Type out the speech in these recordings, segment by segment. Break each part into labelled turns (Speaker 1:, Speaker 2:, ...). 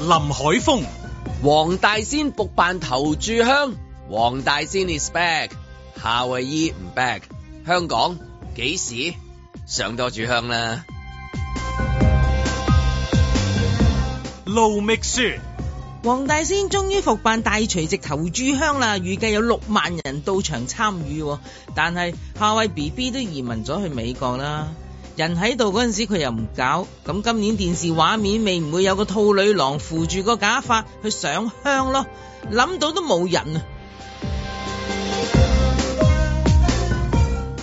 Speaker 1: 林海峰、
Speaker 2: 黃大仙復辦頭炷香，黃大仙 is back，夏威夷唔 back，香港幾時上多炷香啦？
Speaker 1: 盧覓雪。
Speaker 3: 黃大仙終於復辦大除夕頭炷香啦，預計有六萬人到場參與喎。但係夏威 B B 都移民咗去美國啦，人喺度嗰陣時佢又唔搞，咁今年電視畫面未唔會有個兔女郎扶住個假髮去上香咯？諗到都冇人啊！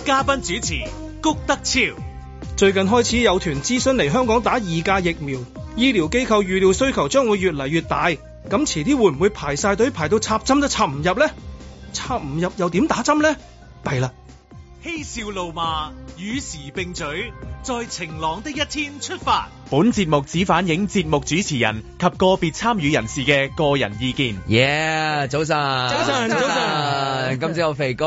Speaker 1: 嘉賓主持谷德超，
Speaker 4: 最近開始有團諮詢嚟香港打二價疫苗，醫療機構預料需求將會越嚟越大，咁遲啲會唔會排晒隊排到插針都插唔入呢？插唔入又點打針呢？弊啦！
Speaker 1: 嬉笑怒罵，與時並舉，在晴朗的一天出發。
Speaker 5: 本節目只反映節目主持人及個別參與人士嘅個人意見。
Speaker 2: 耶！早晨，早
Speaker 4: 晨早晨
Speaker 2: 今朝有肥哥，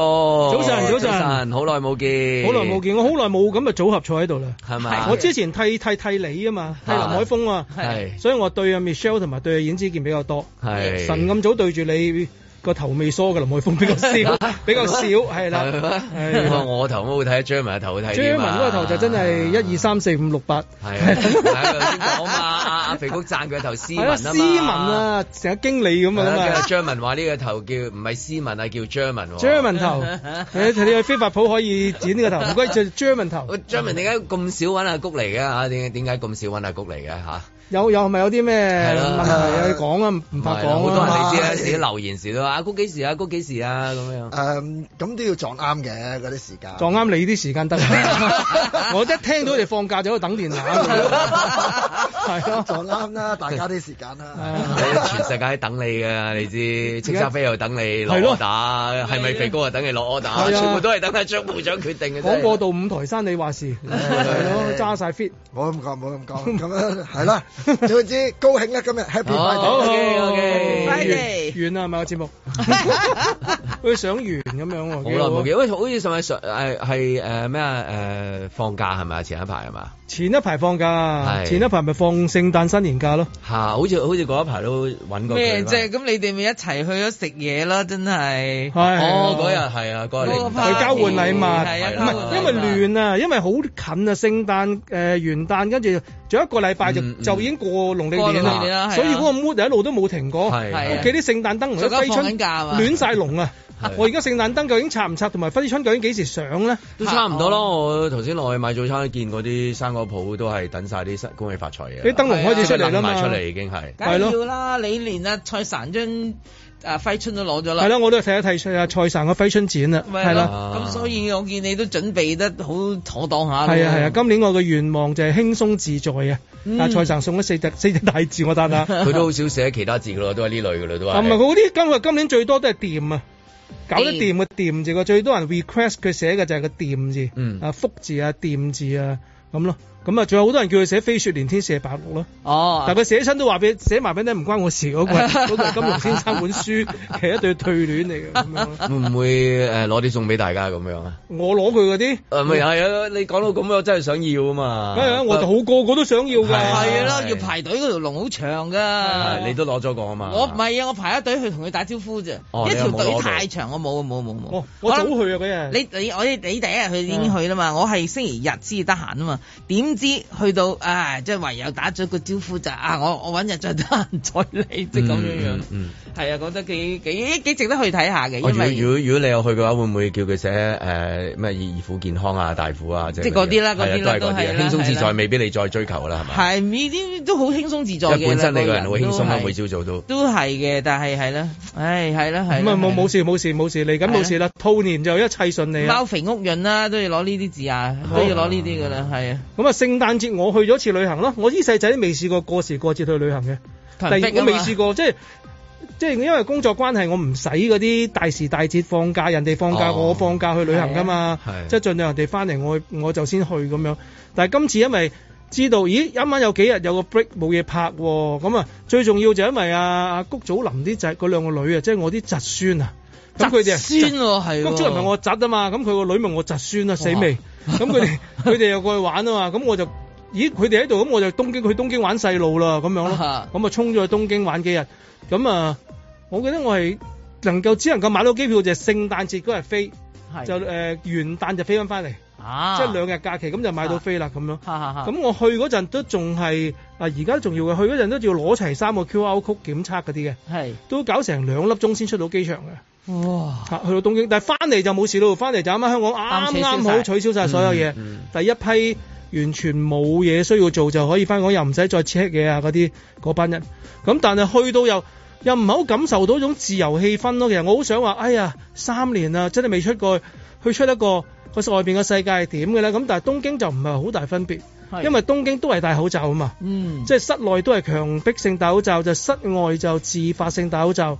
Speaker 4: 早晨早晨
Speaker 2: 好耐冇見，
Speaker 4: 好耐冇見，我好耐冇咁嘅組合坐喺度啦。
Speaker 2: 係咪？
Speaker 4: 我之前替替替你啊嘛，替林海峰啊，
Speaker 2: 係
Speaker 4: 所以我對啊 Michelle 同埋對啊尹子健比較多。
Speaker 2: 係
Speaker 4: 神咁早對住你個頭未梳嘅林海峰比較少，比較少係啦。
Speaker 2: 係咩我頭好好睇，Jeremy 頭好睇
Speaker 4: 張
Speaker 2: 啲
Speaker 4: 文
Speaker 2: 嘛
Speaker 4: 嗰個頭就真係一二三四五六八，
Speaker 2: 啊係啊，係啊頭先講嘛，阿阿肥谷讚佢頭斯文
Speaker 4: 係
Speaker 2: 啊嘛，
Speaker 4: 啊，斯文啊，成日經理咁啊
Speaker 2: 係
Speaker 4: 嘛
Speaker 2: 啊。 張文話呢個頭叫唔係斯文啊，叫張文喎。
Speaker 4: 張文 頭，你你去非法鋪可以剪呢個頭，唔該就張文頭
Speaker 2: 喂，。張哦文點解咁少揾阿谷嚟嘅嚇？點解點解咁少揾阿谷嚟嘅嚇？
Speaker 4: 有有係咪有啲咩
Speaker 2: 係啦
Speaker 4: 問題有講啊？唔
Speaker 2: 唔
Speaker 4: 唔怕
Speaker 2: 係啦
Speaker 4: 講
Speaker 2: 好多
Speaker 4: 啊
Speaker 2: 人你知
Speaker 4: 嘛
Speaker 2: 啦，自己留言時都話阿谷幾時啊？阿谷幾時啊？咁 樣。
Speaker 6: 誒咁都要撞啱嘅嗰啲時間，
Speaker 4: 撞啱你啲時間得， 我一聽到你放假就喺度等 電話，係啊咯，
Speaker 6: 啊撞啱啦，大家啲時間啦。
Speaker 2: 全世界等你嘅，你知叱咤飛又等你落
Speaker 4: 係咯
Speaker 2: order，係咪肥哥又等你落
Speaker 4: 係
Speaker 2: order，
Speaker 4: 啊
Speaker 2: 全部都係等阿張部長決定嘅啫。
Speaker 4: 講過到五台山你話事，係咯，揸晒 fit，
Speaker 6: 冇咁講，冇咁講，咁樣係啦。總之高興啦，今日 Happy
Speaker 2: 好
Speaker 6: Friday。
Speaker 2: OK，OK
Speaker 4: 完
Speaker 3: Friday
Speaker 4: 完啦，係咪個節目？佢想完咁樣喎，
Speaker 2: 好耐冇見，喂，好似上日上誒係誒咩啊誒放假係咪啊？前一排係嘛
Speaker 4: 前一排放假，
Speaker 2: 係
Speaker 4: 前一排咪放聖誕新年假咯。
Speaker 2: 嚇？好似好似嗰一排都揾過佢
Speaker 3: 咩
Speaker 2: 嘛
Speaker 3: 啫？咁你哋咪一齊去咗食嘢咯，真係。
Speaker 4: 係
Speaker 2: 哦，嗰日係啊，嗰日
Speaker 3: 嗰個
Speaker 2: 你
Speaker 4: 去交換禮物，
Speaker 3: 係啊
Speaker 4: 唔係因為亂啊，因為好近啊，聖誕誒、呃元旦，跟住仲有一個禮拜就、
Speaker 2: 嗯嗯
Speaker 4: 就已經過農
Speaker 3: 過
Speaker 4: 曆
Speaker 3: 農
Speaker 4: 年
Speaker 3: 曆年
Speaker 4: 啦
Speaker 3: 啦，係啊
Speaker 4: 所以嗰個 mood 就一路都冇停過。
Speaker 2: 係
Speaker 3: 係啊
Speaker 4: 屋企啲聖誕燈同
Speaker 3: 仲
Speaker 4: 埋
Speaker 3: 有
Speaker 4: 揮
Speaker 3: 放緊
Speaker 4: 春
Speaker 3: 假啊嘛
Speaker 4: 亂晒龍啊
Speaker 2: 係！
Speaker 4: 我而家聖誕燈究竟拆唔拆，同埋揮春究竟幾時上咧？
Speaker 2: 都差唔多咯。
Speaker 4: 哦
Speaker 2: 我頭先落去買早餐，見嗰啲生果鋪都係等晒啲新恭喜發財嘅。
Speaker 4: 啲燈籠開始出嚟啦嘛
Speaker 2: 即係掹埋出嚟已經 係。
Speaker 3: 梗係要啦，你連啊蔡神張啊揮春都攞咗啦
Speaker 4: 係。啦，我都睇一睇啊蔡神嘅揮春展啦，
Speaker 3: 咪
Speaker 4: 係
Speaker 3: 係
Speaker 4: 啦，
Speaker 3: 咯，咁啊所以我見你都準備得好妥當下。
Speaker 4: 係啊係啊，今年我嘅願望就係輕鬆自在啊！啊蔡神送咗四隻 四隻大字我得啦。
Speaker 2: 佢都好少寫其他字噶咯，都係呢類噶咯，都
Speaker 4: 啊，唔係
Speaker 2: 係。
Speaker 4: 佢嗰啲今日今年最多都係掂啊，搞得掂嘅掂字個最多人 request 佢寫嘅就係個掂字，
Speaker 2: 嗯
Speaker 4: 啊福字啊掂字啊咁咯，咁啊仲有好多人叫佢寫飛雪連天射白鹿咯，
Speaker 3: 哦，
Speaker 4: 但係佢寫親都話俾寫埋俾你聽唔關我事嗰、個係，嗰個係金庸先生本書係一對對聯嚟嘅咁樣咯，
Speaker 2: 會唔會誒攞啲送俾大家咁樣啊？
Speaker 4: 我攞佢嗰啲，
Speaker 2: 誒咪係啊！你講到咁，我真係想要啊嘛。
Speaker 4: 梗嗯係哎啦，我就好個個都想要㗎，
Speaker 3: 係啊
Speaker 2: 係
Speaker 3: 咯，要排隊嗰條龍好長
Speaker 2: 係你
Speaker 3: 㗎。
Speaker 2: 都攞咗個啊嘛。
Speaker 3: 我唔係啊，我排一隊去同佢打招呼啫，
Speaker 2: 哦
Speaker 3: 一
Speaker 2: 你有
Speaker 3: 條
Speaker 2: 冇攞
Speaker 3: 隊
Speaker 2: 到
Speaker 3: 太長，我冇冇冇
Speaker 4: 我
Speaker 3: 冇。
Speaker 4: 我早
Speaker 3: 諗
Speaker 4: 去啊嗯嗰日，
Speaker 3: 你你我哋你第一日去已經去啦嘛，我係星期日先至得閒啊嘛，點知去到唉，即係唯有打咗個招呼就啊，我我揾日再得閒再嚟，即係咁樣樣
Speaker 2: 嗯。嗯
Speaker 3: 係啊，覺得幾幾幾值得去睇下嘅，
Speaker 2: 我
Speaker 3: 因
Speaker 2: 哦如果如果
Speaker 3: 為
Speaker 2: 如果你有去嘅話，會唔會叫佢寫誒咩二二虎健康啊、大虎啊，即
Speaker 3: 即係嗰啲啦
Speaker 2: 係啊
Speaker 3: 嗰啲
Speaker 2: 都
Speaker 3: 啦
Speaker 2: 係嗰
Speaker 3: 都係
Speaker 2: 啲啊，
Speaker 3: 啦
Speaker 2: 輕鬆自
Speaker 3: 係啦
Speaker 2: 在，未必你再追求啦，係咪？
Speaker 3: 係呢啲都好輕鬆自在
Speaker 2: 因
Speaker 3: 嘅。
Speaker 2: 為本身你個人好輕鬆
Speaker 3: 都
Speaker 2: 啊，
Speaker 3: 係
Speaker 2: 每朝早都。
Speaker 3: 都係嘅，但係係啦，唉，係啦，係啦。
Speaker 4: 咁
Speaker 3: 啊
Speaker 4: 啊冇冇
Speaker 3: 係
Speaker 4: 事冇事冇事，嚟緊冇事啦，兔年就一切順利
Speaker 3: 啦
Speaker 4: 啊啦。
Speaker 3: 貓肥屋潤啦，都要攞呢啲字啊，
Speaker 2: 好
Speaker 3: 都要攞呢啲噶啦，係啊，
Speaker 4: 咁啊，聖誕節我去咗一次旅行咯，我啲細仔都未試過過時過節去旅行嘅，第二我未試
Speaker 3: 過，
Speaker 4: 過，即係即係因為工作關係，我唔使嗰啲大時大節放假，人哋放假、
Speaker 2: 哦
Speaker 4: 我放假去旅行噶嘛
Speaker 2: 係啊，係
Speaker 4: 即係盡量人哋翻嚟我我就先去咁樣。但係今次因為知道，咦啱啱有幾日有個 break 冇嘢拍喎，咁啊最重要就因為啊阿谷祖林啲仔嗰兩個女啊，即係我啲侄孫啊，咁佢哋啊
Speaker 3: 酸喎，係喎。
Speaker 4: 咁即係唔係 我侄啊嘛，咁佢個女咪我侄孫啊，死未？咁佢哋佢哋又過去玩啊嘛，咁我就咦佢哋喺度，咁我就東京去東京玩細路啦，咁樣咯
Speaker 3: 啊，
Speaker 4: 咁啊衝咗去東京玩幾日，咁啊，我記得我係能夠只能夠買到機票就係聖誕節嗰日飛，
Speaker 3: 係
Speaker 4: 就誒、呃元旦就飛翻翻嚟，
Speaker 3: 啊，
Speaker 4: 即係兩日假期咁就買到飛啦咁樣。
Speaker 3: 哈哈哈，
Speaker 4: 咁我去嗰陣都仲係啊，而家仲要嘅，去嗰陣都要攞齊三個 QR code 檢測嗰啲嘅，
Speaker 3: 係
Speaker 4: 都搞成兩粒鐘先出到機場嘅。
Speaker 3: 哇，
Speaker 4: 嚇去到東京，但係翻嚟就冇事咯，翻嚟就啱啱香港啱啱好
Speaker 3: 啱
Speaker 4: 取消晒所有嘢，
Speaker 7: 嗯
Speaker 4: 第一批完全冇嘢需要做就可以翻港，又唔使再 check 嘢啊嗰啲嗰班人。咁但係去到又又唔係好感受到種自由氣氛咯。其實我好想話，哎呀，三年啦，真係未出過去，去出一個個外邊嘅世界係點嘅咧。咁但係東京就唔係好大分別，
Speaker 3: 係
Speaker 4: 因為東京都係戴口罩啊嘛。
Speaker 3: 嗯，
Speaker 4: 即係室內都係強迫性戴口罩，就室外就自發性戴口罩。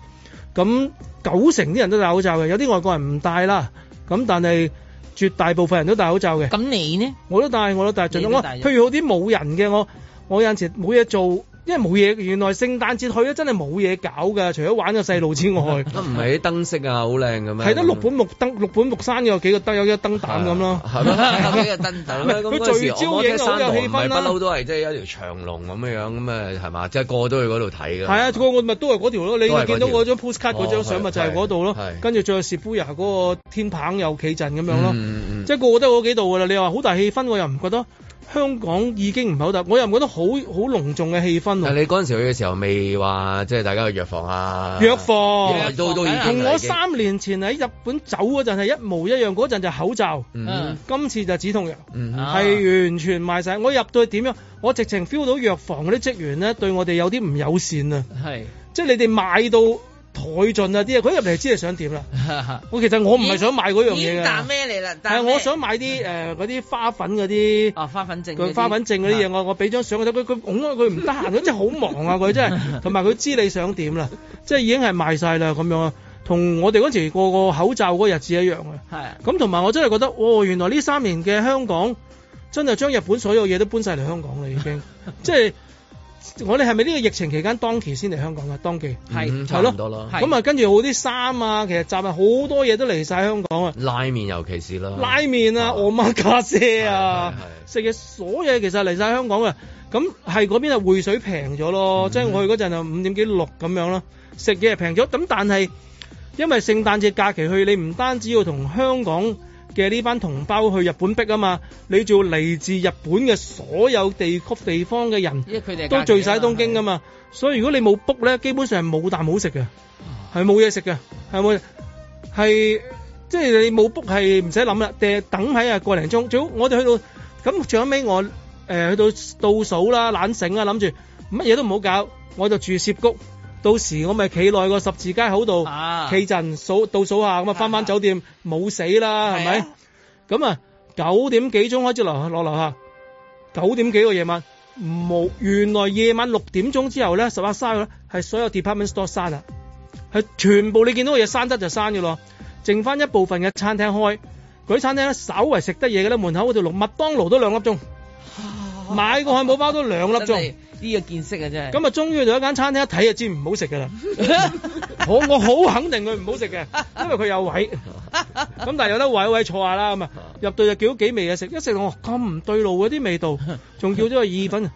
Speaker 4: 咁九成啲人都戴口罩嘅，有啲外國人唔戴啦。咁但係絕大部分人都戴口罩嘅，
Speaker 3: 咁你呢？
Speaker 4: 我都戴，我都戴。盡
Speaker 3: 你
Speaker 4: 量
Speaker 3: 都
Speaker 4: 我
Speaker 3: 戴咗
Speaker 4: 譬如好啲冇人嘅，我我有陣時冇嘢做，因為冇嘢。原來聖誕節去咧啊真係冇嘢搞㗎，除咗玩個細路之 外，
Speaker 2: 嗯
Speaker 7: 都唔係啲燈飾啊，好靚咁樣。
Speaker 4: 係得六本木燈、六本木山有幾個燈，有幾個燈膽咁咯。
Speaker 2: 啊
Speaker 7: 係啊 咪有幾個 燈膽咧？咁
Speaker 4: 佢
Speaker 7: 嗰陣
Speaker 4: 聚
Speaker 7: 時
Speaker 4: 焦
Speaker 7: 我覺得
Speaker 4: 影好
Speaker 7: 山
Speaker 4: 有
Speaker 7: 堂
Speaker 4: 氣
Speaker 7: 唔係
Speaker 4: 氛
Speaker 7: 不
Speaker 4: 啦
Speaker 7: 嬲都係即係一條長龍咁樣咁啊，係嘛？即係個個都去嗰度睇㗎。
Speaker 4: 係啊，個個咪都係嗰條咯。你
Speaker 7: 都係嗰條
Speaker 4: 見到嗰張 postcard 嗰張相咪就係嗰度咯
Speaker 7: 哦係係。
Speaker 4: 跟住再 s i b u y 嗰個天棚又企陣咁樣咯。
Speaker 7: 嗯嗯嗯
Speaker 4: 即係個個都嗰幾度㗎啦。你話好大氣氛，我又唔覺得香港已經唔係好大，我又唔覺得好好隆重嘅氣氛
Speaker 2: 啊
Speaker 7: 但係
Speaker 4: 喎。
Speaker 7: 你嗰陣時去嘅時候未話即係大家去藥房啊？
Speaker 4: 藥房
Speaker 7: 藥都
Speaker 3: 啊
Speaker 7: 都已經
Speaker 4: 同
Speaker 7: 啦已
Speaker 4: 我
Speaker 7: 經
Speaker 4: 三年前喺日本走嗰陣係一模一樣，嗰陣就口罩，
Speaker 7: 嗯
Speaker 4: 今次就止痛藥，
Speaker 7: 嗯嗯
Speaker 3: 啊
Speaker 4: 係完全賣晒。我入到去點樣？我直情 feel 到藥房嗰啲職員咧對我哋有啲唔友善啊！
Speaker 3: 係，
Speaker 4: 即係你哋買到台盡啊啲嘢，佢入嚟就知你想點啦。我其實我唔係想買嗰樣
Speaker 3: 已
Speaker 4: 嘢
Speaker 3: 經彈
Speaker 4: 㗎，
Speaker 3: 咩嚟啦？
Speaker 4: 係
Speaker 3: 彈咩
Speaker 4: 我想買啲誒嗰啲花粉嗰啲。
Speaker 3: 啊花粉症嗰啲，啊
Speaker 4: 佢花粉症嗰啲嘢，我我俾張相佢睇，佢佢拱啊，佢唔得閒，佢真係好忙啊，佢 真係，同埋佢知你想點啦，即係已經係賣晒啦咁樣啊，同我哋嗰時個個口罩嗰個日子一樣嘅。
Speaker 3: 係
Speaker 4: 咁同埋我真係覺得，哦，原來呢三年嘅香港真係將日本所有嘢都搬晒嚟香港啦，已 經，即係我哋係咪呢個疫情期間當期先嚟香港啊？當期。
Speaker 7: 嗯
Speaker 3: 係
Speaker 7: 差唔多咯。
Speaker 3: 係
Speaker 4: 咁啊，跟住好啲衫啊，其實集啊好多嘢都嚟晒香港啊，
Speaker 7: 拉麵尤其是啦，
Speaker 4: 拉麵啊、我媽家姐啊
Speaker 7: 係，
Speaker 4: 食嘅所有嘢其實嚟晒香港啊。咁係嗰邊啊匯水平咗咯，即係我去嗰陣啊五點幾六咁樣咯，食嘢係平咗。咁但係因為聖誕節假期去，你唔單止要同香港嘅呢班同胞去日本逼啊嘛，你仲要嚟自日本嘅所有地區地方嘅人。
Speaker 3: 因為佢哋係假
Speaker 4: 都
Speaker 3: 期啊
Speaker 4: 聚晒喺東京噶嘛，所以如果你冇 book 咧，基本上係冇啖好食嘅，係冇嘢食嘅，係冇係即係你冇 book 係唔使諗啦，定係等喺啊個零鐘，最好我哋去到咁最後尾我誒、呃去到倒數啦、懶醒啦，諗住乜嘢都唔好搞，我就住涉谷，到時我咪企耐個十字街口度
Speaker 3: 啊
Speaker 4: 企陣數倒數下，咁啊翻返酒店冇死啦，係
Speaker 3: 係
Speaker 4: 咪
Speaker 3: 啊？
Speaker 4: 咁啊九點幾鐘開始落落樓下。九點幾個夜晚，冇原來夜晚六點鐘之後咧，十一沙咧係所有 department store 閂啦，係全部你見到嘅嘢閂得就閂嘅咯，剩翻一部分嘅餐廳開，嗰啲餐廳咧稍為食得嘢嘅咧，門口嗰條路麥當勞都兩粒鐘，買個漢堡包都兩粒
Speaker 3: 啊真
Speaker 4: 鐘
Speaker 3: 係，呢個見識啊真係，
Speaker 4: 咁啊終於去到一間餐廳一睇就知唔好食 㗎啦，我我好肯定佢唔好食嘅，因為佢有位，咁但係有得位位坐下啦咁啊，入到就叫咗幾味嘢食，一食到我咁唔對路嗰啲 味道，仲叫咗個意粉，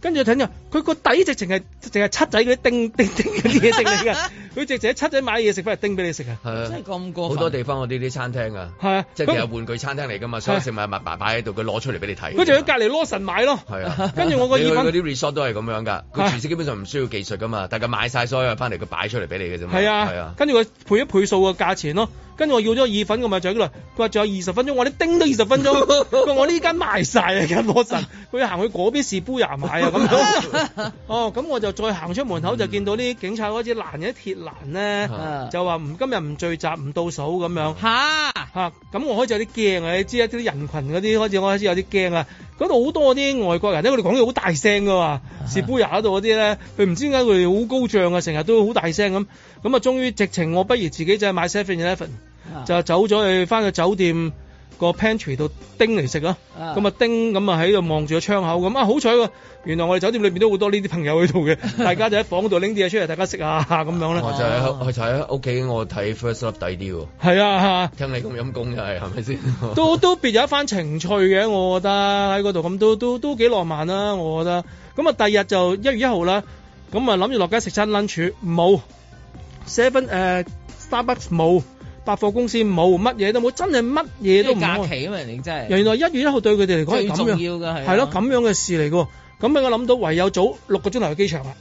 Speaker 4: 跟住睇住佢個底直情係淨係七仔嗰啲叮叮叮嗰啲嘢 食嚟㗎，佢直情喺七仔買嘢食翻嚟叮俾你食啊，
Speaker 7: 係啊
Speaker 3: 真係咁過
Speaker 7: 好
Speaker 3: 分
Speaker 7: 多地方我哋啲餐廳啊，
Speaker 4: 係啊，
Speaker 7: 即係其實
Speaker 4: 佢
Speaker 7: 玩具餐廳嚟㗎嘛，所有食物物擺擺喺度，佢攞出嚟俾你睇。
Speaker 4: 佢仲喺隔離羅神買咯，
Speaker 7: 係啊，
Speaker 4: 跟住我個
Speaker 7: 你
Speaker 4: 意
Speaker 7: 去
Speaker 4: 粉
Speaker 7: 嗰。啲 resort 都係咁樣㗎，佢
Speaker 4: 係
Speaker 7: 廚師基本上唔需要技術㗎嘛，但係佢買晒所有嘢翻嚟，佢擺出嚟俾你嘅啫嘛。
Speaker 4: 係
Speaker 7: 係
Speaker 4: 啊
Speaker 7: 啊，，
Speaker 4: 跟住佢配一配數個價錢咯，跟住我要咗個意粉個咪就係啦，佢話仲有二十分鐘，我哋叮到二十分 鐘，佢話我呢間賣晒啊，咁攞神，佢行去嗰邊士杯牙買啊咁 樣，哦，咁我就再行出門口就見到啲警察開始攔一鐵欄咧，
Speaker 3: 啊
Speaker 4: 就話唔今日唔聚集唔倒數咁樣。
Speaker 3: 嚇
Speaker 4: 嚇、啊咁我開始有啲驚啊！你知啊，啲人群嗰啲開始我開始有啲驚啊！嗰度好多啲外國人咧，佢哋講嘢好大聲噶嘛，士杯牙嗰度嗰啲咧，佢唔知點解佢哋好高漲啊，成日都好大聲咁。啊
Speaker 3: 啊
Speaker 4: 咁啊，終於直情我不如自己就係買 Seven Eleven，就走咗去翻去酒店個 pantry 度叮嚟食啦。
Speaker 3: 啊
Speaker 4: 咁啊叮咁啊喺度望住個窗口咁啊好彩喎！原來我哋酒店裏邊都好多呢啲朋友喺度嘅，大家就喺房度拎啲嘢出嚟，大家食下咁樣
Speaker 2: 我
Speaker 4: 啦。
Speaker 2: 就喺我就喺屋企，我睇 First Love 抵啲喎。
Speaker 4: 係啊，
Speaker 2: 聽你咁陰公又係，係咪先？
Speaker 4: 都都別有一番情趣嘅，我覺得喺嗰度咁都都都幾浪漫啦，我覺得。咁啊，第二日就一月一號啦，咁啊諗住落街食餐 lunch，冇 Seven 誒 Starbucks 冇，百貨公司冇，乜嘢都冇，真係乜嘢都
Speaker 3: 都
Speaker 4: 唔
Speaker 3: 假
Speaker 4: 開。
Speaker 3: 期啊嘛，你真係
Speaker 4: 原來一月一號對佢哋嚟講係
Speaker 3: 最重
Speaker 4: 咁樣，
Speaker 3: 要啊嘅係
Speaker 4: 係咯咁樣嘅事嚟嘅喎。咁啊俾我諗到唯有早六個鐘頭去機場啦。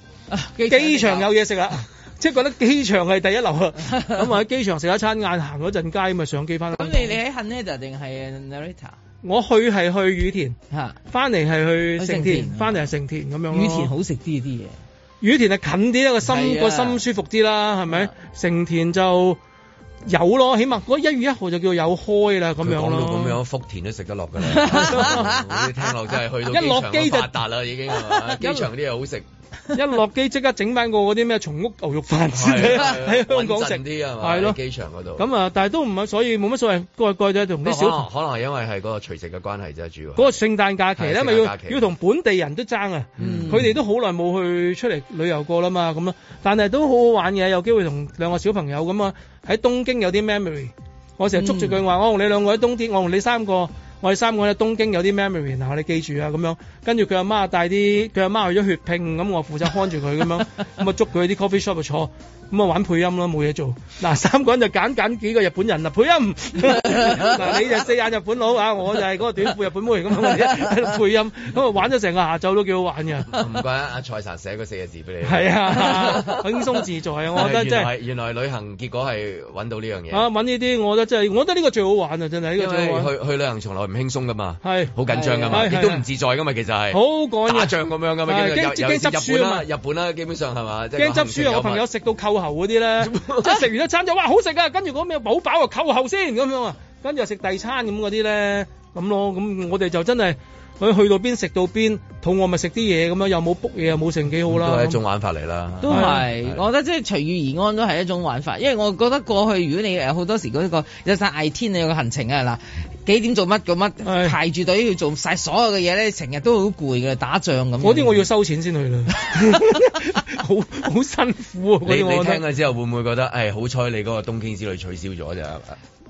Speaker 3: 咁
Speaker 4: 機場有嘢食啦， 即係覺得機場係第一流啦。咁啊喺機場食一餐晏，行嗰陣街咪上機翻。
Speaker 3: 咁你你喺 Haneda 定係 Narita
Speaker 4: 我去係去羽田，
Speaker 3: 嚇？
Speaker 4: 翻嚟係去
Speaker 3: 去成，
Speaker 4: 成田
Speaker 3: 田
Speaker 4: 翻嚟係成田咁樣咯
Speaker 3: 羽田，好食啲啲嘢，
Speaker 4: 羽田係近啲啦，個心
Speaker 3: 係啊
Speaker 4: 個心舒服啲啦，係咪
Speaker 3: 啊？
Speaker 4: 成田就有咯，起碼嗰一月一號就叫有開啦，咁
Speaker 2: 佢
Speaker 4: 樣
Speaker 2: 講到咁
Speaker 4: 咯。
Speaker 2: 樣，福田都食得落㗎 啦。你聽落真係去到
Speaker 4: 一落機
Speaker 2: 機
Speaker 4: 就
Speaker 2: 場發達啦，已經係 嘛？機場啲嘢好食，
Speaker 4: 一落機即刻整翻個嗰啲咩松屋牛肉飯之類
Speaker 2: 係啊
Speaker 4: 喺香港
Speaker 2: 穩陣
Speaker 4: 食。
Speaker 2: 啲啊係嘛？
Speaker 4: 係咯
Speaker 2: 喺機場嗰度。
Speaker 4: 咁啊，但係都唔係，所以冇乜所謂。過嚟過咗同啲小朋友
Speaker 2: 可能可能係因為係嗰個除夕嘅關係啫，主要係。
Speaker 4: 嗰個聖誕假期咧，
Speaker 2: 係
Speaker 4: 咪
Speaker 2: 聖誕
Speaker 4: 要
Speaker 2: 假期
Speaker 4: 要同本地人都爭啊！
Speaker 2: 嗯
Speaker 4: 佢哋都好耐冇去出嚟旅遊過啦嘛，咁啊，但係都好好玩嘅，有機會同兩個小朋友咁啊，喺東京有啲 memory。我成日捉住佢話：我哦同你兩個喺東京，我同你三個，我哋三個喺東京有啲 memory，嗱你記住啊咁樣。跟住佢阿媽帶啲，佢阿媽去咗血拼，咁我負責看住佢咁 樣，咁啊捉佢去啲 coffee shop 度坐，咁啊玩配音咯，冇嘢做。嗱 三個人就揀揀幾個日本人啦，配 音。嗱你就四眼日本佬啊，我就係嗰個短褲日本妹咁樣，我哋一喺度配音，咁啊玩咗成個下晝都幾好 玩嘅。
Speaker 2: 唔怪得阿蔡神寫嗰四個字俾你。
Speaker 4: 係 啊，輕鬆自在啊！我覺得
Speaker 2: 原
Speaker 4: 真係
Speaker 2: 來原來旅行結果係揾到呢樣嘢。
Speaker 4: 啊，揾呢啲我覺得真係，我覺得呢個最好玩啊！真係呢
Speaker 2: 因
Speaker 4: 個最好玩，
Speaker 2: 為去去旅行從來唔輕鬆噶嘛，
Speaker 4: 係
Speaker 2: 好緊張噶嘛，
Speaker 4: 係係
Speaker 2: 亦都唔自在噶嘛，其實係。
Speaker 4: 好啊講
Speaker 2: 打
Speaker 4: 嘢。
Speaker 2: 仗咁樣噶嘛，
Speaker 4: 係
Speaker 2: 基本
Speaker 4: 驚
Speaker 2: 上尤尤
Speaker 4: 驚執
Speaker 2: 其是日本
Speaker 4: 輸啊嘛
Speaker 2: 啦，日本啦，基本上係嘛，即係
Speaker 4: 驚執輸啊！我朋友食到扣喉嗰啲咧，即係食完一餐就哇好食啊，跟住嗰咩補飽啊扣喉先咁樣啊，跟住又食第二餐咁嗰啲咧，咁咯，咁我哋就真係去去到邊食到邊，肚餓咪食啲嘢咁樣，又冇 book 嘢又冇剩幾好
Speaker 2: 好啦，都
Speaker 4: 啦
Speaker 2: 係一。種玩法嚟啦。
Speaker 3: 都係
Speaker 2: 係，
Speaker 3: 我覺得即係隨遇而安都係一種玩法，因為我覺得過去如果你誒好多時嗰、個有晒捱天啊，有個行程啊嗱，幾點做乜做
Speaker 4: 係
Speaker 3: 乜，排住隊要做晒所有嘅嘢咧，成日都好攰嘅，打仗咁樣。
Speaker 4: 嗰啲我要收錢先去啦，好好辛苦啊！嗰
Speaker 2: 你
Speaker 4: 啲
Speaker 2: 你
Speaker 4: 我覺
Speaker 2: 聽
Speaker 4: 得
Speaker 2: 咗之後會唔會覺得，誒好彩你嗰個東京之旅取消咗啫？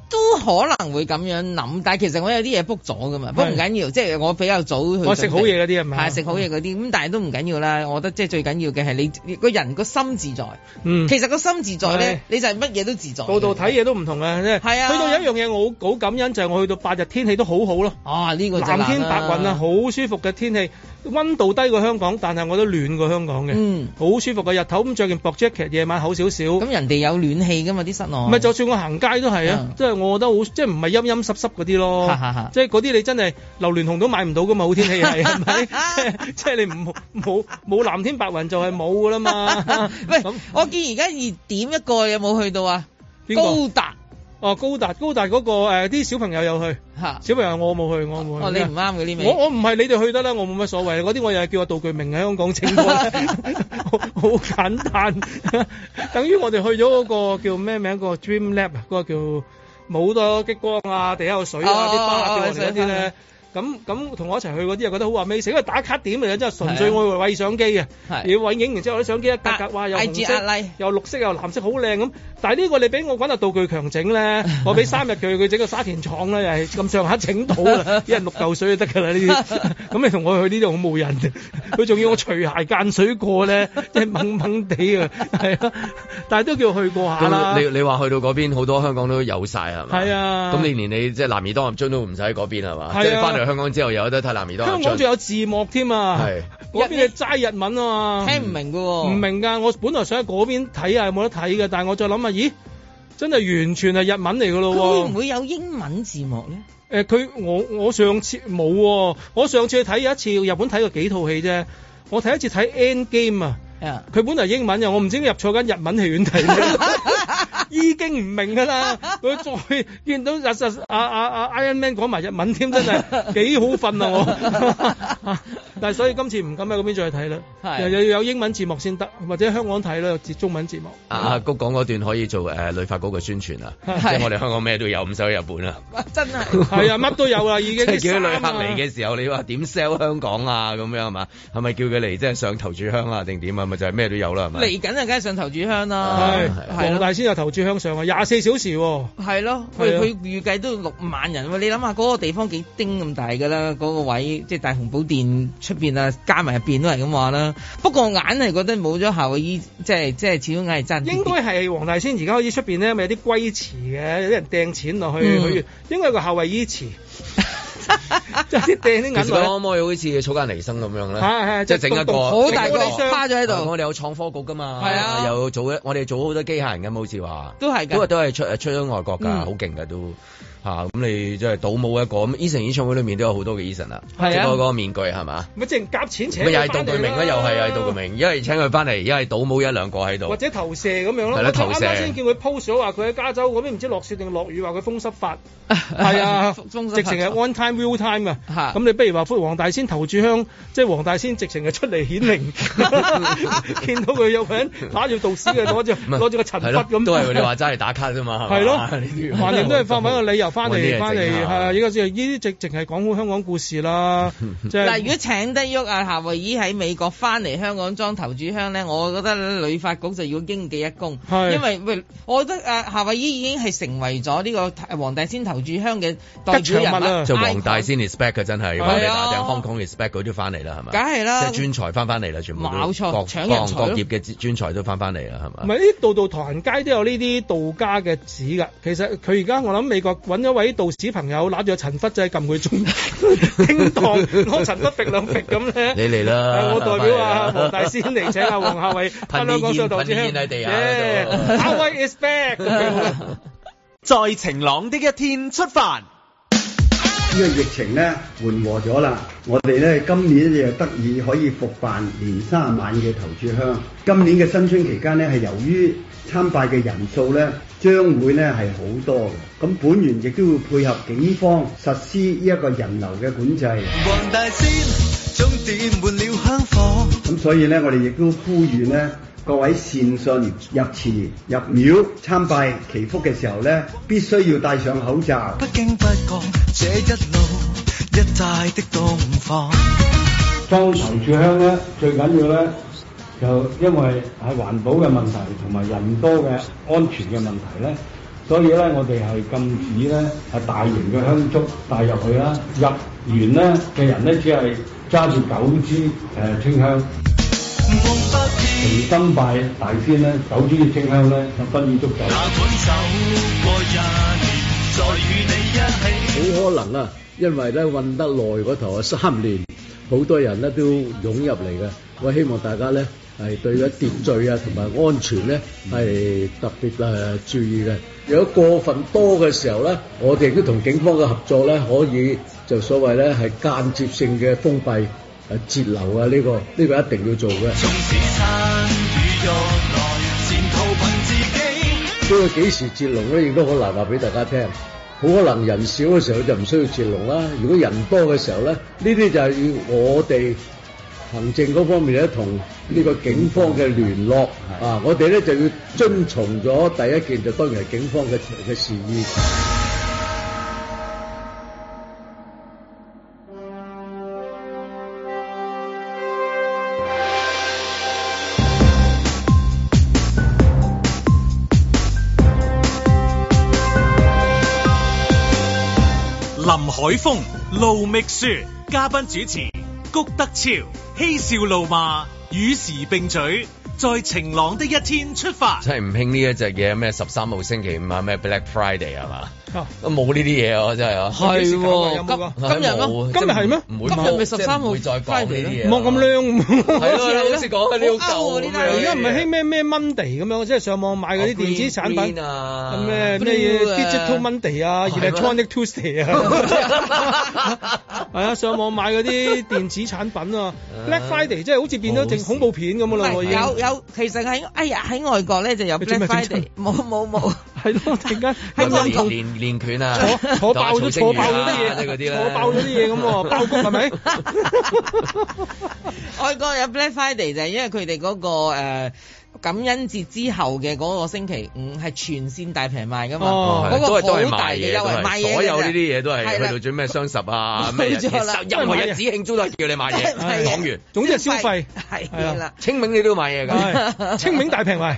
Speaker 3: 都可能會咁樣諗，但係其實我有啲嘢 book 咗噶嘛，不過唔緊要，即係我比較早去準備。
Speaker 4: 我食好嘢嗰啲係咪啊
Speaker 3: 係食好嘢嗰啲，咁但係都唔緊要啦。我覺得即係最緊要嘅係你你個人個心自在。
Speaker 4: 嗯。
Speaker 3: 其實個心自在
Speaker 4: 係
Speaker 3: 咧，你就係乜嘢都自在。
Speaker 4: 度度睇嘢都唔同啊！即係
Speaker 3: 係啊
Speaker 4: 去到有一樣嘢我好好感恩就係、我去到八日天氣都好好咯，
Speaker 3: 啊，呢個就
Speaker 4: 藍天
Speaker 3: 難
Speaker 4: 白
Speaker 3: 啦
Speaker 4: 雲啊，好舒服嘅天氣，温度低過香港，但係我都暖過香港嘅，好、
Speaker 3: 嗯
Speaker 4: 舒服嘅。日頭咁着件薄 jacket，夜晚厚少少。
Speaker 3: 咁人哋有暖氣噶嘛，啲室啊內。
Speaker 4: 唔係，就算我行街都係啊
Speaker 3: 嗯，
Speaker 4: 即係我覺得好，即係唔係陰陰濕濕嗰啲
Speaker 3: 哈哈
Speaker 4: 咯
Speaker 3: 哈，。
Speaker 4: 即係嗰啲你真係榴蓮紅都買唔到噶嘛，好天氣係係咪？ 即係即係你唔冇冇藍天白雲就係冇噶啦嘛
Speaker 3: 喂
Speaker 4: 啊咁，
Speaker 3: 我見而家熱點一個有冇去到啊？
Speaker 4: 邊個
Speaker 3: 高達
Speaker 4: 哦，高達高達嗰、個誒啲、小朋友有去，
Speaker 3: 嚇，
Speaker 4: 小朋友我冇去，我冇去。
Speaker 3: 哦，你唔啱嗰啲
Speaker 4: 我
Speaker 3: 味。
Speaker 4: 我唔係你哋去得啦，我冇乜所謂。嗰啲我又係叫阿杜巨明喺香港整過啦， 好好簡單。 等於我哋去咗嗰個叫咩名？嗰個 Dream Lab 啊，嗰個叫冇多激光啊，地下有水啊，
Speaker 3: 哦
Speaker 4: 啲巴掉落嚟嗰啲
Speaker 3: 水花
Speaker 4: 咧。咁咁同我一齊去嗰啲又覺得好話美食，因為打卡點嚟嘅，真係純粹我為相機嘅，
Speaker 3: 係
Speaker 4: 要為影，然之後啲相機一格格
Speaker 3: 啊
Speaker 4: 哇，又
Speaker 3: IG
Speaker 4: 紅色
Speaker 3: 壓拉
Speaker 4: 又綠色又藍色，好靚咁。但係呢個你俾我揾阿杜巨強整咧，我俾三日佢，佢整個沙田廠咧，又係咁上下整到啦，一人六嚿水就得㗎啦呢啲。咁你同我去呢度好冇癮，佢仲要我除鞋間水過咧，即係掹掹地啊，係啊，但係都叫去過下啦
Speaker 2: 咁。你你話去到嗰邊好多香港都有晒係嘛？
Speaker 4: 係啊
Speaker 2: 咁你連你即係南兒當入樽都唔使喺嗰邊係
Speaker 4: 係
Speaker 2: 嘛？
Speaker 4: 啊
Speaker 2: 即係你翻嚟香港之後又有得睇南兒當入
Speaker 4: 香港仲
Speaker 2: 樽。
Speaker 4: 有字幕添啊，
Speaker 2: 係
Speaker 4: 嗰邊係齋日文啊嘛，
Speaker 3: 聽唔明㗎喎。
Speaker 4: 唔明㗎，我本來想喺嗰邊睇下有冇得睇嘅，但係我再諗下，咦，真係完全係日文嚟㗎
Speaker 3: 佢
Speaker 4: 咯喎
Speaker 3: 會唔。會有英文字幕咧？
Speaker 4: 誒呃佢、我我上次冇喎、我上次去睇有一次日本睇過幾套戲啫，我睇一次睇 End Game 啊，
Speaker 3: 啊，
Speaker 4: 佢本來英文嘅，我唔知入錯間日文戲院睇咩，已經唔明㗎啦，佢再 見到阿阿阿阿 Iron Man 講埋日文添，真 係幾好瞓啊我！ 但係所以今次唔敢喺嗰邊再睇啦，
Speaker 3: 係
Speaker 4: 又又要有英文字幕先得，或者香港睇啦，有字中文 字幕。
Speaker 2: 阿阿啊谷講嗰段可以做誒旅發局嘅宣傳啊，即係我哋香港咩都有，唔使去日本啊。
Speaker 3: 真係。
Speaker 4: 係啊，乜都有啦，已
Speaker 2: 即
Speaker 4: 經
Speaker 2: 係
Speaker 4: 啲
Speaker 2: 叫啲
Speaker 4: 衫啊。
Speaker 2: 旅客嚟嘅時候，你話點 sell 香港啊咁樣係嘛？係咪叫佢嚟即係上頭柱香啊定點啊？咪就係咩都有啦係咪？
Speaker 3: 嚟緊啊，梗係上頭柱香啦，
Speaker 4: 啊係
Speaker 2: 係
Speaker 4: 黃
Speaker 3: 係咯，
Speaker 4: 大仙又投注向上啊，廿四小時喎。
Speaker 3: 係咯，
Speaker 4: 係啊
Speaker 3: 喂，佢預計都六萬人喎，你諗下嗰個地方幾丁咁大㗎啦，嗰、個位即係大雄寶殿出邊啊，加埋入邊都係咁話啦。不過我硬係覺得冇咗夏威夷，即係即係始終硬係真啲。
Speaker 4: 應該係黃大仙而家開始出邊咧，咪有啲龜池嘅，有啲人掟錢落去，
Speaker 3: 嗯
Speaker 4: 佢、應該有個夏威夷池， 即係啲掟啲銀
Speaker 2: 其實可
Speaker 4: 落
Speaker 2: 唔可以好似草間彌生咁樣
Speaker 4: 去，
Speaker 2: 咧？
Speaker 4: 係係
Speaker 2: 即係整一個
Speaker 3: 好大 個
Speaker 4: 玻璃箱
Speaker 3: 趴咗喺
Speaker 2: 啊
Speaker 3: 度，
Speaker 2: 我哋有創科局噶嘛，
Speaker 3: 係啊
Speaker 2: 有做一我哋做好多機械人噶嘛，好似話。
Speaker 3: 都係
Speaker 2: 都係
Speaker 3: 㗎。
Speaker 2: 都係出出咗外國㗎，
Speaker 3: 嗯
Speaker 2: 好勁㗎都嚇。咁、你即係倒冇一個咁，Eason 演唱會裏面都有好多嘅 Eason 啊，即
Speaker 3: 係
Speaker 2: 係
Speaker 3: 啊
Speaker 2: 嗰個嗰個面具係嘛？
Speaker 4: 咪淨夾錢請
Speaker 2: 咪又係
Speaker 4: 佢
Speaker 2: 杜
Speaker 4: 返嚟
Speaker 2: 巨明啦，
Speaker 4: 啦
Speaker 2: 又係又係杜巨明，一係請佢翻嚟，一係倒冇一兩個喺
Speaker 4: 或
Speaker 2: 度。
Speaker 4: 者投射咁樣咯。
Speaker 2: 係啦
Speaker 4: 我
Speaker 2: 投射
Speaker 4: 啱啱先見佢 post 咗話佢喺加州嗰邊唔知落雪定落雨，話佢風 濕法，係啊，
Speaker 3: 風風濕法
Speaker 4: 直情係 on time real time 啊。
Speaker 3: 嚇
Speaker 4: 咁你不如話黃大仙投注香，即係黃大仙直情係出嚟顯 靈， 見到佢有個人打住道士嘅攞住
Speaker 2: 唔係
Speaker 4: 攞住個塵
Speaker 2: 係啊咯
Speaker 4: 筆咁，
Speaker 2: 都係你話齋係打卡啫嘛，
Speaker 4: 係 咯，
Speaker 2: 橫
Speaker 4: 橫掂都係發揾個理由 翻
Speaker 2: 揾啲嘢
Speaker 4: 嚟
Speaker 2: 整
Speaker 4: 翻嚟，係
Speaker 2: 下
Speaker 4: 啊！依家先係呢啲直直係講好香港故事 啦，即
Speaker 3: 嗱，如
Speaker 4: 係
Speaker 3: 果請得喐啊夏威夷喺美國翻嚟香港裝頭柱香咧，我覺得旅發局就要應記一功，
Speaker 4: 係
Speaker 3: 因為喂，我覺得啊夏威夷已經係成為咗呢個呃黃大仙頭柱香嘅代表人
Speaker 4: 吉祥物啦
Speaker 3: 物，
Speaker 2: 即係黃大
Speaker 3: icon
Speaker 2: 仙 respect 嘅真係，
Speaker 4: 係啊
Speaker 2: 我哋打定 Hong Kong respect 佢都翻嚟啦，係咪？
Speaker 3: 梗係
Speaker 4: 啊
Speaker 3: 啦
Speaker 2: 即係專才翻翻嚟啦，全部都
Speaker 3: 冇錯
Speaker 2: 各
Speaker 3: 搶人才咯
Speaker 2: 各行各業嘅專才都翻翻嚟啦，
Speaker 4: 唔
Speaker 2: 係咪？
Speaker 4: 係呢度度唐人街都有呢啲道家嘅寺㗎？其實佢而家我諗美國揾一位道士朋友揦住個塵拂仔撳佢 鐘，叮當攞塵拂揈兩揈咁
Speaker 2: 你
Speaker 4: 咧。
Speaker 2: 嚟啦！
Speaker 4: 係我代表
Speaker 2: 翻
Speaker 4: 啊
Speaker 2: 嚟啦
Speaker 4: 黃大仙嚟請阿黃夏 偉翻香港上頭先，
Speaker 2: 噴啲煙喺地下嗰度
Speaker 4: Yeah，夏偉 is back 咁樣。
Speaker 1: 在晴朗的一天出發。
Speaker 8: 呢個疫情咧緩和咗啦，我哋咧今年就得以可以復辦年卅晚嘅頭炷香。今年嘅新春期間咧，係由於參拜嘅人數咧將會咧係好多嘅，咁本園亦都會配合警方實施呢一個人流嘅管制。
Speaker 9: 黃大仙終點滿了香火，
Speaker 8: 咁所以咧，我哋亦都呼籲咧各位善信入祠入廟參拜祈福嘅時候咧，必須要戴上口罩。
Speaker 9: 不經不覺這一路一帶的東方。
Speaker 8: 裝頭柱香咧，最緊要咧就因為係環保嘅問題同埋人多嘅安全嘅問題咧，所以咧我哋係禁止咧係大型嘅香燭帶入去啦。入園咧嘅人咧只係揸住九支誒、呃清香，
Speaker 9: 夢不
Speaker 8: 同
Speaker 9: 變，
Speaker 8: 心拜大仙咧九支嘅清香咧就不以足
Speaker 9: 哪
Speaker 8: 走。
Speaker 9: 管走過一年，再與你一起。
Speaker 10: 好可能啊，因為咧運得耐嗰頭啊三年，好多人咧都湧入嚟嘅。我希望大家咧係對咗秩序啊同埋安全咧係特別誒、呃注意嘅。如果過分多嘅時候咧，我哋亦都同警方嘅合作咧，可以就所謂咧係間接性嘅封閉誒、呃截流啊呢、個呢、個一定要做嘅。
Speaker 9: 縱使山與肉來，前途憑自己。
Speaker 10: 所以幾時截龍咧，亦都好難話俾大家聽。好可能人少嘅時候就唔需要截龍啦。如果人多嘅時候咧，呢啲就係要我哋行政嗰方面咧，同呢個警方嘅聯絡啊，我哋咧就要遵從咗第一件就當然係警方嘅嘅示意。
Speaker 1: 林海峰、盧覓雪，嘉賓主持谷德超，嬉笑怒罵，與時並舉，在晴朗的一天出發。
Speaker 2: 真係唔興呢一隻嘢，咩十三號星期五啊，咩 Black Friday 係嘛？
Speaker 4: 啊
Speaker 2: 都冇呢啲嘢啊，真係啊！
Speaker 3: 係
Speaker 4: 幾時搞啊有冇
Speaker 3: 喎
Speaker 4: 㗎，
Speaker 3: 今今日咯，
Speaker 2: 冇啊
Speaker 4: 今日係咩
Speaker 2: 即唔會
Speaker 3: 今日咪13號
Speaker 2: 即係唔會再講呢啲嘢啊。
Speaker 4: 望咁亮。
Speaker 2: 係咯，你好似講緊呢好舊
Speaker 3: 好勾喎呢
Speaker 2: 咁
Speaker 3: 單
Speaker 2: 樣
Speaker 3: 嘢
Speaker 4: 而家唔係興咩咩 Monday 咁樣，即係上網買嗰啲電子產品
Speaker 2: 哦 Green，啊，
Speaker 4: 咁咩
Speaker 3: Blue
Speaker 4: 咩
Speaker 3: 啊
Speaker 4: Digital Monday 啊
Speaker 2: 係咩
Speaker 4: ，Electronic Tuesday 啊，係啊，上網買嗰啲電子產品啊
Speaker 2: 啊
Speaker 4: ，Black Friday 即係好似變咗
Speaker 2: 好
Speaker 4: 成恐怖片咁
Speaker 3: 唔
Speaker 4: 啦，
Speaker 3: 係
Speaker 4: 我已經
Speaker 3: 有有，其實喺哎呀喺外國咧就有
Speaker 4: 你做
Speaker 3: Black
Speaker 4: 咩
Speaker 3: Friday，冇冇冇，
Speaker 4: 係咯，突然間
Speaker 3: 喺外國
Speaker 7: 練練拳啊，
Speaker 4: 坐坐爆咗
Speaker 2: 啊
Speaker 4: 坐爆咗
Speaker 7: 即係嗰
Speaker 4: 啲嘢，
Speaker 7: 啲啦
Speaker 4: 坐爆咗啲嘢咁喎，爆谷係啊咪？
Speaker 3: 外國有 Black Friday 就係因為佢哋嗰個呃感恩節之後嘅嗰個星期五係全線大平賣噶嘛，
Speaker 4: 哦
Speaker 3: 嗰個
Speaker 2: 都係都係
Speaker 3: 好大
Speaker 2: 賣
Speaker 3: 嘅
Speaker 2: 嘢，
Speaker 3: 優
Speaker 2: 都
Speaker 3: 惠
Speaker 2: 係
Speaker 3: 賣嘢
Speaker 2: 所有
Speaker 3: 嘅
Speaker 2: 呢啲嘢都係
Speaker 3: 係
Speaker 2: 去
Speaker 3: 啦
Speaker 2: 到最咩雙十 啊，咩日
Speaker 3: 冇錯啦
Speaker 2: 任何日子慶祝都係叫你買嘢，
Speaker 4: 啊
Speaker 3: 係
Speaker 2: 講完
Speaker 4: 總之係消費，
Speaker 3: 係啦，
Speaker 2: 清明你都要買嘢㗎，
Speaker 4: 係啊清明大平賣，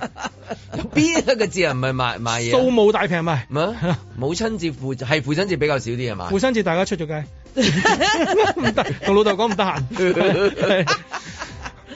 Speaker 2: 邊一個節日唔係買買嘢
Speaker 4: 掃
Speaker 2: 啊？
Speaker 4: 墓大平賣，
Speaker 2: 咩？啊母親節、父係父親節比較少啲係嘛
Speaker 4: 父？親節大家出 咗街，唔得，同老豆講唔得閒。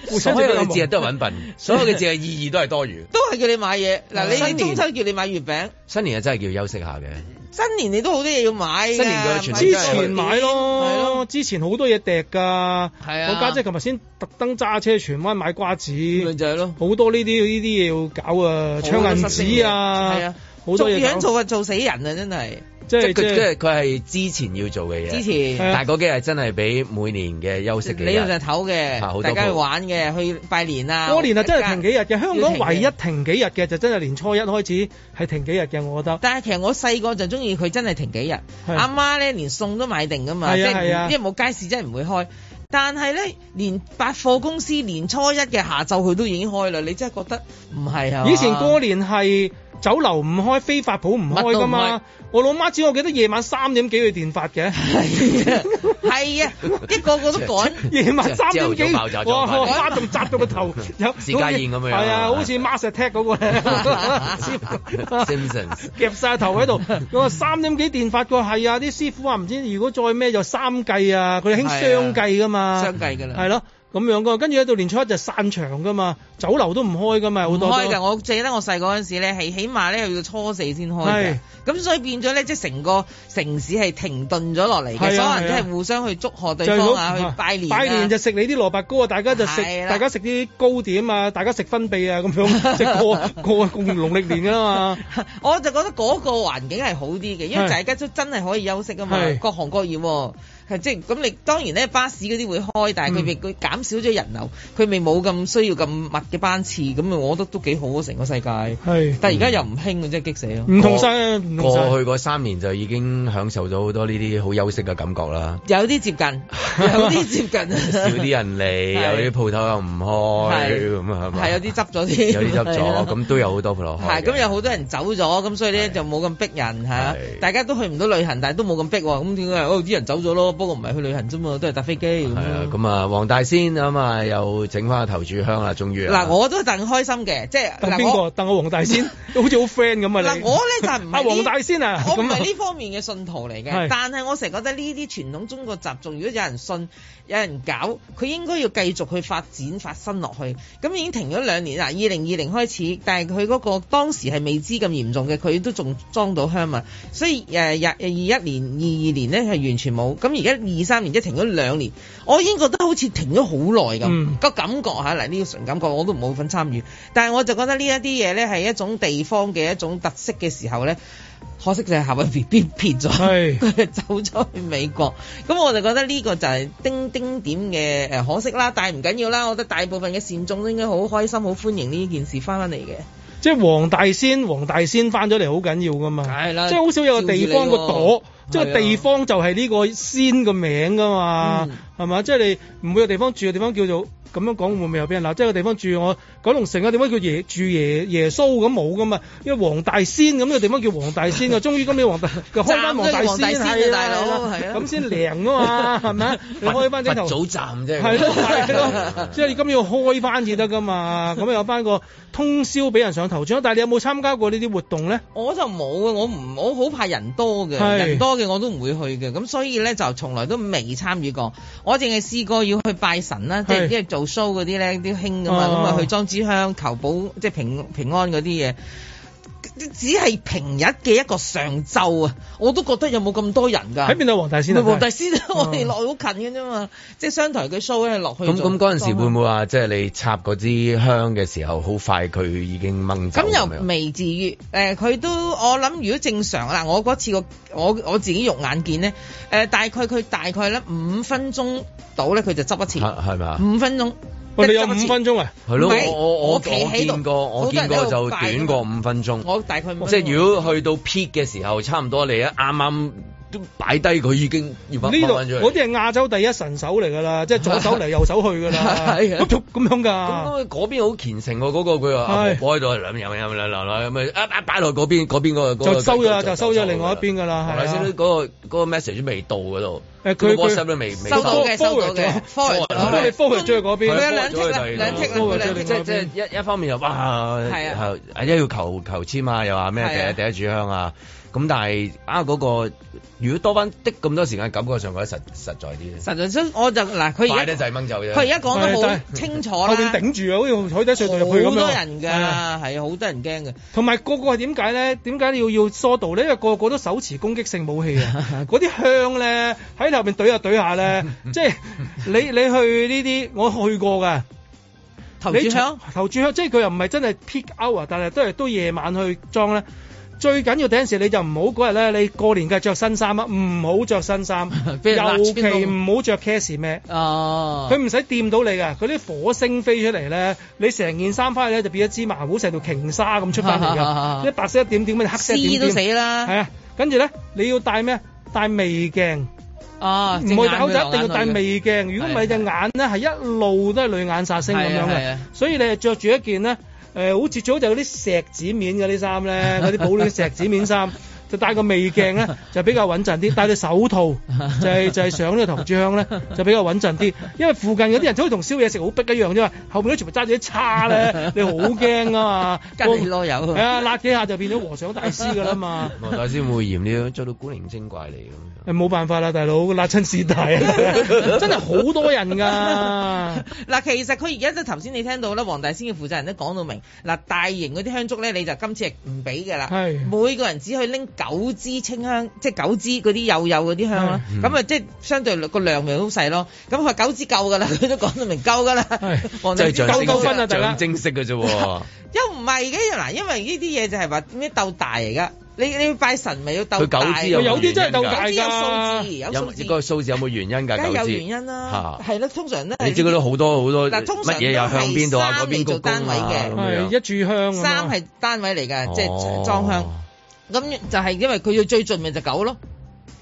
Speaker 4: 父親節
Speaker 2: 所有嘅
Speaker 4: 比
Speaker 2: 節日
Speaker 4: 較
Speaker 2: 都係揾
Speaker 4: 忙
Speaker 2: 笨，所有嘅節日意義都係多餘。
Speaker 3: 都係叫你買嘢。嗱，你
Speaker 2: 新
Speaker 3: 你中
Speaker 2: 年
Speaker 3: 秋叫你買月餅，
Speaker 2: 新年啊真係要休息下嘅。
Speaker 3: 新年你都好多嘢要買㗎。
Speaker 2: 新年佢全
Speaker 4: 之
Speaker 2: 部都係
Speaker 4: 前買
Speaker 3: 係
Speaker 4: 咯，
Speaker 3: 咯
Speaker 4: 之前好多嘢掟㗎。
Speaker 3: 係啊
Speaker 4: 我家姐琴日先特登揸車荃灣買瓜子，
Speaker 3: 咪就係咯，
Speaker 4: 好多呢啲呢啲嘢要搞啊，唱銀紙
Speaker 3: 係
Speaker 4: 啊
Speaker 3: 啊，，
Speaker 4: 好多
Speaker 3: 做樣
Speaker 4: 嘢搞。
Speaker 3: 做啊做死人啊真係。
Speaker 4: 即
Speaker 2: 即係
Speaker 4: 係即
Speaker 2: 佢即
Speaker 4: 係
Speaker 2: 係佢係之前要做嘅嘢，
Speaker 3: 之前
Speaker 4: 係啊
Speaker 2: 但係嗰幾日真係俾每年嘅休息嘅
Speaker 3: 你度就
Speaker 2: 日。
Speaker 3: 唞
Speaker 2: 啊好多
Speaker 3: 嘅，大家去
Speaker 2: 鋪
Speaker 3: 玩嘅，去拜年啊。
Speaker 4: 過年啊，真係停幾日嘅。香港
Speaker 3: 要停嘅
Speaker 4: 唯一停幾日嘅就真係年初一開始係停幾日嘅，我覺得。
Speaker 3: 但係其實我細個就中意佢真係停幾日，
Speaker 4: 係
Speaker 3: 阿媽咧連餸都買定噶嘛，即
Speaker 4: 係啊
Speaker 3: 係
Speaker 4: 係啊
Speaker 3: 唔因為冇街市真係唔會開。但係咧，連百貨公司年初一嘅下晝佢都已經開啦，你真係覺得唔係啊？
Speaker 4: 以前過年係酒樓唔開，非法鋪唔開噶
Speaker 3: 乜都唔開
Speaker 4: 嘛。我老媽知我記得夜晚三點幾去電發嘅，
Speaker 3: 係啊，係啊，一個個都 趕。
Speaker 4: 夜晚三點
Speaker 2: 朝頭
Speaker 4: 幾，
Speaker 2: 早爆炸咗
Speaker 4: 哇！
Speaker 2: 爆
Speaker 4: 我
Speaker 2: 炸
Speaker 4: 媽仲扎到個頭，有
Speaker 2: 自家宴咁樣
Speaker 4: 係啊，好似 Mars Attack 嗰個咧，
Speaker 2: Simpsons
Speaker 4: 夾晒頭喺度。我話三點幾電發個係啊，啲師傅話唔知如果再咩就三計啊，佢哋興雙計噶嘛，
Speaker 3: 相計㗎啦
Speaker 4: 係咯。咁樣噶，跟住喺到年初一就散場噶嘛，酒樓都唔開噶嘛，好
Speaker 3: 唔
Speaker 4: 多都
Speaker 3: 開㗎，我記得我細個嗰陣時咧，係起碼咧去到初四先開
Speaker 4: 係
Speaker 3: 嘅，咁所以變咗咧，即係成個城市係停頓咗落嚟嘅，所
Speaker 4: 係啊
Speaker 3: 有人都係互相去祝賀對
Speaker 4: 就係
Speaker 3: 方
Speaker 4: 嗰
Speaker 3: 啊，去拜年啊
Speaker 4: 拜年就食你啲蘿蔔糕啊，大家就食，
Speaker 3: 係啦
Speaker 4: 大家食啲糕點啊，大家食分泌啊，咁樣即係過過共農曆年㗎啦嘛。
Speaker 3: 我就覺得嗰個環境係好啲嘅，因為
Speaker 4: 係
Speaker 3: 大家都真係可以休息啊嘛
Speaker 4: 係，
Speaker 3: 各行各業喎係即係咁你當然咧巴士嗰啲會開，但係佢咪
Speaker 4: 嗯
Speaker 3: 佢減少咗人流，佢咪冇咁需要咁密嘅班次，咁我覺得都幾好啊成個世界。
Speaker 4: 係嗯
Speaker 3: 但係而家又唔興嘅，真係激死咯。
Speaker 4: 唔同
Speaker 3: 啊
Speaker 4: 晒，唔同
Speaker 2: 過
Speaker 4: 晒。
Speaker 2: 去嗰三年就已經享受咗好多呢啲好休息嘅感覺啦。
Speaker 3: 有啲接近，有啲接近，
Speaker 2: 少啲人嚟，
Speaker 3: 係
Speaker 2: 有啲鋪頭又唔開，
Speaker 3: 係
Speaker 2: 咁啊係嘛？
Speaker 3: 係有啲執咗啲，
Speaker 2: 有啲執
Speaker 3: 係啊
Speaker 2: 咗，咁都有好多鋪頭開
Speaker 3: 係
Speaker 2: 嘅。
Speaker 3: 咁有好多人走咗，咁所以咧
Speaker 2: 係
Speaker 3: 就冇咁逼人嚇
Speaker 2: 係，
Speaker 3: 大家都去唔到旅行，但係都冇咁逼喎。咁點解？哦，啲人走咗咯，不過唔係去旅行啫嘛，都係搭飛機咁
Speaker 2: 係啊，
Speaker 3: 咯。
Speaker 2: 咁啊，黃大仙咁啊，又整翻個頭柱香啦，終於啊
Speaker 3: 嗱，我都戥開心嘅，即係
Speaker 4: 等
Speaker 3: 嗱
Speaker 4: 邊
Speaker 3: 我
Speaker 4: 個？等我黃大仙， 好似好 friend 咁啊！
Speaker 3: 嗱
Speaker 4: 你
Speaker 3: 我咧就唔 係
Speaker 4: 阿黃
Speaker 3: 呢
Speaker 4: 大仙啊，
Speaker 3: 我唔
Speaker 4: 咁啊
Speaker 3: 係呢方面嘅信徒嚟
Speaker 4: 係
Speaker 3: 嘅，但係我成日覺得呢啲傳統中國習俗，如果有人信、有人搞，佢應該要繼續去發展、發生落去。咁已經停咗兩年啦，二零二零開始，但係佢嗰個當時係未知咁嚴重嘅，佢都仲裝到香啊。所以誒廿二一年、二二年呢係完全冇，咁而家二三年即係停咗兩年，我已經覺得好似停咗好耐咁。
Speaker 4: 嗯
Speaker 3: 個感覺嚇，嗱呢個純感覺我都冇份參與，但係我就覺得呢一啲嘢呢係一種地方嘅一種特色嘅時候呢。可惜就係夏 威夷邊撇咗，
Speaker 4: 係
Speaker 3: 佢就走咗去美國。咁我就覺得呢個就係丁丁點嘅誒可惜啦，但係唔緊要啦。我覺得大部分嘅善眾都應該好開心、好歡迎呢件事翻返嚟嘅。
Speaker 4: 即係黃大仙，黃大仙翻咗嚟好緊要噶嘛。
Speaker 3: 係啦
Speaker 4: 即係好少有個地方個朵，即
Speaker 3: 照住你喎啊
Speaker 4: 係個地方就係呢個仙個名噶嘛
Speaker 3: 嗯，
Speaker 4: 係嘛？即係你唔會有地方住嘅地方叫做咁樣講會唔會有俾人鬧？即係個地方住我九龍城嘅地方叫耶住耶耶穌咁冇噶嘛，因為黃大仙咁嘅地方叫黃大仙 啊。終於今年黃大開翻黃大
Speaker 3: 黃大
Speaker 4: 仙
Speaker 3: 仙啊
Speaker 4: 係啦
Speaker 3: 大佬
Speaker 4: 係啦
Speaker 3: 係啊
Speaker 4: 咁先涼啊嘛，係咪？你開翻頂
Speaker 2: 佛
Speaker 4: 頭。
Speaker 2: 祖站啫，
Speaker 4: 係咯係 咯，即係你今日要開翻至得 噶嘛，咁有翻個通宵俾人上頭獎，但係你有冇參加過呢啲活動咧？
Speaker 3: 我就冇嘅，我唔我好怕人多嘅，
Speaker 4: 係
Speaker 3: 人多嘅我都唔會去嘅，咁所以咧就從來都未參與過。我淨係試過要去拜神啦，即
Speaker 4: 係
Speaker 3: 係即係做 show 嗰啲咧，啲興噶嘛，咁
Speaker 4: 哦
Speaker 3: 啊去裝支香求保，即係平平安嗰啲嘢。只係平日嘅一個上晝啊，我都覺得有冇咁多人㗎。
Speaker 4: 喺邊度黃大仙啊？
Speaker 3: 咪黃大仙， 我哋落好近嘅啫嘛，即係商台嘅 show 咧落去。啊
Speaker 2: 咁咁嗰陣時會唔會話，即係你插嗰支香嘅時候，好快佢已經掹走
Speaker 3: 咁
Speaker 2: 咁
Speaker 3: 又
Speaker 2: 樣？
Speaker 3: 未至於，誒、佢都我諗，如果正常嗱，我嗰次個我我自己肉眼見咧，誒、大概佢大概咧五分鐘到咧，佢就執一次，
Speaker 2: 係係咪啊？
Speaker 3: 五分鐘
Speaker 4: 喂，你有五分鐘啊？
Speaker 2: 係咯，
Speaker 3: 唔係
Speaker 2: 我我我
Speaker 3: 我
Speaker 2: 我
Speaker 3: 企喺度
Speaker 2: 見過，我
Speaker 3: 好多
Speaker 2: 見
Speaker 3: 人喺
Speaker 2: 過
Speaker 3: 度
Speaker 2: 就
Speaker 3: 拜
Speaker 2: 短
Speaker 3: 㗎
Speaker 2: 過五分鐘。
Speaker 3: 我大概五分鐘
Speaker 2: 即係如果去到 peak 嘅時候，差唔多你一啱啱都擺低佢已經要
Speaker 4: 呢度
Speaker 2: 翻翻出
Speaker 4: 嗰
Speaker 2: 嚟。
Speaker 4: 啲係亞洲第一神手嚟㗎啦，即係左手嚟右手去 㗎啦，
Speaker 2: 係啊
Speaker 4: 咁咁樣㗎。
Speaker 2: 咁嗰邊好虔誠喎，嗰個佢話
Speaker 4: 係
Speaker 2: 阿婆喺度兩兩兩兩兩咁啊啊擺落嗰邊嗰邊嗰個
Speaker 4: 就收咗啦就收咗另外一邊㗎啦係啊
Speaker 2: 頭先嗰個嗰個 message 都未到嗰度，
Speaker 4: 誒佢
Speaker 2: 嗰個 WhatsApp 都未未
Speaker 3: 收到嘅，收到
Speaker 4: forward
Speaker 3: 嘅
Speaker 4: 咗
Speaker 3: ，forward
Speaker 4: 咁
Speaker 3: 咗
Speaker 4: 你 forward 咗去嗰
Speaker 3: 佢
Speaker 4: 邊，
Speaker 3: 有兩剔啦，兩剔啦，佢兩剔
Speaker 2: 即係
Speaker 3: 啦
Speaker 2: 即係一一方面就哇，
Speaker 3: 係啊
Speaker 2: 係一要求求籤啊，又話咩
Speaker 3: 係啊
Speaker 2: 第一第一主香啊，咁但係啊嗰個如果多翻的咁多時間，感覺上覺得實實在啲，
Speaker 3: 實在真，我就嗱，佢
Speaker 2: 快
Speaker 3: 而
Speaker 2: 得
Speaker 3: 家
Speaker 2: 滯掹走啫。
Speaker 3: 佢而家講得
Speaker 4: 係
Speaker 3: 好
Speaker 4: 但係
Speaker 3: 清楚
Speaker 4: 後面
Speaker 3: 啦，
Speaker 4: 頂住啊，好似海底隧道入去咁樣。
Speaker 3: 好多人㗎，
Speaker 4: 係啊
Speaker 3: 係好多人驚嘅。
Speaker 4: 同埋個個係點解咧？點解你要要疏導咧？因為個個都手持攻擊性武 器啊！嗰啲香咧喺後邊懟下懟下咧，即係你你去呢啲，我去過㗎。
Speaker 3: 頭柱
Speaker 4: 你
Speaker 3: 槍，
Speaker 4: 投注香，即係佢又唔係真係 peak hour，但係都係都夜晚去裝咧。最緊要第一時你就唔好嗰日咧，你過年嘅着新衫啊，唔好着新衫
Speaker 3: 俾人辣
Speaker 4: 尤
Speaker 3: 穿到
Speaker 4: 其唔好着 case 咩。
Speaker 3: 哦，
Speaker 4: 佢唔使掂到你㗎，佢啲火星飛出嚟咧，你成件衫翻去咧就變咗芝麻糊，成條瓊沙咁出 翻嚟㗎，一白色一點點，跟住黑色一點
Speaker 3: 絲
Speaker 4: 點，
Speaker 3: 都死
Speaker 4: 係
Speaker 3: 啦，
Speaker 4: 啊，跟住咧你要戴咩？戴微鏡，
Speaker 3: 啊，
Speaker 4: 唔係戴口罩，一定要戴微鏡。如果唔係隻
Speaker 3: 係
Speaker 4: 眼咧係一路都係淚眼殺星咁
Speaker 3: 係
Speaker 4: 樣
Speaker 3: 啊係
Speaker 4: 嘅
Speaker 3: 啊，
Speaker 4: 所以你係着住一件咧，誒、好似最好就有啲石子面嘅啲衫咧， 嗰啲保暖石子面衫。就戴個微鏡咧，就比較穩陣啲；戴對手套就係、就係、上呢個頭炷香咧，就比較穩陣啲。因為附近嗰啲人就好似同宵夜食好逼一樣啫嘛，後面都全部揸住啲叉 咧，你好驚啊嘛！
Speaker 3: 跟你囉柚
Speaker 4: 係啊，辣幾下就變咗和尚大師噶 啦嘛！
Speaker 2: 黃大師會嫌你咁做到古靈精怪嚟咁
Speaker 4: 誒冇辦法啦，大佬，辣親屎大 啊！真係好多人㗎。
Speaker 3: 嗱，其實佢而家即係頭先你聽到啦，黃大仙嘅負責人都講到明，嗱大型嗰啲香燭咧，你就今次係唔俾㗎啦，
Speaker 4: 係
Speaker 3: 每個人只可以拎九支清香，即係九支嗰啲幼幼嗰啲香啦，
Speaker 4: 嗯
Speaker 3: 咁啊即係相對個量咪好細咯，咁佢話九支夠㗎啦， 佢都講到明夠㗎啦
Speaker 4: 係，
Speaker 3: 黃
Speaker 2: 樣，
Speaker 3: 大
Speaker 2: 即係象
Speaker 3: 仙
Speaker 4: 夠
Speaker 2: 徵
Speaker 4: 夠分啊
Speaker 2: 式
Speaker 4: 大
Speaker 2: 象
Speaker 4: 家
Speaker 2: 徵式嘅啫喎。
Speaker 3: 又唔係嘅嗱，因為呢啲嘢就係話咩鬥大嚟㗎，你你去拜神咪要鬥
Speaker 2: 佢
Speaker 3: 大
Speaker 2: 九
Speaker 3: 㗎，
Speaker 2: 支
Speaker 4: 有
Speaker 2: 有
Speaker 4: 啲真係
Speaker 3: 有
Speaker 4: 鬥大
Speaker 3: 啲有數字，
Speaker 4: 㗎。
Speaker 3: 有
Speaker 2: 有
Speaker 3: 數字
Speaker 2: 嗰，個數字有冇原因㗎？
Speaker 3: 梗係
Speaker 2: 九
Speaker 3: 有
Speaker 2: 字
Speaker 3: 原因啦，係啦，通常都係
Speaker 2: 你知嗰度好多好多
Speaker 3: 嗱通常
Speaker 2: 乜嘢又向邊度啊，
Speaker 3: 都係
Speaker 2: 嗰邊鞠
Speaker 3: 三嚟做單
Speaker 2: 躬
Speaker 3: 位
Speaker 2: 啊
Speaker 3: 嘅
Speaker 2: 咁樣
Speaker 4: 係一炷香咁樣
Speaker 3: 三係單位嚟㗎，即係裝香。
Speaker 2: 哦
Speaker 3: 咁就係因為佢要最盡咪就九咯，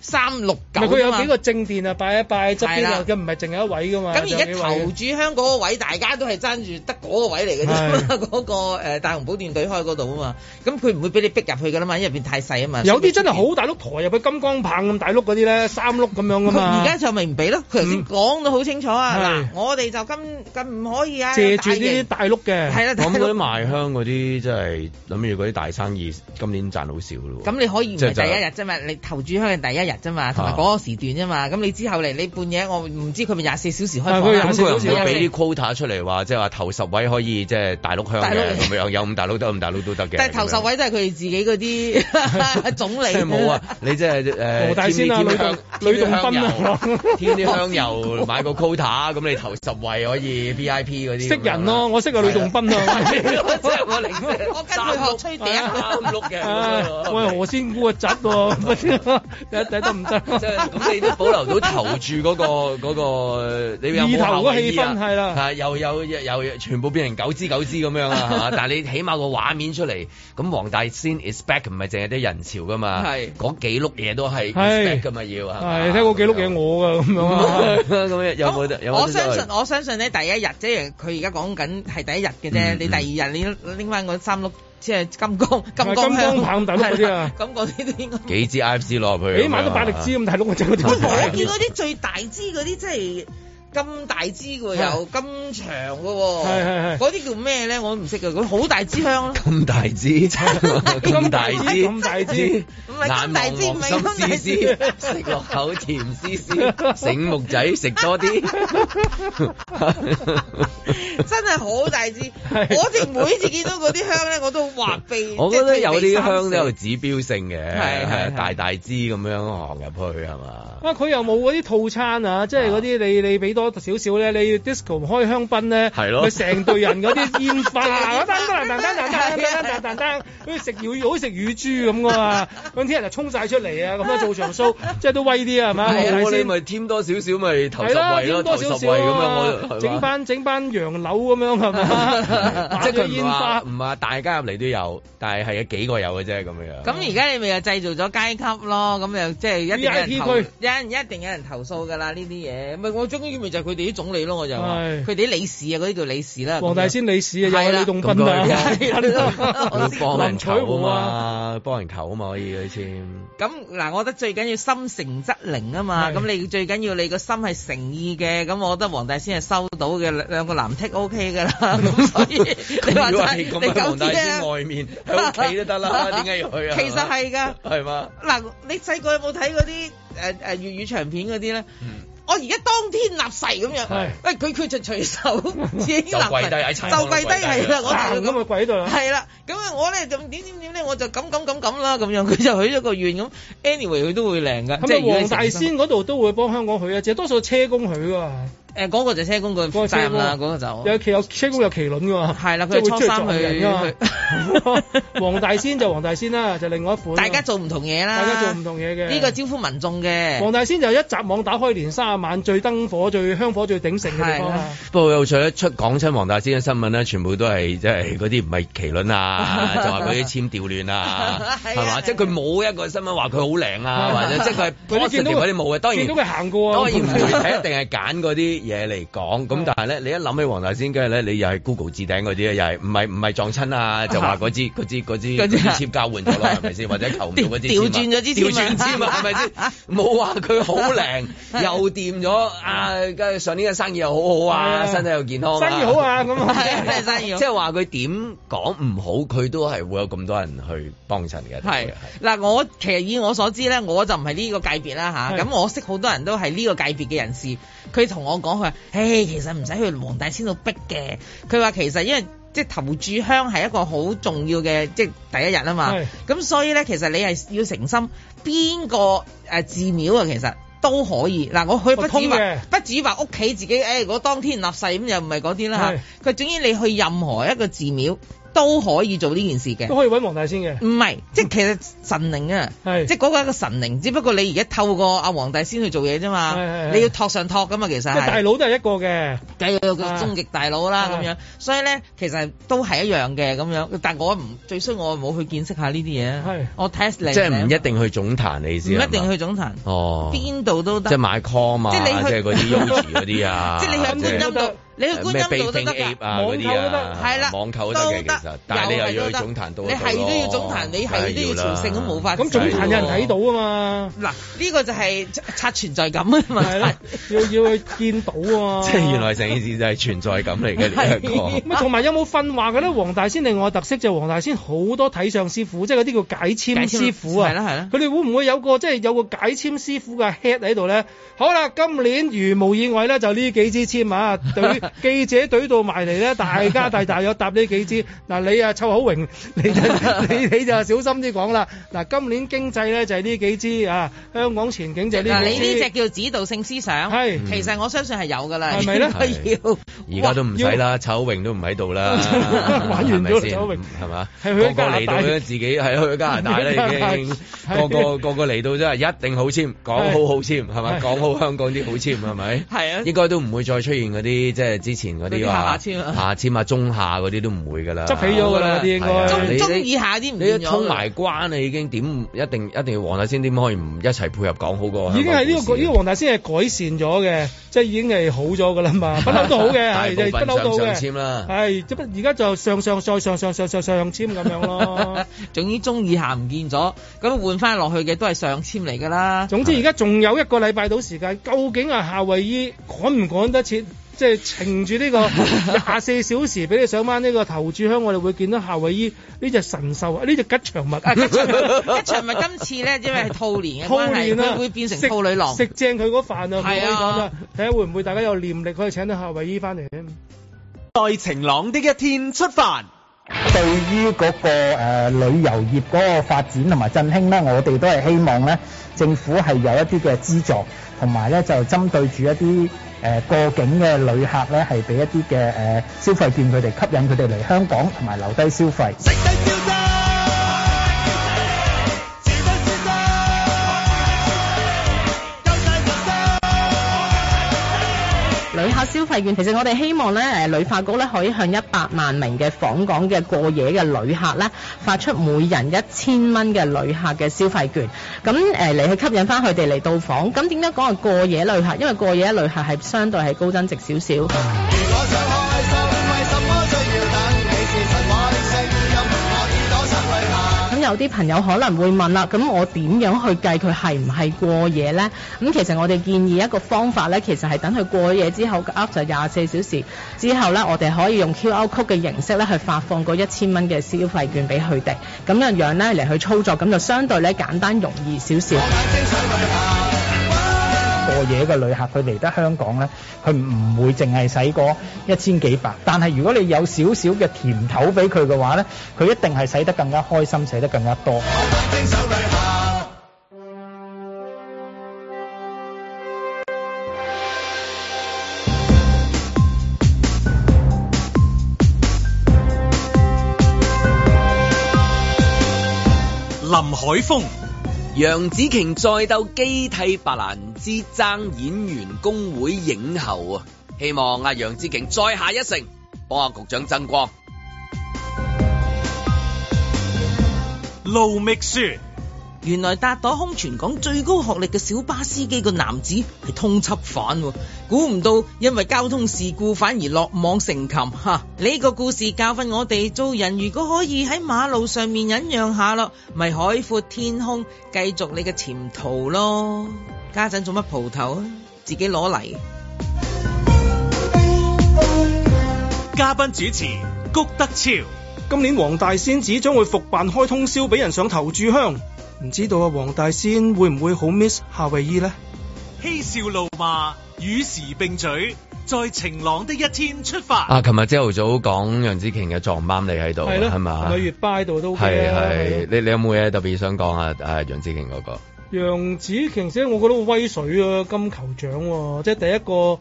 Speaker 3: 三六
Speaker 4: 唔
Speaker 3: 九
Speaker 4: 係佢有
Speaker 3: 啫嘛
Speaker 4: 幾個正殿啊，拜一拜側
Speaker 3: 係
Speaker 4: 邊
Speaker 3: 啦
Speaker 4: 啊，佢唔係淨有一位㗎嘛。
Speaker 3: 咁而家
Speaker 4: 有幾位
Speaker 3: 頭柱香嗰個位，大家都係爭住得嗰個位嚟嘅啫嘛，嗰個誒大雄寶殿隊開嗰度啊嘛，咁佢唔會俾你逼入去㗎啦嘛，因為入邊太細啊嘛。
Speaker 4: 有啲真係好大碌抬入去金剛棒咁大碌嗰啲咧，三碌咁樣㗎
Speaker 3: 佢
Speaker 4: 嘛。
Speaker 3: 而家就咪唔俾咯，佢頭先
Speaker 4: 嗯
Speaker 3: 講到好清楚啊！嗱
Speaker 4: 係，
Speaker 3: 我哋就今今唔可以啊，
Speaker 4: 借住呢
Speaker 3: 有
Speaker 4: 啲
Speaker 3: 大
Speaker 4: 大碌
Speaker 3: 型
Speaker 4: 嘅，
Speaker 3: 係啦，
Speaker 2: 我諗嗰
Speaker 3: 大佬
Speaker 2: 啲賣香嗰啲真係諗住嗰啲大生意，今年賺好少咯喎。
Speaker 3: 咁你可以唔
Speaker 2: 即
Speaker 3: 係
Speaker 2: 係啊
Speaker 3: 第
Speaker 2: 就
Speaker 3: 一日啫嘛，你投注香係第一日啫嘛，同埋嗰個時段啫嘛，咁你之後嚟你半夜我唔知佢咪廿四小時開放
Speaker 4: 係佢
Speaker 3: 啦
Speaker 4: 廿
Speaker 2: 咁
Speaker 4: 四
Speaker 2: 佢又
Speaker 4: 小
Speaker 2: 唔
Speaker 4: 時
Speaker 2: 會俾啲 quota 出嚟話，即係話頭十位可以即係大陸香
Speaker 3: 大陸
Speaker 2: 嘅咁樣，有五大陸得，五大陸都得嘅。
Speaker 3: 但係頭
Speaker 2: 咁
Speaker 3: 十
Speaker 2: 樣
Speaker 3: 位都係佢哋自己 嗰啲總理。
Speaker 2: 即係冇啊！你即 係誒，
Speaker 4: 黃大仙啊
Speaker 2: 添啲
Speaker 4: 呂洞
Speaker 2: 添啲
Speaker 4: 呂洞
Speaker 2: 香
Speaker 4: 賓啊
Speaker 2: 油添啲香油買個 quota，咁你頭十位可以 VIP 嗰啲。
Speaker 4: 識人咯，我識個呂洞賓啊。
Speaker 2: 即係我零
Speaker 3: 我跟佢學吹笛
Speaker 2: 三碌嘅
Speaker 4: 啊喂，何仙姑啊，窒喎，睇睇得唔得？
Speaker 2: 即係咁，你都保留到投注嗰、個嗰、個，你有冇
Speaker 4: 意頭嗰
Speaker 2: 夏威夷啊
Speaker 4: 氣氛係啦
Speaker 2: 係又有又又全部變成九支九支咁樣啦，係 嘛？但係你起碼個畫面出嚟，咁黃大仙 is back 唔係淨係啲人潮噶嘛，
Speaker 3: 係
Speaker 2: 嗰幾碌嘢都係 is
Speaker 4: 係
Speaker 2: back 噶嘛要係嘛
Speaker 4: 係睇過幾碌嘢我㗎咁樣 啊。
Speaker 2: 咁樣有冇得有冇
Speaker 3: 我
Speaker 2: 得
Speaker 3: 相信
Speaker 2: 再
Speaker 3: 我相信咧，第一日即係佢而家講緊係第一日嘅啫。
Speaker 2: 嗯
Speaker 3: 你第二日你拎翻嗰三碌，即係金剛金剛
Speaker 4: 係
Speaker 3: 香
Speaker 4: 金剛棒大碌嗰
Speaker 3: 係
Speaker 4: 啲啊
Speaker 3: 啦咁嗰啲都應該。
Speaker 2: 幾支 IFC 落去，啊
Speaker 4: 起碼都百力啊支咁大碌，我就嗰
Speaker 3: 喂， 我見
Speaker 4: 啲。
Speaker 3: 嗰啲最大支嗰啲真係咁大支嘅喎，
Speaker 4: 係
Speaker 3: 又咁長嘅喎，
Speaker 4: 係係係
Speaker 3: 嗰啲叫咩咧？我都唔識嘅，咁好大支香咯。
Speaker 2: 咁大支， 咁大支，
Speaker 4: 咁大支
Speaker 3: 唔係咁大支唔係咁大支
Speaker 2: 眼望望心思思食落口甜絲絲，醒目仔食多啲。
Speaker 3: 真係好大支，
Speaker 4: 係
Speaker 3: 我哋每次見到嗰啲香咧，我都畫鼻。
Speaker 2: 我覺
Speaker 3: 即係
Speaker 2: 得有
Speaker 3: 鼻
Speaker 2: 啲
Speaker 3: 三
Speaker 2: 香都有
Speaker 3: 四
Speaker 2: 指標性嘅，
Speaker 3: 係係係
Speaker 2: 係大大支咁樣行入去係嘛？啊
Speaker 4: 啊！佢又冇嗰啲套餐啊，即係嗰啲你你俾多少少咧，你 disco 開香檳咧，
Speaker 2: 係咯
Speaker 4: 咪成隊人嗰啲煙花啊，噔噔噔噔噔噔噔噔噔噔，好似食乳好似食乳豬咁噶嘛，咁啲人就衝晒出嚟啊，咁樣做場 show，即係都威啲啊，係咪？
Speaker 2: 冇啊
Speaker 4: 係咪
Speaker 2: 你
Speaker 4: 先
Speaker 2: 咪添多少少咪頭
Speaker 4: 係
Speaker 2: 十
Speaker 4: 啦，
Speaker 2: 位咯，頭
Speaker 4: 添多
Speaker 2: 十
Speaker 4: 少
Speaker 2: 位
Speaker 4: 少
Speaker 2: 咁樣
Speaker 4: 啊
Speaker 2: 我，
Speaker 4: 整班整班洋樓咁樣啊係嘛？
Speaker 2: 即係
Speaker 4: 係
Speaker 2: 佢唔話唔話大家入嚟都有，但係係有幾個有嘅啫咁樣。
Speaker 3: 咁而家你咪又製造咗階級咯，咁又即係一定有人
Speaker 4: VIP
Speaker 3: 投，
Speaker 4: 區
Speaker 3: 一一定有人投訴㗎啦呢啲嘢。咪我終於咪就係佢哋啲總理咯，我就話
Speaker 4: 係
Speaker 3: 佢哋啲理事啊，嗰啲叫理事啦。
Speaker 4: 黃大仙理事啊，有李棟
Speaker 2: 咁
Speaker 4: 斌啊，
Speaker 2: 佢
Speaker 4: 林
Speaker 2: 幫人
Speaker 4: 林彩
Speaker 2: 求
Speaker 4: 湖啊，
Speaker 2: 啊嘛，幫人求啊嘛，可以佢簽。
Speaker 3: 咁嗱，我覺得最緊要心誠則靈啊嘛。
Speaker 4: 係
Speaker 3: 咁你最緊要你個心係誠意嘅，咁我覺得黃大仙係收到嘅兩兩個藍剔 O K 㗎啦。咁所以
Speaker 2: 咁
Speaker 3: 你話
Speaker 2: 如果
Speaker 3: 齋，
Speaker 2: 係
Speaker 3: 你
Speaker 2: 咁喺
Speaker 3: 夠
Speaker 2: 黃大仙
Speaker 3: 啲啊？
Speaker 2: 外面喺屋企都得 啦，點解要去啊？
Speaker 3: 其實係㗎。
Speaker 2: 係嘛？
Speaker 3: 嗱，你細個有冇睇嗰啲誒誒粵語長片嗰啲咧？我而家當天立誓咁
Speaker 4: 係
Speaker 3: 樣，喂佢佢就隨 手自己立誓，
Speaker 2: 就跪低喺餐廳
Speaker 3: 就跪低
Speaker 2: 跪低
Speaker 3: 係啦，我
Speaker 4: 行
Speaker 3: 就
Speaker 4: 咁啊
Speaker 3: 咁
Speaker 4: 跪喺度啦，
Speaker 3: 係啦，咁啊我咧就點點點咧，我就咁咁咁咁啦，咁樣佢就許咗個願咁，anyway 佢都會靚噶，即係
Speaker 4: 咁
Speaker 3: 如
Speaker 4: 啊
Speaker 3: 果你
Speaker 4: 黃大
Speaker 3: 誠心
Speaker 4: 仙嗰度都會幫香港去啊，只係多數車公啊去㗎嘛，
Speaker 3: 誒嗰個就車公個
Speaker 4: 個車
Speaker 3: 站啦，
Speaker 4: 公
Speaker 3: 啊嗰個就
Speaker 4: 有騎有車公有麒麟㗎嘛，
Speaker 3: 係啦，
Speaker 4: 即係
Speaker 3: 佢初
Speaker 4: 會出嚟
Speaker 3: 三
Speaker 4: 撞人
Speaker 3: 去
Speaker 4: 㗎嘛。
Speaker 3: 去
Speaker 4: 黃大仙就黃大仙啦，就另外一款啊。
Speaker 3: 大家做唔同嘢啦，
Speaker 4: 大家做唔同嘢嘅
Speaker 3: 呢個招呼民眾
Speaker 4: 黃
Speaker 3: 嘅，
Speaker 4: 大仙就一集網打開年卅晚最燈火最香火最鼎盛嘅地方啊啦。
Speaker 2: 不過有趣咧，出講親黃大仙嘅新聞咧，全部都係即係嗰啲唔係麒麟啊， 就話嗰啲簽調亂啊，係
Speaker 3: 係
Speaker 2: 嘛？
Speaker 3: 啊
Speaker 2: 即係佢冇一個新聞話佢好靚 啊，
Speaker 4: 係
Speaker 2: 或者即係佢係
Speaker 4: 嗰啲見到
Speaker 2: positive
Speaker 4: 佢
Speaker 2: 嗰啲冇嘅。當然
Speaker 4: 見到佢行過啊，
Speaker 2: 當然媒體一定係揀嗰啲嘢嚟講，咁但係咧，你一諗起黃大仙，跟住咧，你又係 Google 置頂嗰啲，又係唔係唔係撞親啊？就話嗰支嗰支嗰支
Speaker 3: 嗰
Speaker 2: 嗰
Speaker 3: 支
Speaker 2: 支
Speaker 3: 啊
Speaker 2: 簽交換咗啦，係咪先？或者求唔到嗰支
Speaker 3: 調
Speaker 2: 簽啊
Speaker 3: 轉咗支
Speaker 2: 調
Speaker 3: 簽啊
Speaker 2: 轉簽啊，係咪先？冇話佢好 靚，又掂咗啊！跟住上年嘅生意又好好啊，
Speaker 4: 係啊
Speaker 2: 身體又健康，
Speaker 4: 生意好。啊咁 啊，
Speaker 3: 係真係生意好
Speaker 2: 即係話佢點講唔好，佢都係會有咁多人去幫襯嘅。
Speaker 3: 係嗱，我其實以我所知咧，我就唔係呢個界別啦吓，
Speaker 4: 係
Speaker 3: 咁我識好多人都係呢個界別嘅人士，佢同我講佢話，誒其實唔使去黃大仙度逼嘅，佢話其實因為。即係投注香係一個好重要嘅，即係第一日啊嘛
Speaker 4: 係。
Speaker 3: 咁所以咧，其實你係要誠心，邊個誒寺廟啊，其實都可以。嗱，我去不
Speaker 4: 通
Speaker 3: 止話
Speaker 4: 嘅
Speaker 3: 不至於話屋企自己，誒、我當天立誓咁又唔係嗰啲啦嚇。佢總之你去任何一個寺廟都可以做呢件事嘅
Speaker 4: 都。可以揾黃大仙嘅。
Speaker 3: 唔係，即係其實神靈啊，
Speaker 4: 係
Speaker 3: 即係嗰個係一個神靈，只不過你而家透過阿黃大仙去做嘢啫
Speaker 4: 係係
Speaker 3: 嘛，
Speaker 4: 係
Speaker 3: 你要托上托噶嘛，其實
Speaker 4: 即係大
Speaker 3: 係
Speaker 4: 佬都係一個嘅，
Speaker 3: 梗係有個
Speaker 4: 啊
Speaker 3: 終極大佬啦咁
Speaker 4: 係
Speaker 3: 樣，所以咧其實都係一樣嘅咁樣，但我唔最衰我冇去見識下呢啲嘢
Speaker 4: 係
Speaker 3: 啊，我 test 你，
Speaker 2: 即係唔一定去總壇，你意思
Speaker 3: 唔
Speaker 2: 係嘛
Speaker 3: 一定去總壇，
Speaker 2: 哦。
Speaker 3: 邊度都
Speaker 2: 即係
Speaker 3: 得，
Speaker 2: 買 com 啊，
Speaker 3: 即
Speaker 2: 即
Speaker 3: 係你去
Speaker 2: 係嗰 啲 Yogi 嗰啲啊，
Speaker 3: 即係你去觀音度，你去觀
Speaker 2: 咩
Speaker 3: 音度都得
Speaker 2: Baking Ape
Speaker 3: 㗎。
Speaker 2: 啊嗰啲啊，
Speaker 3: 係啦，
Speaker 2: 網購都
Speaker 3: 都
Speaker 2: 得嘅其實，但係你又要去總壇度，
Speaker 3: 你係都要總壇，你係都要朝聖，咁冇法。
Speaker 4: 咁總壇有人睇到啊嘛，
Speaker 3: 嗱，呢個就係刷存在感啊嘛。
Speaker 4: 係啦，要要去見到啊 嘛。
Speaker 2: 即係原來成件事就係存在感嚟嘅呢一 個。
Speaker 4: 咪同埋有冇訓話嘅咧？黃大仙另外特色就係黃大仙好多睇相師傅，即係嗰啲叫解簽師傅啊。
Speaker 3: 解簽係啦係啦
Speaker 4: 佢哋會唔會有個即係有個解簽師傅嘅 head 喺度咧？好啦，今年如無意外咧，就呢幾支 簽啊，隊記者隊到埋嚟咧，大家大大有搭呢幾支。嗱，你啊臭口榮，你 就你你就小心啲講啦。嗱，今年經濟咧就係呢幾支啊，香港前景就係
Speaker 3: 嗱，
Speaker 4: 呢
Speaker 3: 你
Speaker 4: 幾
Speaker 3: 呢
Speaker 4: 支。
Speaker 3: 只叫指導性思想，
Speaker 4: 係
Speaker 3: 其實我相信係有㗎啦，
Speaker 4: 係咪咧
Speaker 2: 而
Speaker 3: 應該要
Speaker 2: 家都唔使啦，丑榮都唔喺度 啦，係咪
Speaker 4: 玩完咗啦
Speaker 2: 先
Speaker 4: 丑榮
Speaker 2: 係嘛？
Speaker 4: 係去
Speaker 2: 個
Speaker 4: 咗
Speaker 2: 個
Speaker 4: 加拿大
Speaker 2: 嚟到咧，自己係去咗加拿大啦，已經
Speaker 4: 去咗加拿
Speaker 2: 個
Speaker 4: 大
Speaker 2: 個個個嚟到真係一定好簽，講好好簽係嘛？
Speaker 4: 係
Speaker 2: 講好香港啲好簽係咪？
Speaker 3: 係啊
Speaker 2: 應該都唔會再出現嗰啲即係之前嗰
Speaker 3: 嗰
Speaker 2: 啲
Speaker 3: 啲下
Speaker 2: 話
Speaker 3: 下簽啊
Speaker 2: 下簽啊、中下嗰啲都唔會㗎啦，
Speaker 4: 執起咗㗎啦嗰啲應該
Speaker 2: 係啊
Speaker 3: 中
Speaker 2: 你
Speaker 3: 中
Speaker 2: 你
Speaker 3: 意下啲唔
Speaker 2: 你一
Speaker 3: 見咗
Speaker 2: 通 埋關，你已經點一定一定要黃大仙點可以唔一齊配合講好個香港故啊事？
Speaker 4: 已經係呢個呢個黃大仙係改善咗嘅，即係已經係好咗㗎啦嘛，不嬲都好嘅，
Speaker 2: 大
Speaker 4: 係
Speaker 2: 部
Speaker 4: 不
Speaker 2: 分
Speaker 4: 嬲都好
Speaker 2: 上上
Speaker 4: 嘅。
Speaker 2: 簽啦。
Speaker 4: 係，即不而家就上上再上上上上上簽咁 樣咯。
Speaker 3: 總之中意下唔見咗，咁換翻落去嘅都係上簽嚟㗎啦。
Speaker 4: 總之而家仲有一個禮拜到時間，究竟啊夏慧依趕唔趕得切？即係乘住呢個廿四小時俾你上翻呢個頭柱香，我哋會見到夏慧依呢只神獸啊，呢只吉祥物
Speaker 3: 啊，吉祥物，吉祥物今次咧，因為係兔年嘅
Speaker 4: 兔
Speaker 3: 關係，
Speaker 4: 年啊，
Speaker 3: 佢會變成
Speaker 4: 食
Speaker 3: 兔女郎。
Speaker 4: 食正佢嗰飯啊，佢可以
Speaker 3: 係
Speaker 4: 講
Speaker 3: 啊
Speaker 4: 啦。睇下會唔會大家有念力可以請到夏慧依翻嚟咧？
Speaker 5: 在晴朗的一天出發。
Speaker 10: 對於嗰、個、呃、旅遊業嗰個發展同埋振興咧，我哋都係希望咧政府係有一啲嘅資助，同埋咧就針對住一啲誒、呃、過境嘅旅客咧，係俾一啲嘅誒消費券佢哋，吸引佢哋嚟香港同埋留低消費。
Speaker 11: 旅客消費券，其實我哋希望咧，誒旅發局咧可以向一百萬名嘅訪港嘅過夜嘅旅客咧，發出每人一千蚊嘅旅客嘅消費券，咁誒嚟去吸引翻佢哋嚟到訪。咁點解講係過夜旅客？因為過夜旅客係相對係高增值少少。咁有啲朋友可能會問啦，咁我點樣去計佢係唔係過夜呢？咁其實我哋建議一個方法呢，其實係等佢過夜之後嘅 up 就廿四小時之後呢，我哋可以用 QR code 嘅形式呢去發放嗰一千蚊嘅消費券俾佢哋，咁樣樣呢嚟去操作，咁就相對呢簡單容易少少。
Speaker 10: 過夜嘅旅客，佢嚟得香港呢，佢唔會淨係使嗰一千幾百。但係如果你有少少嘅甜頭俾佢嘅話呢，佢一定係使得更加開心，使得更加多。
Speaker 1: 林海峰、
Speaker 12: 楊紫瓊再鬥機替白蘭之爭演員工會影后啊！希望阿楊紫瓊再下一城，幫阿局長爭光。
Speaker 1: 路覓雪，
Speaker 3: 原來搭朵空全港最高學歷嘅小巴司機個男子係通緝犯喎，估唔到因為交通事故反而落網成擒吓。呢、個故事教訓我哋做人，如果可以喺馬路上面忍讓下咯，咪海闊天空，繼續你嘅前途咯。家陣做乜蒲頭啊？自己攞嚟。
Speaker 1: 嘉賓主持谷德超，
Speaker 4: 今年黃大仙寺將會復辦開通宵俾人上頭炷香，唔知道啊黃大仙會唔會好 miss 夏威夷呢？
Speaker 1: 嬉笑怒罵，與時並舉，在晴朗的一天出發。
Speaker 2: 啊！琴日朝頭早講楊紫瓊嘅撞啱你喺度，
Speaker 4: 係咯
Speaker 2: 啊係嘛？
Speaker 4: 咪月巴喺度都 OK
Speaker 2: 係
Speaker 4: 啊
Speaker 2: 係，你你有冇嘢特別想講啊？啊楊紫瓊嗰個
Speaker 4: 楊紫瓊姐，我覺得好威水啊，金球獎喎、即係第一個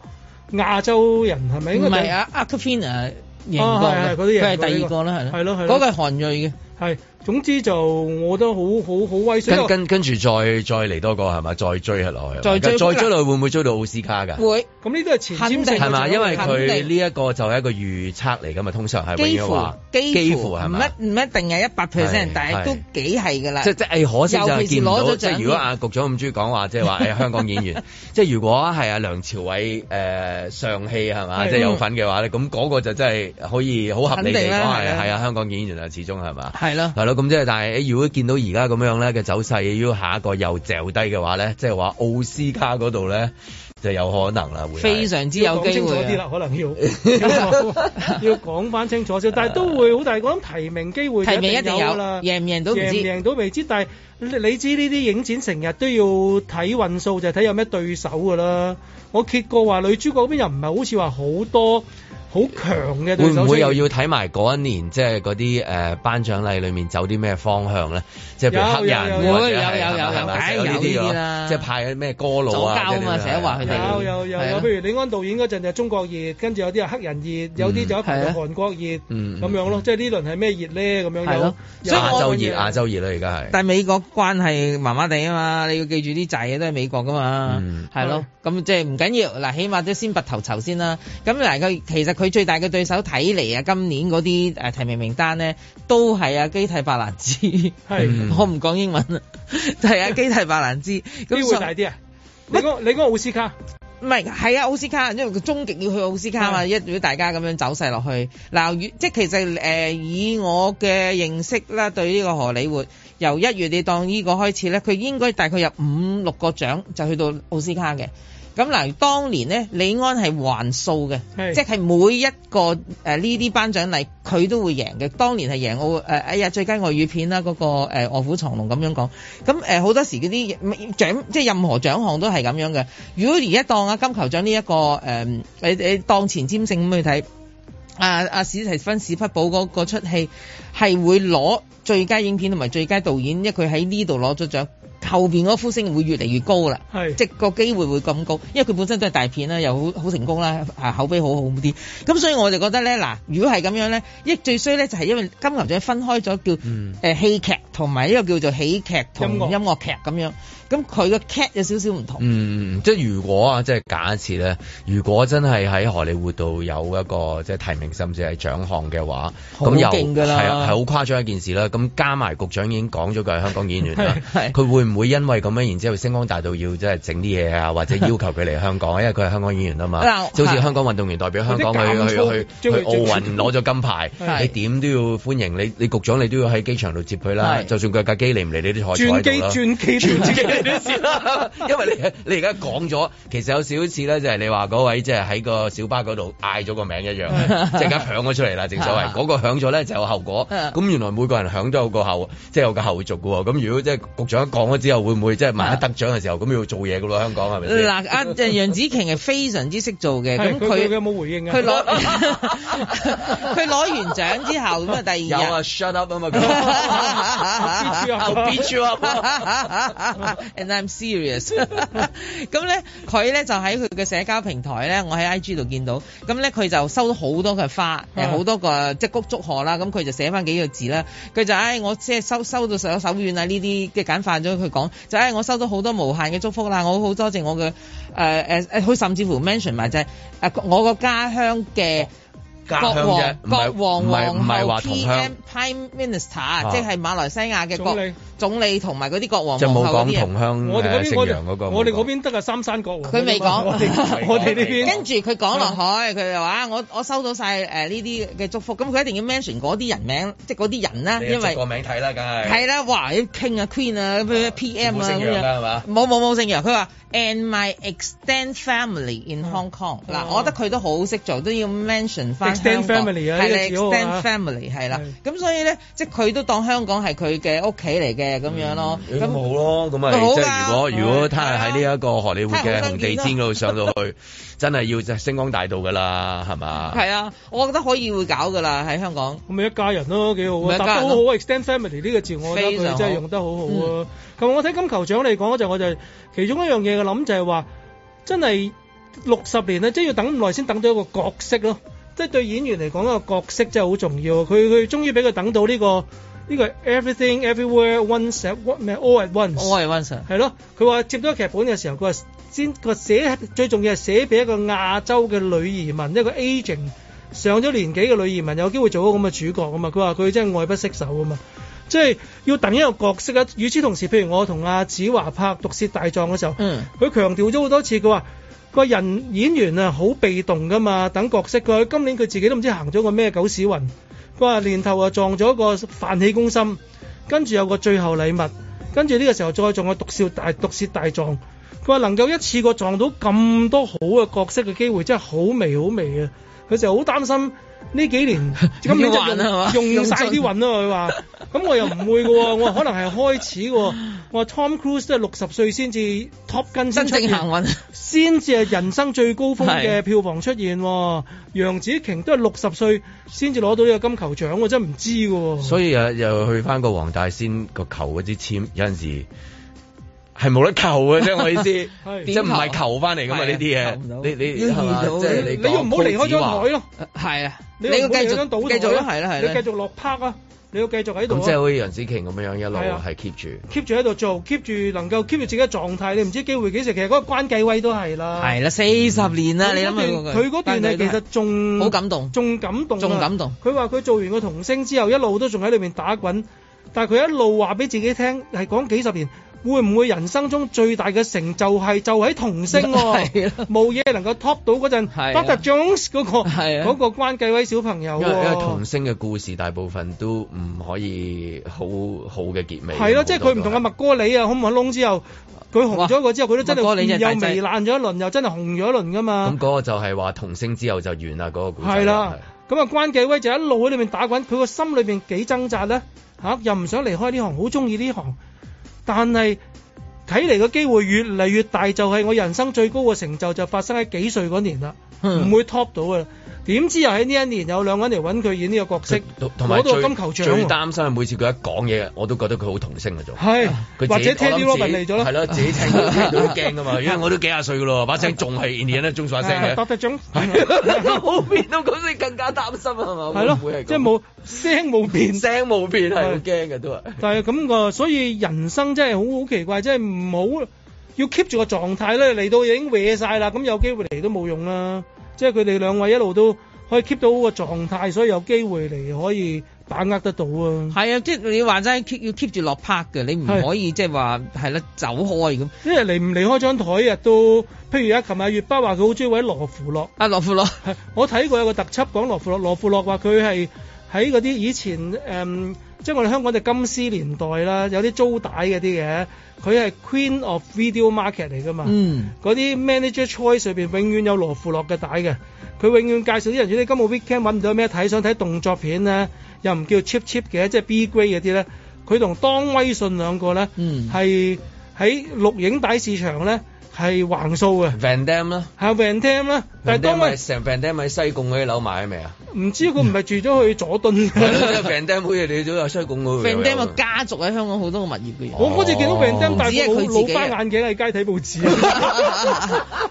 Speaker 4: 亞洲人係咪？應
Speaker 3: 唔
Speaker 4: 該第
Speaker 3: 係
Speaker 4: 一
Speaker 3: 啊 a q u i n a 贏
Speaker 4: 啊
Speaker 3: 過
Speaker 4: 係
Speaker 3: 嘅，
Speaker 4: 係嗰啲
Speaker 3: 佢
Speaker 4: 贏
Speaker 3: 係
Speaker 4: 過
Speaker 3: 第
Speaker 4: 呢
Speaker 3: 二個啦，係
Speaker 4: 係咯係咯
Speaker 3: 嗰個係韓裔嘅。
Speaker 4: 係，總之就我覺得好好好威水。
Speaker 2: 跟
Speaker 4: 因為
Speaker 2: 跟跟住再再嚟多個係嘛？再追係落去，
Speaker 4: 再追
Speaker 2: 再追落去會唔會追到奧斯卡㗎？
Speaker 3: 會
Speaker 4: 咁呢都係前瞻性啊
Speaker 3: 肯定
Speaker 2: 係嘛？因為
Speaker 3: 肯
Speaker 2: 佢
Speaker 3: 定
Speaker 2: 呢一個就係一個預測嚟㗎嘛，通常係
Speaker 3: 幾
Speaker 2: 永遠
Speaker 3: 乎
Speaker 2: 話
Speaker 3: 幾乎
Speaker 2: 係
Speaker 3: 唔
Speaker 2: 嘛？
Speaker 3: 一唔一定係一百
Speaker 2: 係
Speaker 3: percent，但係都幾係㗎啦。
Speaker 2: 即即係可惜就
Speaker 3: 尤
Speaker 2: 係
Speaker 3: 其
Speaker 2: 見
Speaker 3: 是
Speaker 2: 唔
Speaker 3: 攞
Speaker 2: 到。
Speaker 3: 咗
Speaker 2: 即
Speaker 3: 獎
Speaker 2: 係如果
Speaker 3: 添
Speaker 2: 阿局長咁中意講話，即係話 誒香港演員，即係如果係阿梁朝偉誒上戲係嘛，
Speaker 12: 係
Speaker 2: 即係有份嘅話咧，咁嗰個就真係可以好合理地
Speaker 12: 肯定
Speaker 2: 講
Speaker 12: 啦
Speaker 2: 係
Speaker 12: 係啊
Speaker 2: 係啊香港演員啊，始終係嘛。
Speaker 3: 係咯，
Speaker 2: 係咯，咁即係但係如果見到而家咁樣咧嘅走勢，如果下一個又掉低嘅話咧，即係話奧斯卡嗰度咧就有可能啦，會係
Speaker 3: 非常之有
Speaker 4: 講
Speaker 3: 機
Speaker 4: 清楚
Speaker 3: 會
Speaker 4: 啲
Speaker 3: 啊
Speaker 4: 啦，可能要要講翻清楚先，但係都會好大。我諗提名機會就
Speaker 3: 啊提名一定有
Speaker 4: 㗎啦，
Speaker 3: 贏唔贏到唔知
Speaker 4: 贏唔贏到未知。但係你你知呢啲影展成日都要睇運數，就係睇有咩對手㗎啦。我揭過話女主角嗰邊又唔係好似話好多好強嘅對
Speaker 2: 會
Speaker 4: 手。
Speaker 2: 唔
Speaker 4: 所
Speaker 2: 會
Speaker 4: 以
Speaker 2: 又要睇埋嗰一年即係嗰啲誒頒獎禮裏面走啲咩方向咧？即係譬如黑人
Speaker 3: 有有有
Speaker 2: 或者係
Speaker 3: 有有有
Speaker 2: 係咪
Speaker 3: 梗係有
Speaker 2: 呢啲
Speaker 3: 呢啲
Speaker 2: 咯
Speaker 3: 啦
Speaker 2: 即係派咩歌佬
Speaker 3: 左
Speaker 2: 啊？
Speaker 3: 膠啊嘛
Speaker 2: 即係呢啲
Speaker 3: 成日話佢哋
Speaker 4: 有有有
Speaker 3: 係
Speaker 4: 有，
Speaker 3: 啊
Speaker 4: 譬如李安導演嗰陣就中國熱，跟住有啲係黑人熱，有啲就
Speaker 3: 係啊
Speaker 4: 韓國熱咁
Speaker 2: 嗯嗯
Speaker 4: 樣咯。即係呢輪係咩熱咧？咁樣
Speaker 3: 係
Speaker 4: 有
Speaker 3: 咯
Speaker 4: 有
Speaker 2: 亞洲
Speaker 4: 有
Speaker 2: 熱亞洲熱啦，而家係。
Speaker 3: 但係美國關係麻麻地啊嘛，你要記住啲債嘢都係美國噶嘛
Speaker 2: 嗯，
Speaker 3: 係咯，咁即係唔緊要，嗱，起碼都先拔頭籌先啦。咁嗱，佢其實佢最大嘅對手睇嚟啊，今年嗰啲誒提名名單咧，都係啊基蒂白蘭芝，
Speaker 4: 係
Speaker 3: 我唔講英文啊，就係啊基蒂白蘭芝，
Speaker 4: 機
Speaker 3: 咁
Speaker 4: 會
Speaker 3: 所
Speaker 4: 大啲啊！你講你講奧斯卡。
Speaker 3: 唔係，係啊，奧斯卡，因為佢終極要去奧斯卡嘛，一如果大家咁樣走勢落去，嗱，與即係其實誒、呃以我嘅認識啦，對呢個荷里活由一月你當呢個開始咧，佢應該大概有五六個獎就去到奧斯卡嘅。咁嗱，當年咧，李安係還數嘅，
Speaker 4: 係
Speaker 3: 即係每一個誒呢啲頒獎禮佢都會贏嘅。當年係贏奧誒、呃哎呀最佳外語片啦，嗰、個誒《卧虎藏龍》咁樣講。咁誒好多時嗰啲獎即係任何獎項都係咁樣嘅。呃如果而家當啊金球獎呢、一個誒誒誒當前瞻性咁去睇。啊阿史提芬史匹堡嗰嗰出戲係會攞最佳影片同埋最佳導演，因為佢喺呢度攞咗獎。後邊嗰個呼聲會越嚟越高啦，
Speaker 4: 嗯
Speaker 3: 即係個機會會咁高，因為佢本身都係大片啦，又好好成功啦，啊口碑好好啲，咁所以我就覺得咧，嗱，如果係咁樣咧，一最衰咧就係因為金牛獎分開咗叫誒戲劇同埋呢個叫做喜劇同音樂劇咁樣，咁佢個 cat 有少少唔同，
Speaker 2: 嗯，即係如果啊，即係假設咧，如果真係喺荷里活度有一個即係提名甚至係獎項嘅話，
Speaker 3: 好
Speaker 2: 咁又
Speaker 3: 勁㗎啦
Speaker 2: 係啊係好誇張一件事啦。咁加埋局長已經講咗佢係香港演員 啦，佢會唔會因為咁樣，然之後星光大道要即係整啲嘢啊，或者要求佢嚟香 港，因為佢係香港演員啊嘛
Speaker 3: 嗱，
Speaker 2: 即好似香港運動員代表香港去去去去奧運攞咗金牌，
Speaker 3: 係
Speaker 2: 你點都要歡迎你，你局長你都要喺機場度接佢啦。
Speaker 3: 係
Speaker 2: 就算佢架機嚟唔嚟，你都坐坐喺度啦。
Speaker 4: 機
Speaker 2: 轉機啲事啦， 因為你你而家講咗，其實有少少似咧，就係你話嗰位即係喺個小巴嗰度嗌咗個名一樣，即係而家響咗出嚟啦，正所謂
Speaker 9: 啊
Speaker 2: 嗰個響咗咧就有後果。咁原來每個人響都有個後，即係有個後續嘅喎。咁如果即係局長講咗之後，會唔會即係萬一得獎嘅時候，咁要做嘢嘅咯？香港係咪先？
Speaker 3: 嗱，阿楊紫瓊係非常之識做嘅，咁
Speaker 4: 係佢佢
Speaker 3: 佢
Speaker 4: 有冇回應啊？
Speaker 3: 佢攞 佢攞完獎之後咁啊，第
Speaker 2: 有
Speaker 3: 二日
Speaker 2: 啊，shut up 啊嘛， 啊
Speaker 3: I'll
Speaker 2: beat you up
Speaker 3: 啊 and I'm serious 。 咁咧，佢咧就喺佢嘅社交平台咧，我喺 IG 度見到，咁咧佢就收到好多嘅花，誒
Speaker 2: 嗯
Speaker 13: 啊
Speaker 3: 好多個即係谷祝賀啦，咁佢就寫翻幾個字啦，佢就唉、我即係收收到手手軟啊呢啲嘅簡化咗佢講，就唉、我收到好多無限嘅祝福啦，我好多謝我嘅誒誒誒，佢甚至乎 mention 埋就係、誒、我個家鄉嘅。
Speaker 2: 哦家鄉啫
Speaker 3: 國王
Speaker 2: 唔係
Speaker 3: 國王
Speaker 2: 唔係
Speaker 3: 皇后
Speaker 2: 唔係話同
Speaker 3: PM
Speaker 2: 鄉
Speaker 3: Prime Minister，即係馬來西亞 嘅國
Speaker 4: 總理嗯
Speaker 3: 總理同埋嗰啲國王
Speaker 2: 啊就冇
Speaker 3: 皇后嗰啲
Speaker 2: 講
Speaker 3: 人
Speaker 2: 同鄉
Speaker 4: 我哋
Speaker 2: 誒
Speaker 4: 嗰邊
Speaker 2: 嗯姓
Speaker 4: 我
Speaker 2: 楊嗰個
Speaker 4: 哋
Speaker 2: 冇
Speaker 4: 我哋
Speaker 2: 講
Speaker 4: 嗰邊得個三山國王，
Speaker 3: 佢未講
Speaker 4: 我 哋我哋呢邊
Speaker 3: 跟住佢講落去，佢就話：我我收到晒誒呢啲嘅祝福，咁佢一定要 mention 嗰啲人名，即係嗰啲人啦，
Speaker 2: 你
Speaker 3: 因
Speaker 2: 因為
Speaker 3: 為
Speaker 2: 個名睇啦，梗係
Speaker 3: 係啦，哇，要 King 啊 Queen 啊咩 PM
Speaker 2: 冇
Speaker 3: 啊
Speaker 2: 姓
Speaker 3: 咁
Speaker 2: 楊啦係
Speaker 3: 樣
Speaker 2: 嘛，
Speaker 3: 冇冇冇姓楊，佢話 and my extend family in Hong Kong，嗱，我覺得佢都好識做，都要 mention 翻
Speaker 4: Extend
Speaker 3: 香港
Speaker 4: family 啊呢
Speaker 3: 係啦
Speaker 4: 個字好啊
Speaker 3: ，extend family 係啦，咁所以咧，即係佢都當香港係佢嘅屋企嚟嘅咁樣咯，
Speaker 2: 咁
Speaker 3: 咁
Speaker 2: 好咯，咁啊，
Speaker 3: 好㗎
Speaker 2: 即係如果如果他係喺呢一個荷里活嘅紅地氈嗰度上到去， 真係要就星光大道㗎啦，係嘛？
Speaker 3: 係啊，我覺得可以會搞㗎啦喺香港。
Speaker 4: 咁咪一家人咯，幾好
Speaker 3: 咪
Speaker 4: 啊！
Speaker 3: 一家
Speaker 4: 答
Speaker 3: 人
Speaker 4: 得好好
Speaker 3: 咯
Speaker 4: ，extend family 呢個字，我覺得
Speaker 3: 非常
Speaker 4: 佢
Speaker 3: 好
Speaker 4: 真係用得好好啊。同埋我睇金球獎嚟講嗰陣，我就其中一樣嘢嘅諗就係話，真係六十年咧，即係要等咁耐先等到一個角色咯。即係對演員嚟講，一個角色真係好重要。佢佢終於俾佢等到呢個呢個 everything everywhere once at one 咩 all at once。
Speaker 3: 我係 Vincent
Speaker 4: 係咯，佢話接咗劇本嘅時候，佢話先佢話寫最重要係寫俾一個亞洲嘅女移民，一個 aging 上咗年紀嘅女移民有機會做到咁嘅主角啊嘛。佢話佢真係愛不釋手啊嘛，即係要等一個角色啊。與此同時，譬如我同阿子華拍《毒舌大狀》嘅時候，
Speaker 3: 嗯
Speaker 4: 佢強調咗好多次，佢話。個人演員啊，好被動噶嘛，等角色。佢話今年佢自己都唔知行咗個咩狗屎運。佢話年頭啊撞咗個飯氣攻心，跟住有個最後禮物，跟住呢個時候再撞個毒笑大毒舌大狀。佢話能夠一次過撞到咁多好嘅角色嘅機會，真係好微好微嘅。佢就好擔心呢幾 年今年就
Speaker 3: 要還啊係嘛
Speaker 4: 用用
Speaker 3: 用
Speaker 4: 晒
Speaker 3: 盡
Speaker 4: 啲運啦。佢 話：咁我又唔會嘅喎，我話可能係開始嘅喎。我話 Tom Cruise 都係六十歲先至 Top Gun 先
Speaker 3: 真
Speaker 4: 出現
Speaker 3: 正行運。
Speaker 4: 先至係人生最高峰嘅
Speaker 3: 係
Speaker 4: 票房出現喎。楊紫瓊都係六十歲先至攞到呢個金球獎喎，真係唔知嘅喎。
Speaker 2: 所以又又去翻個黃大仙個球嗰支簽，有陣時係冇得求嘅， 即係我意思，
Speaker 4: 係
Speaker 2: 即係唔係求翻嚟㗎嘛呢啲嘢，你你
Speaker 4: 要
Speaker 2: 係嘛
Speaker 4: 移啊到
Speaker 2: 即係你
Speaker 4: 你要唔好離開張台咯。
Speaker 3: 係啊，
Speaker 4: 你
Speaker 3: 你
Speaker 4: 要
Speaker 3: 要
Speaker 4: 唔好
Speaker 3: 繼
Speaker 4: 離開
Speaker 3: 續
Speaker 4: 張賭台
Speaker 3: 繼續啦，係啦係
Speaker 4: 你要
Speaker 3: 啦
Speaker 4: 繼。續落拍啊，你要繼續喺度
Speaker 2: 咁即係
Speaker 4: 啊。
Speaker 2: 好似楊紫瓊咁樣樣一路
Speaker 4: 係啊
Speaker 2: 係 keep 住。
Speaker 4: keep 住喺度做，keep 住能夠 keep 住自己嘅狀態，你唔知機會幾時。其實嗰個關繼威都係啦，
Speaker 3: 係啦，四十年啦，你
Speaker 4: 佢
Speaker 3: 諗
Speaker 4: 嗰
Speaker 3: 下
Speaker 4: 段佢嗰段係其實仲
Speaker 3: 好感動，
Speaker 4: 仲感動啊，
Speaker 3: 仲感動。
Speaker 4: 佢話佢做完個童星之後，一路都仲喺裏面打滾，但係佢一路話俾自己聽，係講幾十年，會唔會人生中最大嘅成就係就喺童星
Speaker 3: 係
Speaker 4: 喎、冇嘢能夠 top 到嗰陣
Speaker 2: 係啊
Speaker 4: Dr. Jones 嗰、個
Speaker 3: 係啊
Speaker 4: 嗰個關繼威小朋友
Speaker 2: 因為因為童
Speaker 4: 喎、
Speaker 2: 星嘅故事大部分都唔可以好好嘅結尾。
Speaker 4: 係咯，即係佢唔同阿麥哥里啊，孔文窿之後，佢紅咗過之後，佢都真
Speaker 3: 麥哥里真
Speaker 4: 係
Speaker 3: 係
Speaker 4: 又
Speaker 3: 大劑
Speaker 4: 糜爛咗一輪，又真係紅咗一輪噶嘛。
Speaker 2: 咁嗰個就係話童星之後就完啦，嗰、個故事。
Speaker 4: 啊係啦，咁啊關繼威就一路喺裏面打滾，佢個心裏面幾掙扎咧嚇、又唔想離開呢行，好中意呢行，但係睇嚟個機會越嚟越大，就係、我人生最高嘅成就就發生喺幾歲嗰年啦，唔、
Speaker 3: 嗯
Speaker 4: 會 top 到噶啦。點知又喺呢一年有兩個人嚟揾佢演呢個角色，
Speaker 2: 同埋
Speaker 4: 攞到
Speaker 2: 最
Speaker 4: 金球獎
Speaker 2: 最
Speaker 4: 喎。
Speaker 2: 擔心係每次佢一講嘢，我都覺得佢好童聲嘅仲。
Speaker 4: 係
Speaker 2: 佢
Speaker 4: 或者
Speaker 2: 聽啲
Speaker 4: Teddy Robin 嚟咗啦
Speaker 2: 係咯，自己聽 到聽到都驚噶嘛，因為我都幾廿歲噶咯，把聲仲係年年都中晒聲 嘅。
Speaker 4: Doctor 總
Speaker 7: 冇變到咁，你更加擔
Speaker 2: 啊
Speaker 7: 心係嘛？
Speaker 4: 係咯
Speaker 7: 會唔會係咁，
Speaker 4: 即係冇聲冇變，
Speaker 7: 聲冇變係好
Speaker 4: 係
Speaker 7: 驚嘅都係。
Speaker 4: 但係咁個，所以人生真係好好奇怪，真係唔好要 keep 住個狀態咧，嚟到已經歪晒啦，咁有機會嚟都冇用啦。即係佢哋兩位一路都可以 keep 到個狀態，所以有機會嚟可以把握得到啊。
Speaker 3: 係啊，即係你話齋 keep 要 keep 住落 part 嘅，你唔
Speaker 4: 係
Speaker 3: 可以即係話係啦走開咁。
Speaker 4: 因為離唔離開張台日都，譬如啊，琴日月巴話佢好中意位羅芙洛，
Speaker 3: 啊羅芙洛，
Speaker 4: 我睇過有個特輯講羅芙洛，羅芙洛話佢係喺嗰啲以前誒、嗯即係我哋香港嘅金絲年代啦，有啲租帶嗰啲嘅，佢係 Queen of Video Market 嚟㗎嘛。
Speaker 3: 嗯，
Speaker 4: 嗰啲 manager choice 裏邊永遠有羅芙洛嘅帶嘅，佢永遠介紹啲人，如果你今個 weekend 揾唔到咩睇，想睇動作片咧，又唔叫 cheap cheap 嘅，即係 B grade 嗰啲咧，佢同當威信兩個咧，係喺錄影帶市場咧係橫掃嘅，
Speaker 2: Van Dam 啦，
Speaker 4: 係 Van Dam 啦，但
Speaker 2: Van
Speaker 4: 係當
Speaker 2: Dam
Speaker 4: 威
Speaker 2: 咪成 Van Dam 喺西貢嗰啲樓買咗未 啊？
Speaker 4: 唔知佢唔係住咗去佐敦嘅。
Speaker 2: 係咯，即係 Van Dam 好似你都有西貢嗰度有啊
Speaker 3: 嗯 Van Dam 嘅家族喺香港好多個物業 嘅。
Speaker 4: 我嗰次見到 Van Dam 戴
Speaker 3: 唔止係
Speaker 4: 個老
Speaker 3: 佢自
Speaker 4: 老
Speaker 3: 己
Speaker 4: 花
Speaker 3: 啊，
Speaker 4: 眼鏡喺街睇報 紙。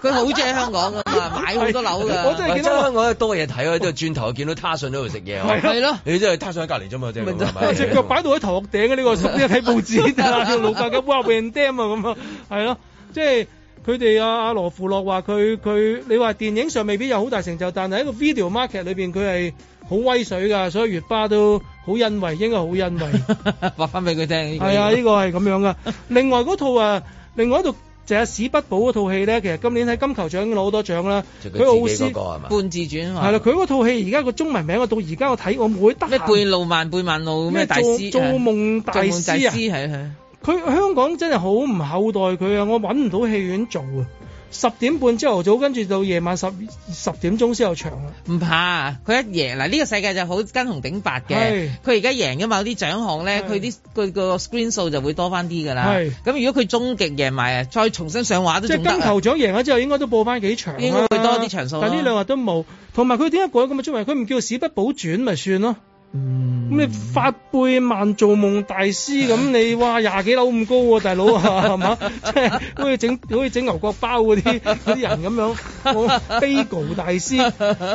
Speaker 3: 佢好中意香港㗎嘛，買好多樓㗎。
Speaker 4: 我 真係見到
Speaker 2: 喂香港都多嘢睇啊！都係轉頭見到他信喺度食嘢啊，
Speaker 4: 係咯
Speaker 2: 你真係他信喺隔離啫嘛，即係咁係咪
Speaker 4: 隻腳擺到喺頭殼頂嘅呢個屬於睇報紙，但係老格嘅哇 Van Dam 啊咁啊，係咯，即係佢哋啊阿阿羅富洛話佢佢，你話電影上未必有好大成就，但係喺個 video market 裏邊佢係好威水㗎，所以月巴都好欣慰，應該好 欣慰。
Speaker 3: 話翻俾佢聽。
Speaker 4: 係啊，呢、個係咁樣噶。另外嗰套啊，另外一套就係史畢堡嗰套戲咧，其實今年喺金球獎攞好多獎啦。
Speaker 2: 就佢自己嗰個係嘛？
Speaker 3: 半自傳嘛
Speaker 4: 係啦，佢嗰套戲而家個中文名我到而家我睇，我每得
Speaker 3: 咩
Speaker 4: 閒
Speaker 3: 貝路曼貝曼路咩
Speaker 4: 咩
Speaker 3: 大
Speaker 4: 做
Speaker 3: 師
Speaker 4: 做
Speaker 3: 啊
Speaker 4: 夢大
Speaker 3: 做夢
Speaker 4: 師
Speaker 3: 大
Speaker 4: 啊
Speaker 3: 師係係。
Speaker 4: 佢香港真係好唔厚待佢啊！我揾唔到戲院做啊！十點半朝頭早，跟住到夜晚十十點鐘先有場啊！
Speaker 3: 唔怕，佢一贏嗱呢個世界就好跟紅頂白
Speaker 4: 係
Speaker 3: 嘅。佢而家贏咗某啲獎項咧，佢啲佢個 screen 數就會多翻啲㗎啦
Speaker 4: 係。
Speaker 3: 咁如果佢終極贏埋啊，再重新上畫都
Speaker 4: 即
Speaker 3: 仲
Speaker 4: 係
Speaker 3: 得
Speaker 4: 金球
Speaker 3: 啊。
Speaker 4: 獎贏咗之後，應該都報翻幾場啦
Speaker 3: 應該會多啲場數咯
Speaker 4: 但呢兩日都冇，同埋佢點解改咁嘅中文？佢唔叫史不保轉咪算咯。
Speaker 3: 嗯
Speaker 4: 咁你法貝曼做夢大師 咁，你哇廿幾樓咁高喎、大佬啊，係嘛？即係好似整好似整牛角包嗰啲嗰啲人咁樣，我 bagel 大師，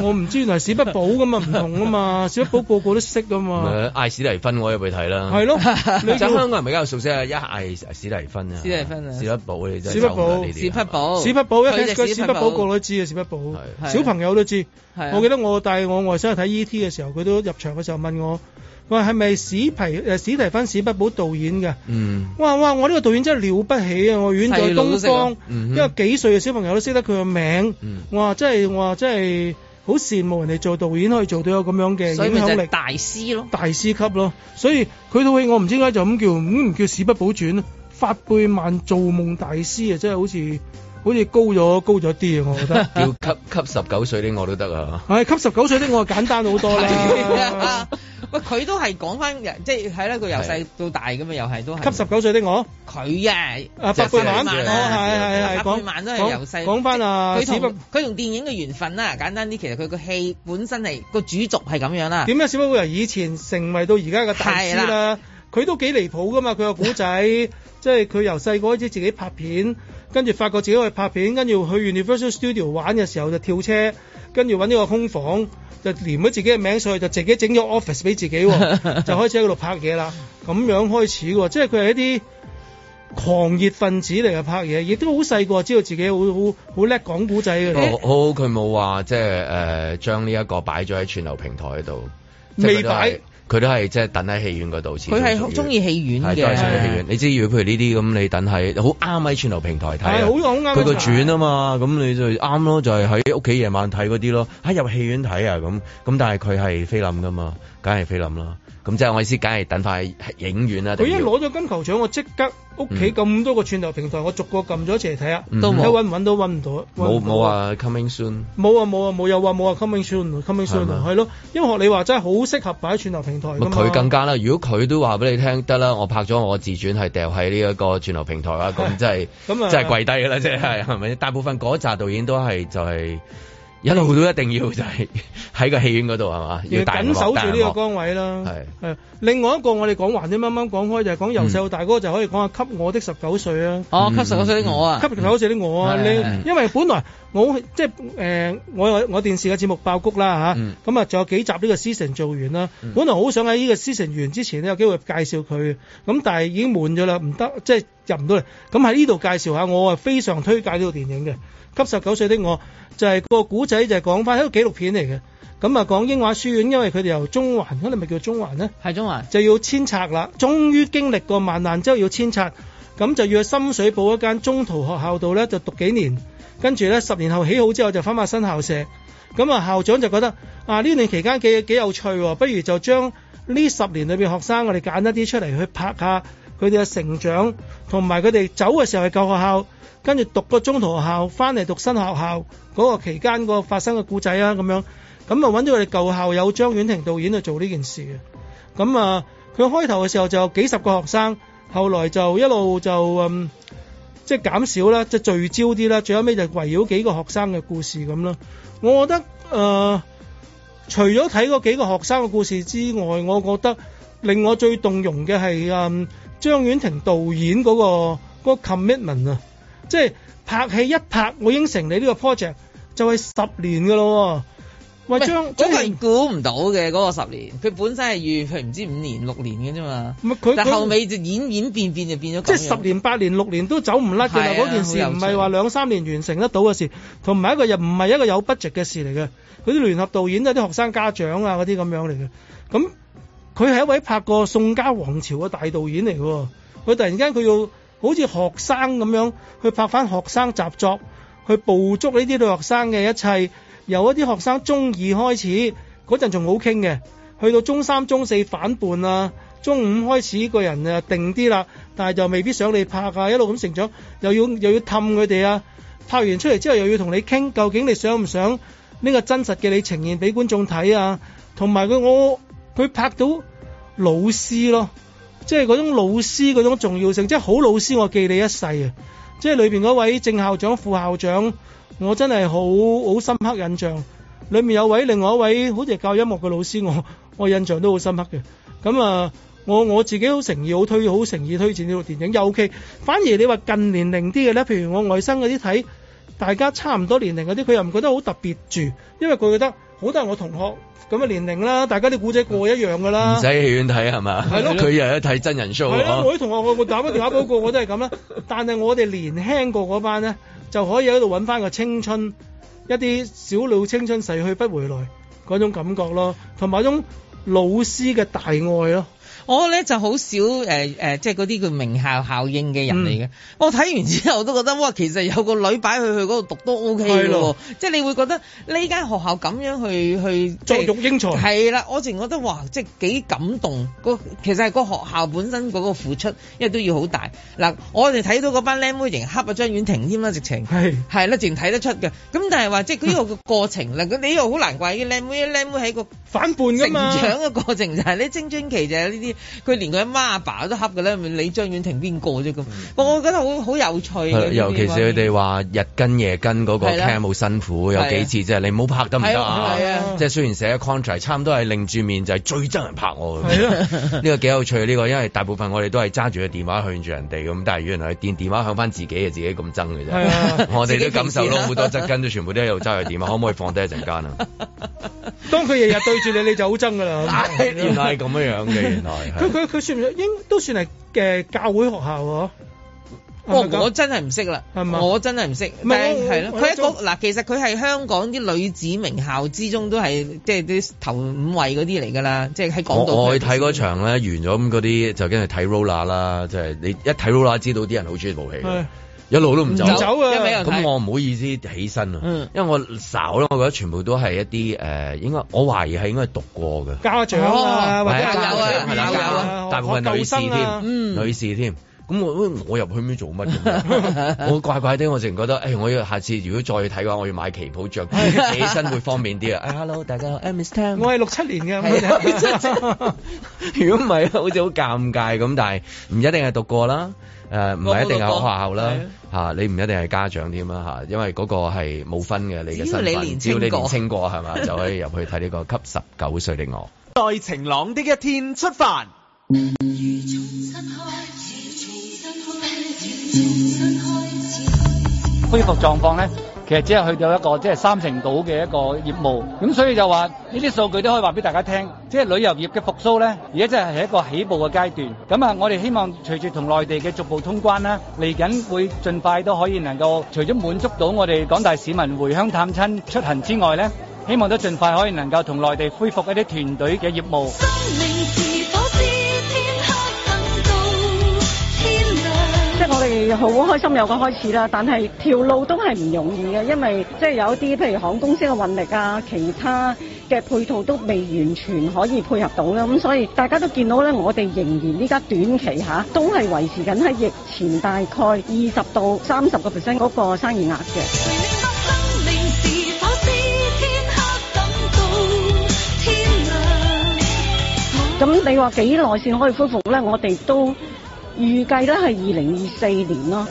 Speaker 4: 我唔知原來史不保噶嘛，唔同噶嘛，史不保個個都識噶嘛。
Speaker 2: 誒啊艾史蒂芬我入去睇啦，
Speaker 4: 啊 係咯你
Speaker 2: 就
Speaker 4: 叫
Speaker 2: 香港人比較熟悉啊，一艾史蒂芬啊，
Speaker 3: 史蒂芬啊
Speaker 2: 史匹堡你真係
Speaker 4: 史匹
Speaker 2: 走唔甩
Speaker 4: 堡
Speaker 2: 呢，啲。啊
Speaker 3: 匹堡
Speaker 4: 史匹堡一
Speaker 3: 佢
Speaker 4: 睇
Speaker 3: 就
Speaker 4: 個
Speaker 3: 史
Speaker 4: 哦史
Speaker 3: 匹
Speaker 4: 匹
Speaker 3: 堡
Speaker 4: 堡個個都知啊，史匹堡
Speaker 2: 係
Speaker 4: 小朋友都知。
Speaker 3: 係啊
Speaker 4: 我記得我帶我外甥去睇 E.T. 嘅時候，佢都入場嘅時候問我：喂，係咪史提誒史提芬史匹堡導演嘅？
Speaker 2: 嗯，
Speaker 4: 哇哇！我呢個導演真係了不起啊！我遠在
Speaker 3: 細路都
Speaker 4: 東
Speaker 3: 識啊
Speaker 4: 方，
Speaker 2: 嗯
Speaker 4: 一個幾歲嘅小朋友都識得佢嘅名
Speaker 2: 嗯。
Speaker 4: 我話真係，我話真係好羨慕人哋做導演可以做到有咁樣嘅
Speaker 3: 所以
Speaker 4: 影
Speaker 3: 咪就
Speaker 4: 響
Speaker 3: 係
Speaker 4: 力，
Speaker 3: 大師咯。
Speaker 4: 大師級咯。所以佢套戲我唔知點解就咁叫，咁唔叫史不保傳啊，法貝曼造夢大師啊，真係好似好似高咗高咗啲啊！我覺得。
Speaker 2: 叫吸吸十九歲啲我都得啊。
Speaker 4: 唉，給十九歲的我簡單 好多啦。
Speaker 3: 喂，佢都係講翻，即係係啦，佢由細到大咁啊，又係都係
Speaker 4: 給十九歲的我，
Speaker 3: 佢啊，
Speaker 4: 啊白貝曼，
Speaker 3: 白
Speaker 4: 哦
Speaker 3: 貝曼
Speaker 4: 係係
Speaker 3: 白
Speaker 4: 係，
Speaker 3: 貝
Speaker 4: 講
Speaker 3: 曼都係由細
Speaker 4: 講翻啊，
Speaker 3: 佢
Speaker 4: 史不
Speaker 3: 同佢同電影嘅緣分啦，簡單啲，其實佢個戲本身係個主軸係咁樣 啦。
Speaker 4: 點解史不會由啊以前成為到而家嘅大師
Speaker 3: 係
Speaker 4: 啦？佢都幾離譜噶嘛，佢個古仔， 即係佢由細個開始自己拍片，跟住發覺自己去拍片，跟住去 Universal Studio 玩嘅時候就跳車，跟住揾呢個空房就連咗自己嘅名上去，就自己整咗 office 俾自 己喎，就開始喺嗰度拍嘢啦。咁樣開始嘅喎，即係佢係一啲。狂熱分子嚟嘅拍嘢，亦都好細個知道自己好好好叻講古仔嘅。
Speaker 2: 不過好好佢冇話即係誒將呢一個擺咗喺串流平台度，即係佢都係
Speaker 4: 未擺。
Speaker 2: 佢都係即係等喺戲院嗰度始終屬於。
Speaker 3: 佢係好中意戲院
Speaker 2: 係都係上咗戲
Speaker 3: 嘅
Speaker 2: 院。，你知如果譬如呢啲咁，你等喺好啱喺串流平台睇啊，
Speaker 4: 係好好啱啊
Speaker 2: 佢個轉啊嘛，咁你就啊啱咯，就係喺屋企夜晚睇嗰啲咯，喺入戲院睇啊咁，咁但係佢係菲林噶嘛，梗係菲林啦，咁即係我意思，梗係等塊影院啦。
Speaker 4: 佢一
Speaker 2: 定要嗯
Speaker 4: 攞咗金球獎，我即刻屋企咁多個串流平台，我逐個撳咗一齊睇下，
Speaker 2: 嗯都冇
Speaker 4: 睇揾唔揾到，揾唔到，揾
Speaker 2: 冇
Speaker 4: 唔到
Speaker 2: 冇。啊話 coming soon，
Speaker 4: 冇啊冇啊冇有啊冇啊 coming soon，coming
Speaker 2: 係
Speaker 4: soon
Speaker 2: 嘛
Speaker 4: 係咯，因為學你話真係好適合擺喺串流平台㗎嘛。
Speaker 2: 佢更加啦。如果佢都話俾你聽得啦，我拍咗我自傳係掉喺呢一個串流平台 啊，咁真係
Speaker 4: 咁啊
Speaker 2: 真係跪低㗎啦，即係係咪？大部分嗰扎導演都係就係一路都一定要就係喺個戲院嗰度係嘛，要
Speaker 4: 要
Speaker 2: 大
Speaker 4: 緊守住呢個
Speaker 2: 歌。
Speaker 4: 崗位啦。
Speaker 2: 係
Speaker 4: 係另外一個我哋講環啲啱啱講開就係講由細到大嗰個就可以講下給我的十九歲啊。
Speaker 3: 哦給19歲的我啊
Speaker 4: 給十九歲的我啊，
Speaker 3: 嗯係係
Speaker 4: 你因為本來我即係誒我有我電視嘅節目爆谷啦
Speaker 2: 嗯
Speaker 4: 吓，咁啊仲有幾集呢個 season 做完啦，
Speaker 3: 嗯
Speaker 4: 本來好想喺呢個 season 完之前咧有機會介紹佢，咁但係已經滿咗啦，唔得即係入唔到嚟。咁喺呢度介紹下，我係啊非常推介呢套電影嘅。給十九歲的我就係、個古仔就係講翻一個紀錄片嚟嘅。咁啊，講英華書院，因為佢哋由中環，可能咪叫中環咧，
Speaker 3: 係啊中環
Speaker 4: 就要遷拆啦。終於經歷過萬難之後要遷拆，咁就要去深水埗一間中途學校度咧就讀幾年，跟住咧十年後起好之後就翻返新校舍。咁啊，校長就覺得啊呢段期間幾幾有趣喎，不如就將呢十年裏邊學生我哋揀一啲出嚟去拍下佢哋嘅成長，同埋佢哋走嘅時候係舊學校，跟住讀個中途學校，翻嚟讀新學校嗰、個期間個發生嘅故仔啊咁樣。咁啊揾咗佢哋舊校友張婉婷導演去做呢件事嘅。咁啊，佢開頭嘅時候就有幾十個學生，後來就一路就嗯。即係減少啦，即係聚焦啲啦，最後尾就圍繞幾個學生嘅故事咁啦。我覺得誒、呃除咗睇嗰幾個學生嘅故事之外，我覺得令我最動容嘅係誒張婉婷導演嗰、個嗰、個 commitment 啊，即係拍戲一拍，我應承你呢個 project 就係十年嘅咯喎。喂，張張
Speaker 3: 嗰個
Speaker 4: 婉
Speaker 3: 係估唔到嘅嗰個十年，佢本身係預佢唔知五年六年嘅啫嘛。
Speaker 4: 唔係嗯佢
Speaker 3: 但
Speaker 4: 佢
Speaker 3: 後尾就演演變變就變咗
Speaker 4: 即
Speaker 3: 咁樣。
Speaker 4: 係十年八年六年都走唔甩嘅啦，
Speaker 3: 係啊
Speaker 4: 嗰件事
Speaker 3: 好有
Speaker 4: 唔
Speaker 3: 趣
Speaker 4: 係話兩三年完成得到嘅事，同埋一個又唔係一個有 budget 嘅事嚟嘅。佢啲聯合導演都係啲學生家長啊嗰啲咁樣嚟嘅。咁佢係一位拍過《宋家王朝》嘅大導演嚟嘅喎。佢突然間佢要好似學生咁樣去拍翻學生習作，去捕捉呢啲女學生嘅一切，由一啲學生中二開始嗰陣仲好傾嘅。去到中三、中四反叛啊，中五開始個人啊定啲啦，但係就未必想你拍啊，一路咁成長，又要又要氹佢哋啊，拍完出嚟之後又要同你傾，究竟你想唔想呢個真實嘅你呈現俾觀眾睇啊？同埋佢我佢拍到老師咯，即係嗰種老師嗰種重要性，即係好老師我記你一世啊！即係裏邊嗰位正校長、副校長，我真係好好深刻印象。裏面有位另外一位好似係教音樂嘅老師，我 我印象都好深刻嘅。咁啊，我我自己好誠意，好推好誠意推薦呢套電影。尤其反而你話近年齡啲嘅咧，譬如我外甥嗰啲睇，大家差唔多年齡嗰啲，佢又唔覺得好特別住，因為佢覺得好多係我同學咁嘅年齡啦，大家啲古仔過一樣㗎啦。
Speaker 2: 唔使戲院睇係嘛？
Speaker 4: 係咯
Speaker 2: 佢又一睇真人 show
Speaker 4: 係啦，
Speaker 2: 啊
Speaker 4: 我啲同學我我打翻電話嗰個我都係咁啦，啊但係我哋年輕過嗰班咧，就可以喺度揾翻個青春，一啲小老青春逝去不回來嗰種感覺咯，同埋一種老師嘅大愛咯。
Speaker 3: 我咧就好少誒誒、呃即係嗰啲叫名校效應嘅人嚟
Speaker 4: 嗯
Speaker 3: 嘅。我睇完之後我都覺得，哇，其實有個女擺去去嗰度讀都 O K 嘅
Speaker 4: 係
Speaker 3: 喎
Speaker 4: 咯，
Speaker 3: 即係你會覺得呢間學校咁樣去去
Speaker 4: 作育英才
Speaker 3: 係啦，我淨覺得哇，即係幾感動。個其實係個學校本身嗰個付出，因為都要好大。嗱，我哋睇到嗰班靚妹型恰啊張婉婷添啦，直情
Speaker 4: 係
Speaker 3: 係啦，淨睇得出嘅。咁但係話即係呢個 個過程嗱，你又好難怪啲靚妹，靚妹喺個
Speaker 4: 反叛㗎嘛
Speaker 3: 成長嘅過程就係你青春期就係呢啲，佢連佢阿媽阿爸都恰嘅咧，你張婉婷邊個啫咁？我覺得好好有趣
Speaker 2: 嗯係
Speaker 3: 啊
Speaker 2: 啦
Speaker 3: 嘅，
Speaker 2: 尤其是佢哋話日跟夜跟嗰個
Speaker 3: 係啦
Speaker 2: cam 好辛苦，有
Speaker 3: 係啊
Speaker 2: 幾次即係你唔好拍得唔得啊
Speaker 3: 係啊 係啊？
Speaker 2: 即係雖然寫 contract，差唔多係擰住面就係最憎人拍我咁樣。
Speaker 4: 係 啊
Speaker 2: 呢個幾有趣呢個，因為大部分我哋都係揸住個電話向住人哋咁，但係原來電電話向翻自己嘅自己咁憎嘅
Speaker 4: 係啊
Speaker 2: 啫。 我哋都感受
Speaker 4: 自己平時
Speaker 2: 到
Speaker 4: 啦
Speaker 2: 好多側根都全部都有揸住電話，可唔可以放低一陣間啊？
Speaker 4: 當佢日日對住你，你就好憎 㗎啦。
Speaker 2: 哎原來係咁樣樣嘅，原來
Speaker 4: 佢
Speaker 2: 係。
Speaker 4: 佢佢算唔算應都算係嘅教會學校喎？
Speaker 3: 哦
Speaker 4: 係咪咁
Speaker 3: 我真係唔識啦，
Speaker 4: 嘛
Speaker 3: 我真係唔識，
Speaker 4: 唔係
Speaker 3: 但係
Speaker 4: 我
Speaker 3: 係咯，
Speaker 4: 我
Speaker 3: 佢一個
Speaker 4: 我
Speaker 3: 嗱，其實佢係香港啲女子名校之中都係即係啲頭五位嗰啲嚟㗎啦，即係喺港
Speaker 2: 我
Speaker 3: 島。
Speaker 2: 我去睇嗰場咧，完咗咁嗰啲就跟住睇 Rolla 啦，即係你一睇 Rolla 知道啲人好中意部戲嘅
Speaker 4: 係
Speaker 2: 一路都唔走，
Speaker 4: 唔走啊一味又睇
Speaker 2: 咁我唔好意思起身
Speaker 4: 嗯
Speaker 2: 啊，因為我睄啦，我覺得全部都係一啲誒，應該我懷疑係應該係讀過嘅。
Speaker 4: 家長啊，或者
Speaker 2: 係
Speaker 4: 校
Speaker 2: 啊
Speaker 4: 友
Speaker 2: 係啦
Speaker 4: 啊，
Speaker 2: 大部分女士
Speaker 4: 學救生啊
Speaker 2: 添，女士添，咁我喂我入去咩做乜咁樣 我怪怪地，我淨覺得，誒、哎我要下次如果再去睇嘅話，我要買旗袍 着，企起身會方便啲啊！hello，大家好，I'm Miss Tam，
Speaker 4: 我係六七年嘅，
Speaker 2: 係啊 真
Speaker 4: 咁
Speaker 2: 如果唔係，好似好尷尬咁，但係唔一定係讀過啦。誒唔係一定係啊學校啦嚇，你唔一定係家長添啦嚇，因為嗰個係冇分嘅你嘅身份，只
Speaker 5: 只
Speaker 2: 要
Speaker 5: 要你年青
Speaker 2: 你
Speaker 5: 過
Speaker 2: 年青過係嘛， 就可以入去睇呢個《給十九歲的我
Speaker 5: 在晴朗的一天出發。
Speaker 14: 恢復狀況咧，其實只係去到一個即係三成度嘅一個業務，咁所以就話呢啲數據都可以話俾大家聽，即係旅遊業嘅復甦咧，而家真係係一個起步嘅階段。咁啊，我哋希望隨住同內地嘅逐步通關啦，嚟緊會盡快都可以能夠除咗滿足到我哋廣大市民回鄉探親出行之外咧，希望都盡快可以能夠同內地恢復一啲團隊嘅業務。
Speaker 11: 即係我哋好開心有個開始啦，但係條路都係唔容易嘅，因為即係有一啲譬如航空公司嘅運力啊，其他嘅配套都未完全可以配合到啦。咁所以大家都見到咧，我哋仍然依家短期下都係維持緊喺疫前大概二十到三十個 percent 嗰個生意額嘅。咁你話幾耐先可以恢復咧？我哋都預計咧係二零二四年咯。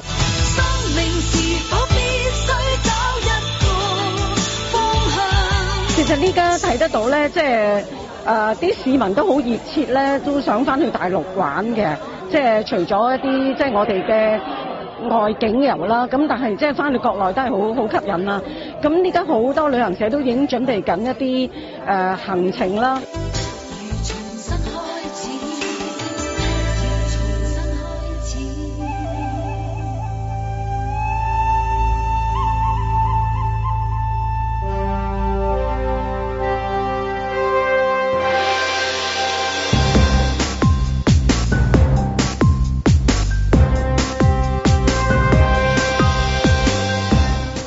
Speaker 11: 其實呢家睇得到咧，即係誒啲市民都好熱切咧，都想翻去大陸玩嘅。即係除咗一啲即係我哋嘅外景遊啦，咁但係即係翻去國內都係好好吸引啦。咁呢家好多旅行社都已經準備緊一啲誒、呃行程啦。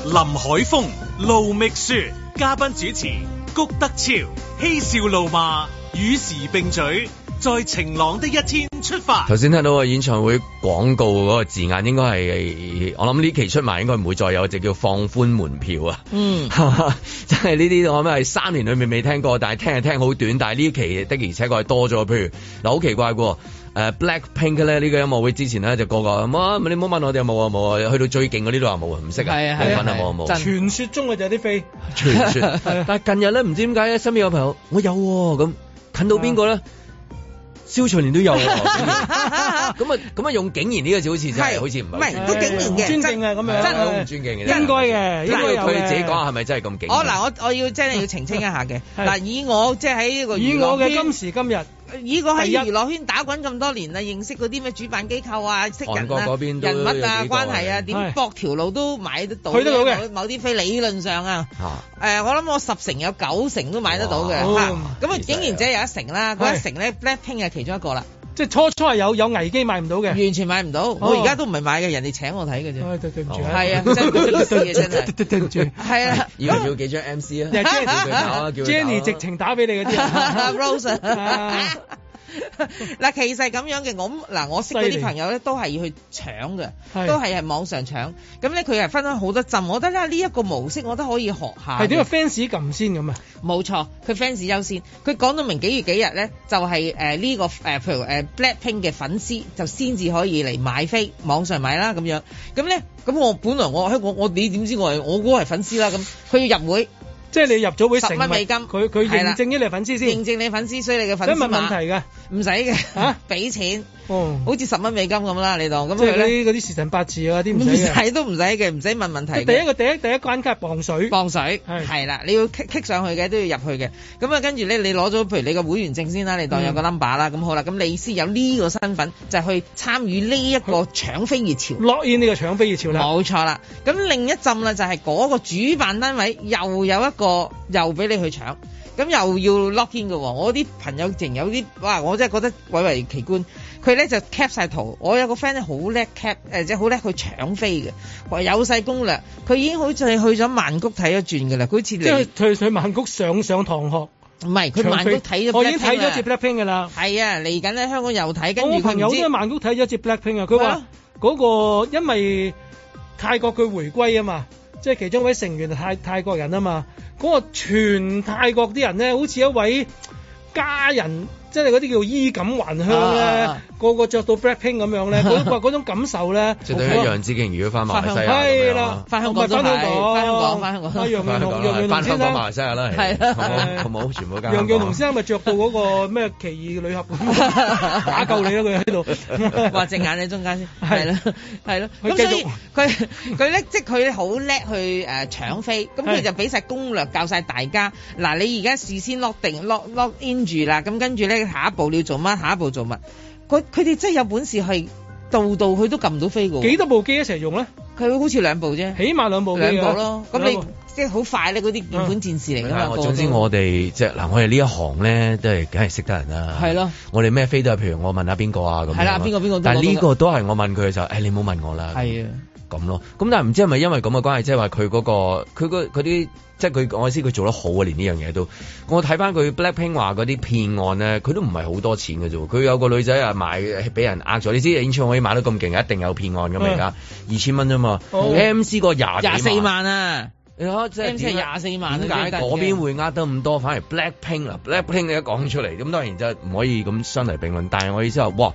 Speaker 1: 林海峰、盧覓雪，嘉賓主持谷德超，嬉笑怒罵，與時並舉，在晴朗的一天出》。發。
Speaker 2: 頭先聽到個演唱會廣告嗰個字眼，應該係我諗呢期出埋應該唔會再有，就叫放寬門票啊。
Speaker 3: 嗯，
Speaker 2: 真係呢啲我諗係三年裏面未聽過，但係聽係聽好短，但係呢期的而且確係多咗。譬如嗱，好奇怪嘅喎。誒 Blackpink 咧呢個音樂會之前咧就個個咁啊，你唔好問我哋有冇啊冇啊，去到最勁嗰啲都話冇啊，唔識啊，
Speaker 4: 係啊係
Speaker 2: 冇
Speaker 4: 啊
Speaker 2: 問啊冇啊冇啊，
Speaker 4: 傳說中嘅就係啲飛，
Speaker 2: 傳說。但係近日咧，唔知點解咧，身邊有朋友我有喎咁、近到邊個咧？蕭翠蓮都有喎，咁啊咁啊用竟然呢個字好似真係好似唔係好
Speaker 3: 唔係都竟然嘅
Speaker 4: 尊敬啊咁樣，
Speaker 2: 真係好唔尊敬嘅，
Speaker 4: 應該嘅，應
Speaker 2: 真係
Speaker 4: 該有
Speaker 2: 佢
Speaker 4: 嘅
Speaker 2: 自己講下係咪真係咁勁？啊
Speaker 3: 我哦嗱，我我要真係要澄清一下嘅。嗱，以我即係喺呢個
Speaker 4: 以我嘅
Speaker 3: 時，
Speaker 4: 今時今日。
Speaker 3: 以我喺
Speaker 4: 第一
Speaker 3: 娛樂圈打滾咁多年啦，認識嗰啲咩主辦機構啊、識人
Speaker 2: 韓國
Speaker 3: 啊
Speaker 2: 嗰、邊都
Speaker 3: 人物啊、
Speaker 2: 有幾個
Speaker 3: 關係啊，點
Speaker 2: 係
Speaker 3: 駁條路都買得到。
Speaker 2: 去得到嘅
Speaker 3: 某啲飛理論上啊。
Speaker 2: 啊
Speaker 3: 誒、我諗我十成有九成都買得到嘅
Speaker 4: 哇哦
Speaker 3: 嚇，咁啊竟然只有一成啦，嗰一成咧 Blackpink 係其中一個啦，
Speaker 4: 即係初初係有有危機買唔到嘅，
Speaker 3: 完全買唔
Speaker 4: 哦
Speaker 3: 到。我而家都唔係買嘅，人哋請我睇嘅啫。
Speaker 4: 唉，對對唔住，
Speaker 3: 係啊，真係唔好意思啊，真係。
Speaker 4: 對唔住，
Speaker 3: 係啦，
Speaker 2: 以為要幾張 MC 啊
Speaker 4: 又 係
Speaker 2: 叫佢搞啊叫佢搞啊
Speaker 4: Jenny，Jenny 直情打俾你嗰啲啊
Speaker 3: Rose 啊 嗱，其實係咁樣嘅，我嗱我識嗰
Speaker 4: 犀利
Speaker 3: 啲朋友咧，都係要去搶嘅，
Speaker 4: 係
Speaker 3: 都係係網上搶。咁咧佢係分咗好多陣，我覺得咧呢一個模式我都可以學下嘅。
Speaker 4: 係點個 fans 撳先咁啊？
Speaker 3: 冇錯，佢 fans 優先，佢講到明幾月幾日咧，就係誒呢個誒、呃譬如誒、呃 Blackpink 嘅粉絲就先至可以嚟買飛，網上買啦咁樣。咁咧，咁我本來我喺我我你點知我係我嗰個係粉絲啦，咁佢要入會。
Speaker 4: 即係你入咗會
Speaker 3: 十
Speaker 4: 成
Speaker 3: 蚊
Speaker 4: 為
Speaker 3: 美金，
Speaker 4: 佢佢
Speaker 3: 係啦
Speaker 4: 認證咗你係粉絲先
Speaker 3: 認證你粉絲，所以你嘅粉絲
Speaker 4: 有冇問題
Speaker 3: 㗎？唔使嘅，嚇俾錢，
Speaker 4: 哦，
Speaker 3: 好似十蚊美金咁啦，你當咁
Speaker 4: 即係
Speaker 3: 佢
Speaker 4: 嗰
Speaker 3: 咧。
Speaker 4: 啲嗰啲時辰八字啊啲唔
Speaker 3: 唔
Speaker 4: 使嘅。
Speaker 3: 使都唔使嘅，唔使問問題嘅。
Speaker 4: 第一個第一第一關卡係磅水，
Speaker 3: 磅水係啦，你要棘棘上去嘅都要入去嘅。咁啊，跟住咧，你攞咗譬如你個會員證先啦，你當有個 number 啦，咁好啦，咁你先有呢個身份，就係去參與呢一個搶飛熱潮。
Speaker 4: 落 in 呢個搶飛熱潮啦。
Speaker 3: 冇錯啦，咁另一陣啦就係嗰個主辦單位又有一個又俾你去搶，咁又要 lock in 嘅喎。我啲朋友淨有啲哇，我真係覺得蔚為奇觀。佢咧就 cap 晒圖，我有個 friend 咧好叻 cap，誒即係好叻去搶飛嘅，話有晒攻略。佢已經好似去咗曼谷睇一轉嘅啦，佢好似
Speaker 4: 即係
Speaker 3: 嚟
Speaker 4: 佢去曼谷上上堂學，
Speaker 3: 唔係佢曼谷睇咗 Blackpink
Speaker 4: 我已經睇咗一
Speaker 3: 啦
Speaker 4: 次 Blackpink 㗎啦。
Speaker 3: 係啊，嚟緊喺香港又睇，跟
Speaker 4: 我
Speaker 3: 住佢
Speaker 4: 朋友
Speaker 3: 唔
Speaker 4: 都喺
Speaker 3: 知
Speaker 4: 曼谷睇咗一次 Blackpink 啊，佢話嗰個因為泰國佢回歸啊嘛，即係其中一位成員係泰泰國人啊嘛，嗰、個全泰國啲人咧，好似一位家人，即係嗰啲叫衣錦還鄉咧，
Speaker 2: 啊啊啊
Speaker 4: 個個着到 Blackpink 咁樣咧，嗰嗰嗰種感受咧，
Speaker 2: 即係等於楊紫瓊如果翻馬來西亞咁樣
Speaker 4: 係
Speaker 2: 啊
Speaker 4: 啦，
Speaker 3: 翻香港都
Speaker 4: 唔係翻香
Speaker 3: 係
Speaker 4: 港
Speaker 3: 翻香港翻香港
Speaker 4: 啊楊潤
Speaker 2: 翻香港啦，翻香
Speaker 4: 雄楊潤雄先
Speaker 2: 港
Speaker 4: 啦
Speaker 2: 馬來西亞啦，
Speaker 4: 係啦
Speaker 2: 係好冇好冇全部加
Speaker 4: 楊
Speaker 2: 香
Speaker 4: 潤雄
Speaker 2: 港。
Speaker 4: 先生咪着到嗰個咩奇異 女俠咁，打救你啦佢喺 度，
Speaker 3: 話隻眼喺中間先，係
Speaker 4: 係
Speaker 3: 啦，係咯。
Speaker 4: 佢
Speaker 3: 咁
Speaker 4: 繼
Speaker 3: 所
Speaker 4: 續
Speaker 3: 以佢佢咧，即係佢好叻去誒搶飛，咁佢
Speaker 4: 係
Speaker 3: 就俾晒攻略教晒大家。嗱，你而家事先 lock 定 lock lock in 住啦，咁跟住咧下一步你要做乜，下一步做乜。佢佢哋真係有本事係度度佢都撳到飛嘅喎。
Speaker 4: 幾多部機一齊用咧？
Speaker 3: 佢好似兩部啫，
Speaker 4: 起碼兩部機啊
Speaker 3: 兩部咯。咁
Speaker 4: 兩
Speaker 3: 你
Speaker 4: 部
Speaker 3: 即係好快咧，嗰啲鍵盤戰士嚟㗎嘛。
Speaker 2: 但係我
Speaker 3: 個個
Speaker 2: 啊總之
Speaker 3: 都
Speaker 2: 我哋即係嗱，我哋呢一行咧都係梗係識得人啦。
Speaker 3: 係咯。
Speaker 2: 我哋咩飛都係，譬如我問下邊個啊咁樣。
Speaker 3: 係啦邊個邊個都
Speaker 2: 但係呢
Speaker 3: 攞到
Speaker 2: 個都係我問佢嘅時候，誒你唔好問我啦。
Speaker 3: 係啊。
Speaker 2: 咁咯，咁但係唔知係咪因為咁嘅關係，即係話佢嗰個佢嗰佢啲。即係佢，我意思佢做得好啊！連呢樣嘢都，我睇翻佢 Blackpink 話嗰啲騙案咧，佢都唔係好多錢嘅啫喎。佢有個女仔啊買俾人呃咗，你知演唱會買得咁勁，一定有騙案㗎嘛而家，二千蚊啫嘛
Speaker 3: 嗯哦
Speaker 2: ，MC 個廿幾
Speaker 3: 廿四萬啊！
Speaker 2: 你睇即係
Speaker 3: 係
Speaker 2: 點
Speaker 3: 廿
Speaker 2: 咧
Speaker 3: 四萬啊，
Speaker 2: 點解嗰邊會呃得咁多，反而 Blackpink 啦，Blackpink 你一講出嚟，咁當然就唔可以咁相提並論。但係我意思係，哇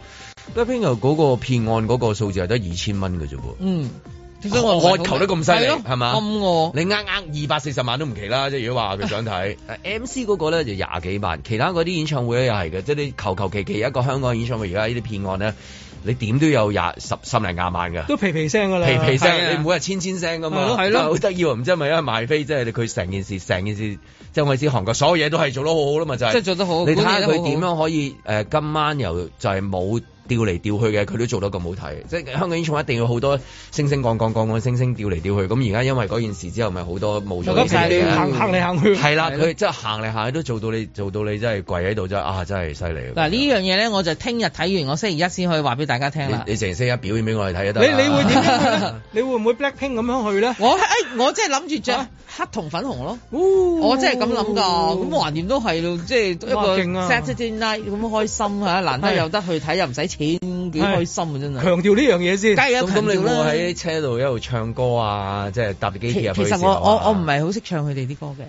Speaker 2: ，Blackpink 又嗰個騙案嗰個數字係得二千蚊嘅啫喎。
Speaker 3: 嗯，
Speaker 2: 所以我渴求得咁犀利，係嘛？
Speaker 3: 咁我
Speaker 2: 你呃呃二百四十萬都唔奇啦，即係如果話佢想 睇。M C 嗰個咧就廿幾萬，其他嗰啲演唱會咧又係嘅，即係你求求其其一個香港演唱會，而家呢啲騙案咧，你點都有廿十十零廿萬㗎。
Speaker 4: 都皮皮聲㗎啦，
Speaker 2: 皮皮
Speaker 4: 係啊
Speaker 2: 聲，你每日千千聲咁
Speaker 4: 係
Speaker 2: 嘛，
Speaker 4: 咯係咯
Speaker 2: 好得意喎！唔知係咪因為賣飛，即係佢成件事，成件事，即係我意思，韓國所有嘢都係做得好好啦嘛，就係
Speaker 3: 即係做得好
Speaker 2: 你睇
Speaker 3: 管
Speaker 2: 下
Speaker 3: 理得好好
Speaker 2: 佢點樣可以誒今晚又就係冇調嚟調去嘅，佢都做得咁好睇。即係香港演唱會一定要好多星星降降降降星星調嚟調去。咁而家因為嗰件事之後，咪好多冇咗
Speaker 4: 就咁
Speaker 2: 呢啲嘢嘅
Speaker 4: 行行嚟行去
Speaker 2: 係啦，
Speaker 4: 係咯
Speaker 2: 佢即係行嚟行去都做到你做到你真係跪喺度啫啊！真係犀利。
Speaker 3: 嗱呢樣嘢咧，我就聽日睇完，我星期一先可以話俾大家聽
Speaker 2: 你
Speaker 3: 啦。
Speaker 2: 你成星一表演俾我哋睇就
Speaker 4: 你
Speaker 2: 得啦。
Speaker 4: 你會 點樣去呢 你會唔會 Blackpink 咁樣去咧？
Speaker 3: 我誒、我真係諗住
Speaker 2: 啊
Speaker 3: 着黑同粉紅咯，
Speaker 2: 哦
Speaker 3: 我真係咁諗㗎。咁橫掂都係咯，即係一個
Speaker 4: 哇勁啊
Speaker 3: Saturday night 咁開心嚇，難得
Speaker 2: 係
Speaker 3: 有得去睇又唔使錢，幾開心啊真係。
Speaker 4: 強調呢樣嘢先。
Speaker 3: 梗係有啊
Speaker 2: 咁咁
Speaker 3: 強
Speaker 2: 你
Speaker 3: 調
Speaker 2: 會
Speaker 3: 啦。
Speaker 2: 喺車度一路唱歌啊，即係搭機
Speaker 3: 其
Speaker 2: 器入去
Speaker 3: 其
Speaker 2: 嘅時
Speaker 3: 實
Speaker 2: 候
Speaker 3: 我
Speaker 2: 啊
Speaker 3: 我我唔係好識唱佢哋啲歌嘅，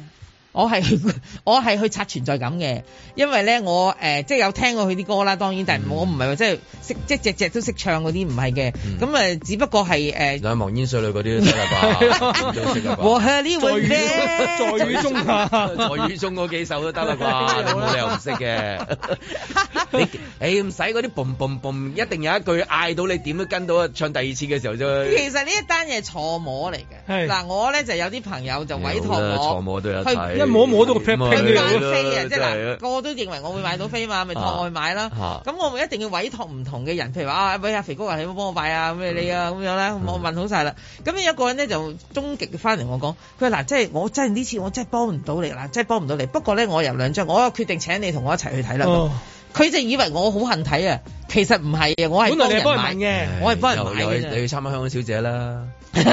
Speaker 3: 我係 去我係去刷存在感嘅，因為咧我誒、呃即係有聽過佢啲歌啦，當然，
Speaker 2: 嗯
Speaker 3: 但係我唔係話即係識即係隻隻都識唱嗰啲，唔係嘅。
Speaker 2: 嗯
Speaker 3: 咁誒、呃只不過係誒。呃
Speaker 2: 啊 兩忘煙水裏嗰啲都得 啦啩，都識啦
Speaker 3: 我
Speaker 2: 啩。
Speaker 3: 和你吻別
Speaker 4: 在雨中啊
Speaker 2: 在雨中嗰幾首都得啦啩，你
Speaker 3: 啊
Speaker 2: 冇理由唔識嘅。 你誒唔使嗰啲嘣嘣嘣，一定有一句嗌到你點都跟到啊！唱第二次嘅時候就
Speaker 3: 其實呢一單嘢係錯摸嚟嘅。
Speaker 2: 係
Speaker 3: 嗱，我咧就有啲朋 友就委託
Speaker 2: 有啦坐
Speaker 3: 我
Speaker 2: 摸都有
Speaker 3: 去
Speaker 2: 睇，
Speaker 4: 一摸摸到個 pat
Speaker 2: 咪
Speaker 4: pat
Speaker 2: 係
Speaker 3: 買
Speaker 2: 咯
Speaker 3: 飛啊啊，即係
Speaker 2: 真
Speaker 3: 嗱，
Speaker 2: 係
Speaker 3: 個個都認為我會買到飛嘛，咪託我去買啦
Speaker 2: 啊。
Speaker 3: 咁我咪一定要委託唔同嘅人，譬如話啊，喂阿肥哥啊，你幫我買啊，咩你
Speaker 2: 嗯
Speaker 3: 啊咁樣啦，咁我問好晒啦。咁有一個人咧就終極翻嚟我講，佢話嗱，即係我真係呢次我真係幫唔到你，嗱，真係幫唔到你。不過咧，我有兩張，我決定請你同我一齊去睇啦。
Speaker 4: 哦
Speaker 3: 佢就以為我好恨睇啊，其實唔係啊，我係
Speaker 4: 本來你係幫
Speaker 3: 幫
Speaker 4: 人
Speaker 3: 人買
Speaker 4: 問嘅
Speaker 3: 我係幫人
Speaker 2: 又
Speaker 3: 買
Speaker 2: 又
Speaker 3: 嘅
Speaker 2: 去
Speaker 3: 啫。
Speaker 2: 你去參加香港小姐啦，新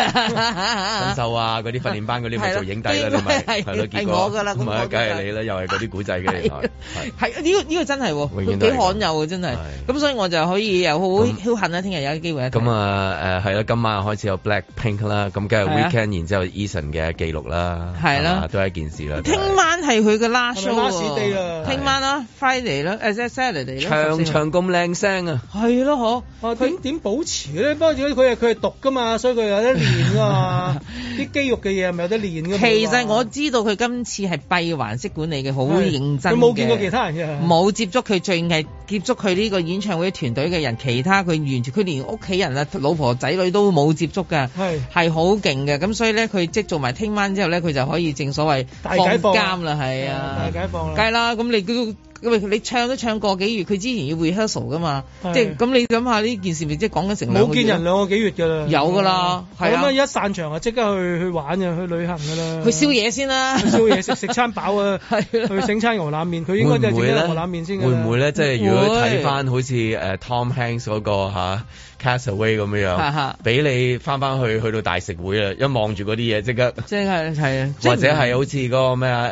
Speaker 2: 秀啊嗰啲訓練班嗰啲咪做影帝啦，
Speaker 3: 係咯
Speaker 2: 你咪
Speaker 3: 係
Speaker 2: 係咯，
Speaker 3: 係
Speaker 2: 啊結果
Speaker 3: 我㗎啦咁
Speaker 2: 唔
Speaker 3: 我
Speaker 2: 係
Speaker 3: 都
Speaker 2: 梗係
Speaker 3: 係
Speaker 2: 你啦，又係嗰啲古仔嘅原來係。
Speaker 3: 係呢個呢個真係喎，
Speaker 2: 永遠
Speaker 3: 佢
Speaker 2: 都係
Speaker 3: 幾罕有啊真係。咁所以我就可以又好僥倖啦，聽日有機會一睇
Speaker 2: 咁啊誒係啦，今晚開始有 Black Pink 啦，咁梗係
Speaker 3: 係啊
Speaker 2: Weekend，然之後 Eason 嘅記錄啦，
Speaker 3: 係啦
Speaker 2: 係嘛都係一件事啦。啊都係
Speaker 3: 聽晚係佢嘅 last
Speaker 4: 係
Speaker 3: show 喎
Speaker 4: 咪 last day 啊
Speaker 3: 聽晚啦，Friday 啦，誒即係 Saturday 啦，
Speaker 2: 唱
Speaker 3: 14號
Speaker 2: 唱咁靚聲啊！
Speaker 3: 係咯
Speaker 4: 嗬，啊點點保持咧？不過如果佢係佢係毒噶嘛，所以佢有得練噶 嘛，啲肌肉嘅嘢係咪有得練噶嘛？
Speaker 3: 其實我知道佢今次係閉環式管理嘅，好
Speaker 4: 係
Speaker 3: 認真
Speaker 4: 佢
Speaker 3: 嘅
Speaker 4: 冇見過其他人嘅
Speaker 3: 冇接觸佢，最係接觸佢呢個演唱會團隊嘅人，其他佢完全佢連屋企人啊、老婆仔女都冇接觸㗎，
Speaker 4: 係
Speaker 3: 係好勁嘅。咁所以咧，佢即做埋聽晚之後咧，佢就可以正所謂
Speaker 4: 大解放啊
Speaker 3: 監啦，係啊，
Speaker 4: 大解放啦
Speaker 3: 梗係啦，咁你都喂你唱都唱個幾月，佢之前要 rehearsal 噶嘛，
Speaker 4: 係
Speaker 3: 即係咁你諗下呢件事咪即係講緊成兩
Speaker 4: 冇
Speaker 3: 個
Speaker 4: 見
Speaker 3: 月
Speaker 4: 人兩個幾月㗎啦，
Speaker 3: 有㗎啦係啊
Speaker 4: 咁啊一散場啊，即刻去去玩嘅，去旅行㗎啦，
Speaker 3: 去宵夜先啦，
Speaker 4: 去宵夜食食餐飽 啊，去整餐牛腩面，佢應該就係
Speaker 2: 會
Speaker 4: 整
Speaker 2: 唔會咧
Speaker 4: 咗牛腩面先㗎
Speaker 2: 會
Speaker 4: 啦。
Speaker 2: 唔會咧？即係如果睇
Speaker 4: 會
Speaker 2: 翻好似誒 Tom Hanks 嗰個嚇 Castaway 咁樣
Speaker 3: 哈
Speaker 2: 樣
Speaker 3: 哈，
Speaker 2: 俾你翻翻去去到大食會啊！一望住嗰啲嘢即刻。
Speaker 3: 即係係啊，即
Speaker 2: 或者
Speaker 3: 唔
Speaker 2: 係好似嗰個咩啊誒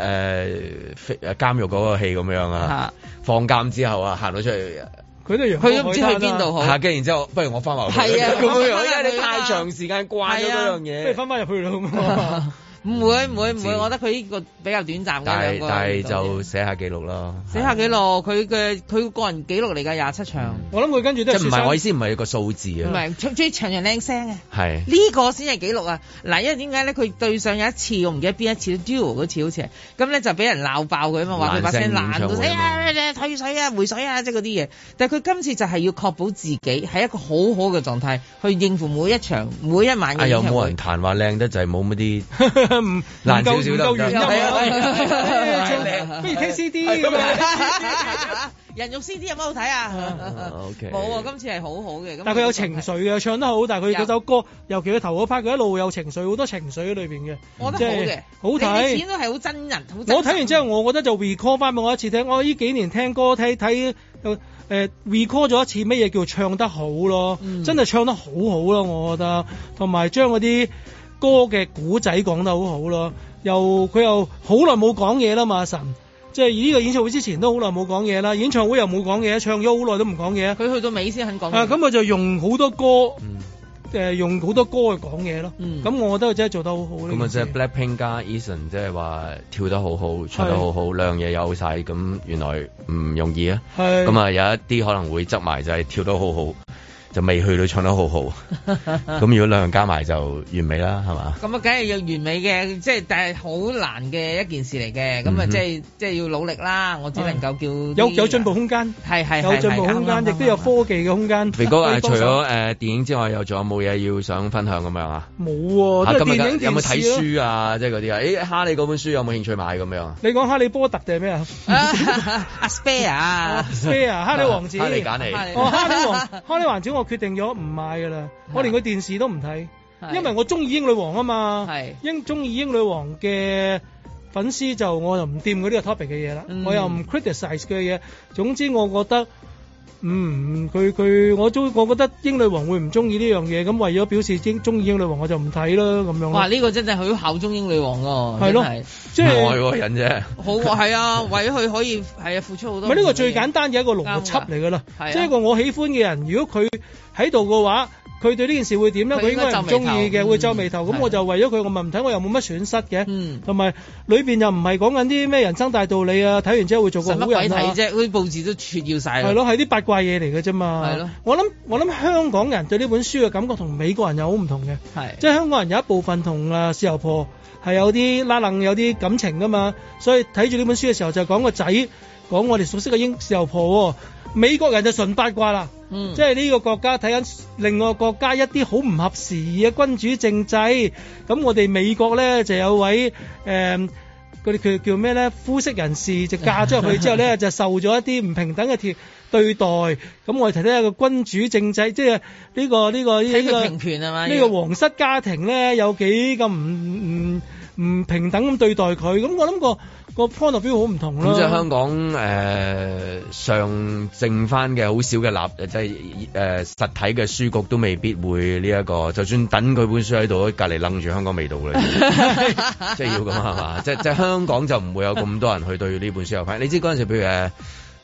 Speaker 2: 非誒監獄嗰個戲咁樣啊，放監之後啊行到出去，
Speaker 4: 佢都
Speaker 3: 佢都唔知去邊度好
Speaker 2: 嚇跟住然之後，不如我翻埋去
Speaker 3: 係啊
Speaker 2: 咁樣
Speaker 3: 我
Speaker 2: 樣，
Speaker 3: 翻返
Speaker 2: 因為
Speaker 3: 去
Speaker 2: 你
Speaker 3: 啦
Speaker 2: 太長時間慣咗嗰樣
Speaker 4: 不如
Speaker 2: 嘢。
Speaker 4: 翻翻入去啦咁啊。
Speaker 3: 唔會唔會唔
Speaker 2: 知
Speaker 3: 會，我覺得佢呢個比較短暫嘅
Speaker 2: 但係
Speaker 3: 兩個
Speaker 2: 但係
Speaker 3: 月度
Speaker 2: 就寫下記錄啦，
Speaker 3: 寫下記錄，佢嘅佢個人記錄嚟㗎廿七場，
Speaker 4: 我諗佢跟
Speaker 2: 即
Speaker 4: 住都係
Speaker 2: 係唔
Speaker 4: 雪
Speaker 2: 係
Speaker 4: 山
Speaker 2: 我意思，唔係個數字
Speaker 3: 唔
Speaker 2: 啊，
Speaker 3: 係最最長人靚聲啊！
Speaker 2: 係
Speaker 3: 呢個先係記錄啊！嗱，因為點解咧？佢對上有一次，我唔記得邊一次，Duo 嗰次好似係，咁咧就俾人鬧爆佢啊嘛，話佢把聲爛到
Speaker 2: 爛聲演唱
Speaker 3: 死
Speaker 2: 會啊嘛
Speaker 3: 啊！你退水啊，回水啊，即係嗰啲嘢。但係佢今次就係要確保自己係一個好好嘅狀態去應付每一場、每一晚
Speaker 2: 啊
Speaker 3: 嘅演
Speaker 2: 有
Speaker 3: 唱
Speaker 2: 冇
Speaker 3: 會
Speaker 2: 人。彈話靚得滯，冇乜啲
Speaker 4: 唔
Speaker 2: 難少少得唔得
Speaker 4: 唔夠唔夠原音啊
Speaker 3: 啊係
Speaker 4: 哎不如聽 CD
Speaker 3: 係
Speaker 4: 咁
Speaker 3: 啊 人肉 CD 有乜好睇啊
Speaker 2: OK
Speaker 3: 冇啊！今次係好好嘅，咁
Speaker 4: 但係佢有情緒嘅，唱得好。但係佢
Speaker 3: 有
Speaker 4: 嗰首歌，尤其佢頭嗰 part，佢一路有情緒，好多情緒喺裏邊嘅。
Speaker 3: 我覺
Speaker 4: 即
Speaker 3: 得好
Speaker 4: 係
Speaker 3: 嘅，
Speaker 4: 好
Speaker 3: 你
Speaker 4: 睇
Speaker 3: 錢。都係好真人，好真實
Speaker 4: 我睇完之後，我覺得就 recall 翻俾我一次聽。我哦呢幾年聽歌睇睇誒 recall 咗一次乜嘢叫唱得好咯，真係唱得好好咯，我覺得。同埋將嗰啲歌嘅古仔講得好好咯，又佢又好耐冇講嘢啦嘛，阿神。即係呢個演唱會之前都好耐冇講嘢啦，演唱會又冇講嘢，唱咗好耐都唔講嘢。
Speaker 3: 佢去到尾先肯講嘢。
Speaker 4: 啊，咁佢就用好多歌，誒、用好多歌去講嘢咯。咁、我覺得佢真係做得好好呢
Speaker 2: 咁啊，
Speaker 4: 件
Speaker 2: 即
Speaker 4: 事
Speaker 2: 係 Blackpink 加 Eason，即係話跳得好好，唱得好好，兩嘢有晒，咁原來唔容易啊。
Speaker 4: 係
Speaker 2: 咁啊，有一啲可能會執埋就係跳得好好，就未去到唱得好好。咁如果兩樣加埋就完美啦，係嘛？
Speaker 3: 咁啊，梗係要完美嘅，即係但係好難嘅一件事嚟嘅，咁啊，
Speaker 2: 嗯哼
Speaker 3: 即係即係要努力啦。我只能夠叫啲
Speaker 4: 有有進步空間，
Speaker 3: 係係
Speaker 4: 有進步
Speaker 3: 係
Speaker 4: 空
Speaker 3: 係
Speaker 4: 間，
Speaker 3: 啱
Speaker 4: 亦都有科技嘅空間。
Speaker 2: 肥哥啊，
Speaker 4: 可以
Speaker 2: 除
Speaker 4: 幫手
Speaker 2: 咗誒電影之外，又仲有冇嘢要想分享咁樣啊？
Speaker 4: 冇
Speaker 2: 啊
Speaker 4: 哦喎，都
Speaker 2: 今
Speaker 4: 係
Speaker 2: 日
Speaker 4: 電影
Speaker 2: 有冇
Speaker 4: 電
Speaker 2: 睇
Speaker 4: 視咯。
Speaker 2: 書啊？即係嗰啲啊？誒，哈利嗰本書有冇興趣買咁樣啊？
Speaker 4: 你講哈利波特定係咩啊？
Speaker 3: 阿 Spare 啊
Speaker 4: Spare 啊哈利王子，
Speaker 2: 哈利簡尼哈利
Speaker 4: 哦，哈利王，哈利王子，我決定咗唔買噶啦，我連佢電視都唔睇，因為我中意英女王啊嘛，英中意英女王嘅粉絲就我就唔掂嗰啲個 topic 嘅嘢啦，我又唔 criticise 佢嘅嘢，總之我覺得。嗯，佢佢我中，我覺得英女王會唔中意呢樣嘢，咁為咗表示英中意英女王，我就唔睇啦咁樣咯。
Speaker 3: 哇！呢個真係好效忠英女王喎，
Speaker 4: 係
Speaker 3: 真
Speaker 4: 咯
Speaker 3: 係
Speaker 4: 即係
Speaker 2: 愛嗰個人啫。
Speaker 3: 好喎係 啊，為咗佢可以係啊付出好多。
Speaker 4: 唔係呢個最簡單嘅一個邏輯嚟㗎啦
Speaker 3: 啱㗎係啊，
Speaker 4: 即係一個我喜歡嘅人，如果佢喺度嘅話，佢對呢件事會點咧？
Speaker 3: 佢
Speaker 4: 佢
Speaker 3: 應
Speaker 4: 應
Speaker 3: 該
Speaker 4: 該係唔中意嘅，
Speaker 3: 皺眉頭嗯啊
Speaker 4: 會皺眉頭。咁我就為咗佢，我咪唔睇，我又冇乜損失
Speaker 3: 嗯
Speaker 4: 嘅。同埋裏邊又唔係講緊啲咩人生大道理啊，睇完之後 會做個
Speaker 3: 使乜
Speaker 4: 好
Speaker 3: 鬼
Speaker 4: 人
Speaker 3: 睇
Speaker 4: 啊。
Speaker 3: 啫？嗰啲報紙都撮要晒啦。
Speaker 4: 係咯，係啲八卦嘢嚟嘅啫嘛。
Speaker 3: 係咯，
Speaker 4: 我諗我諗香港人對呢本書嘅感覺同美國人又好唔同嘅。
Speaker 3: 係
Speaker 4: 即係香港人有一部分同啊豉油婆係有啲拉楞有啲感情噶嘛，所以睇住呢本書嘅時候就講個仔，講我哋熟悉嘅英豉油婆喎、美國人就純八卦啦，
Speaker 3: 嗯
Speaker 4: 即係呢個國家睇緊另外國家一啲好唔合時宜嘅君主政制，咁我哋美國咧就有位誒。嗰啲叫叫咩咧？膚色人士就嫁咗入去之後咧，就受咗一啲唔平等嘅貼對待。咁我哋睇睇一個君主政制，即係呢個呢個呢
Speaker 3: 睇
Speaker 4: 個
Speaker 3: 佢平權啊嘛。
Speaker 4: 呢
Speaker 3: 要
Speaker 4: 個皇室家庭咧有幾咁唔唔唔平等咁對待佢，咁我諗個個 point of view 好唔同
Speaker 2: 咁
Speaker 4: 咯。
Speaker 2: 即係香港誒、呃上剩翻嘅好少嘅立，即係誒、呃、實體嘅書局都未必會呢、一個，就算等佢本書喺度，隔離楞住香港味道㗎 啦，已經即係要咁啊係嘛？即係即係香港就唔會有咁多人去對呢本書有反應。你知嗰陣時，譬如誒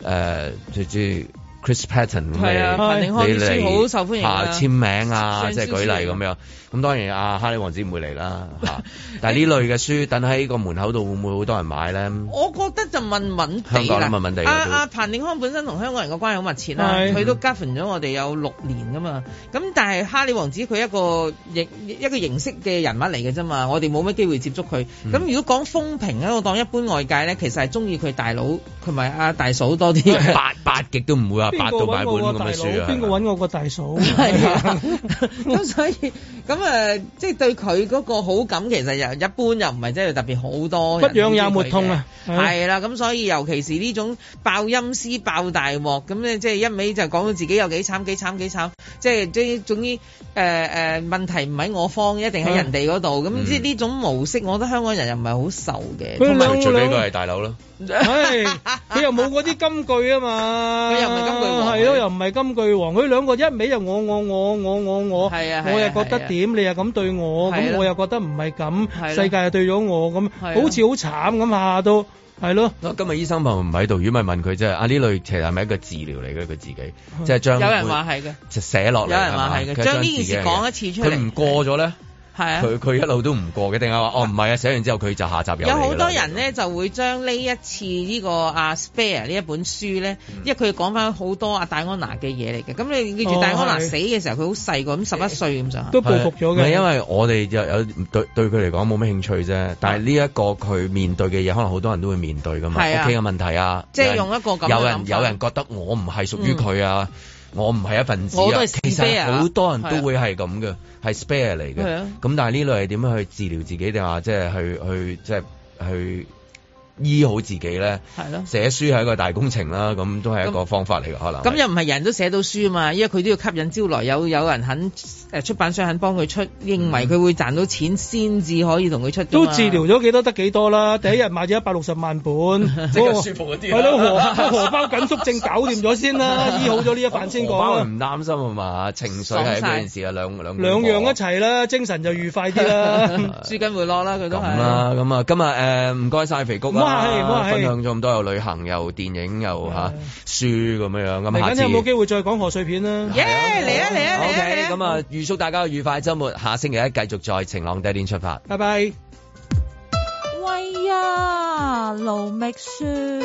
Speaker 2: 誒，即、知 Chris Patton 咁
Speaker 3: 係啊
Speaker 2: 你
Speaker 3: 彭定康啲
Speaker 2: 你嚟
Speaker 3: 書好受歡迎㗎
Speaker 2: 啊簽名啊，
Speaker 3: 上
Speaker 2: 即係舉
Speaker 3: 書
Speaker 2: 例
Speaker 3: 書
Speaker 2: 咁樣。咁當然啊，哈利王子唔會嚟啦 嚇。但係呢類嘅書等喺個門口度，會唔會好多人買咧？
Speaker 3: 我覺得就問問地
Speaker 2: 嗯香港
Speaker 3: 啦，
Speaker 2: 都問問地
Speaker 3: 阿
Speaker 2: 啦都
Speaker 3: 阿彭定康本身同香港人嘅關係好密切啦，
Speaker 2: 係
Speaker 3: 佢都 govern 咗我哋有六年噶嘛。咁但係哈利王子佢一個形一個形式嘅人物嚟嘅啫嘛，我哋冇乜機會接觸佢。咁、
Speaker 13: 嗯
Speaker 3: 如果講風評咧，我當一般外界咧，其實係中意佢大佬同埋阿大嫂多啲嘅。
Speaker 2: 八八極都唔會話八到八本咁嘅書
Speaker 4: 邊個
Speaker 2: 啊。
Speaker 4: 揾我個大嫂？
Speaker 3: 啊咁所以咁誒，即係對佢嗰個好感其實又一般，又唔係真係特別好多。
Speaker 4: 不養也沒痛啊
Speaker 3: 係啦，咁所以尤其是呢種爆陰私爆大鑊，咁咧即係一味就講到自己有幾慘幾慘幾慘，即係即係總之誒誒問題唔喺我方，一定喺人哋嗰
Speaker 4: 嗯
Speaker 3: 度。咁即係呢種模式，我覺得香港人又唔係好受嘅。
Speaker 4: 佢兩
Speaker 2: 除非佢係大佬啦。
Speaker 4: 唉，佢又冇嗰啲金句啊嘛，
Speaker 3: 佢又唔係金句王
Speaker 4: 係咯，又唔係金句王，佢兩個一味又我我我我我我，
Speaker 3: 係啊係啊
Speaker 4: 我又覺得點，你又咁對我，
Speaker 3: 係
Speaker 4: 咁
Speaker 3: 咯
Speaker 4: 我又覺得唔
Speaker 3: 係
Speaker 4: 係咁，
Speaker 3: 咯
Speaker 4: 世界又對咗我咁，
Speaker 3: 係啊
Speaker 4: 好似好慘咁下都係咯，
Speaker 2: 嗱今日啊醫生朋友唔喺度，如果咪問佢啫，啊呢類其實係咪一個治療嚟嘅佢自己，即係將
Speaker 3: 有人話係嘅，
Speaker 2: 就寫落嚟，
Speaker 3: 有人話
Speaker 2: 係嘛
Speaker 3: 係嘅
Speaker 2: 佢
Speaker 3: 將呢件
Speaker 2: 自己
Speaker 3: 事
Speaker 2: 嘅
Speaker 3: 講一次出嚟
Speaker 2: 佢唔過咗咧，
Speaker 3: 係啊。
Speaker 2: 佢佢一路都唔過嘅，定係話哦唔係啊，寫完之後佢就下集有
Speaker 3: 有好
Speaker 2: 嚟㗎啦
Speaker 3: 多人啊咧就會將呢一次呢、個啊 Spare 呢一本書咧，因為佢講翻好多阿戴安娜嘅嘢嚟嘅。咁你記住，
Speaker 4: 哦
Speaker 3: 戴安娜
Speaker 4: 係
Speaker 3: 死嘅時候佢好細個，咁十一歲咁上下。
Speaker 4: 都報復咗
Speaker 2: 係唔係
Speaker 4: 嘅
Speaker 2: 因為我哋有有對對佢嚟講冇咩興趣啫，但係呢一個佢面對嘅嘢，可能好多人都會面對噶嘛，
Speaker 3: 係啊
Speaker 2: 屋企嘅問題啊，
Speaker 3: 即係
Speaker 2: 有人
Speaker 3: 用一個咁嘅
Speaker 2: 有
Speaker 3: 諗
Speaker 2: 人
Speaker 3: 法嗯
Speaker 2: 有人覺得我唔係屬於佢啊。我唔係一份子啊
Speaker 3: 我都係
Speaker 2: 其
Speaker 3: spare
Speaker 2: 實
Speaker 3: 啊
Speaker 2: 好多人都會係咁嘅，係 spare 嚟嘅。
Speaker 3: 係啊
Speaker 2: 咁但係呢類係點樣去治療自己定話即係去去即係去醫好自己咧？
Speaker 3: 係咯
Speaker 2: 寫書係一個大工程啦，咁都係一個方法嚟嘅可能。
Speaker 3: 咁又唔係人都寫到書嘛，因為佢都要吸引招來有有人肯誒出版商肯幫佢出，認為佢會賺到錢先至可以同佢出㗎
Speaker 4: 嗯都
Speaker 3: 嘛。
Speaker 4: 治 療咗幾多得幾多啦，第一日買咗一百六十萬本，
Speaker 2: 即刻舒服嗰啲啦
Speaker 4: 係咯，荷荷包緊縮症搞掂咗先 啦，醫好咗呢一飯先
Speaker 2: 荷包
Speaker 4: 講啦。
Speaker 2: 唔擔心啊嘛，情緒係嗰件事啊，兩兩
Speaker 4: 兩樣一
Speaker 2: 一
Speaker 4: 齊啦，精神就愉快啲啦。
Speaker 3: 書根回落啦，佢都
Speaker 2: 咁
Speaker 3: 係。
Speaker 2: 啦，咁啊，今日誒唔該晒肥谷
Speaker 4: 唔好客氣唔好
Speaker 2: 啦，
Speaker 4: 客氣
Speaker 2: 分享咗咁多又旅行又電影又嚇書咁樣 樣，咁啊
Speaker 4: 嚟
Speaker 2: 下
Speaker 4: 緊有冇
Speaker 2: 次。
Speaker 4: 機會再講賀歲片啦？
Speaker 3: 耶！嚟啊嚟啊嚟啊
Speaker 2: OK，咁啊，預祝大家愉快週末，下星期一繼續在晴朗的一天出發。
Speaker 4: 拜拜。
Speaker 15: 喂呀，盧覓雪。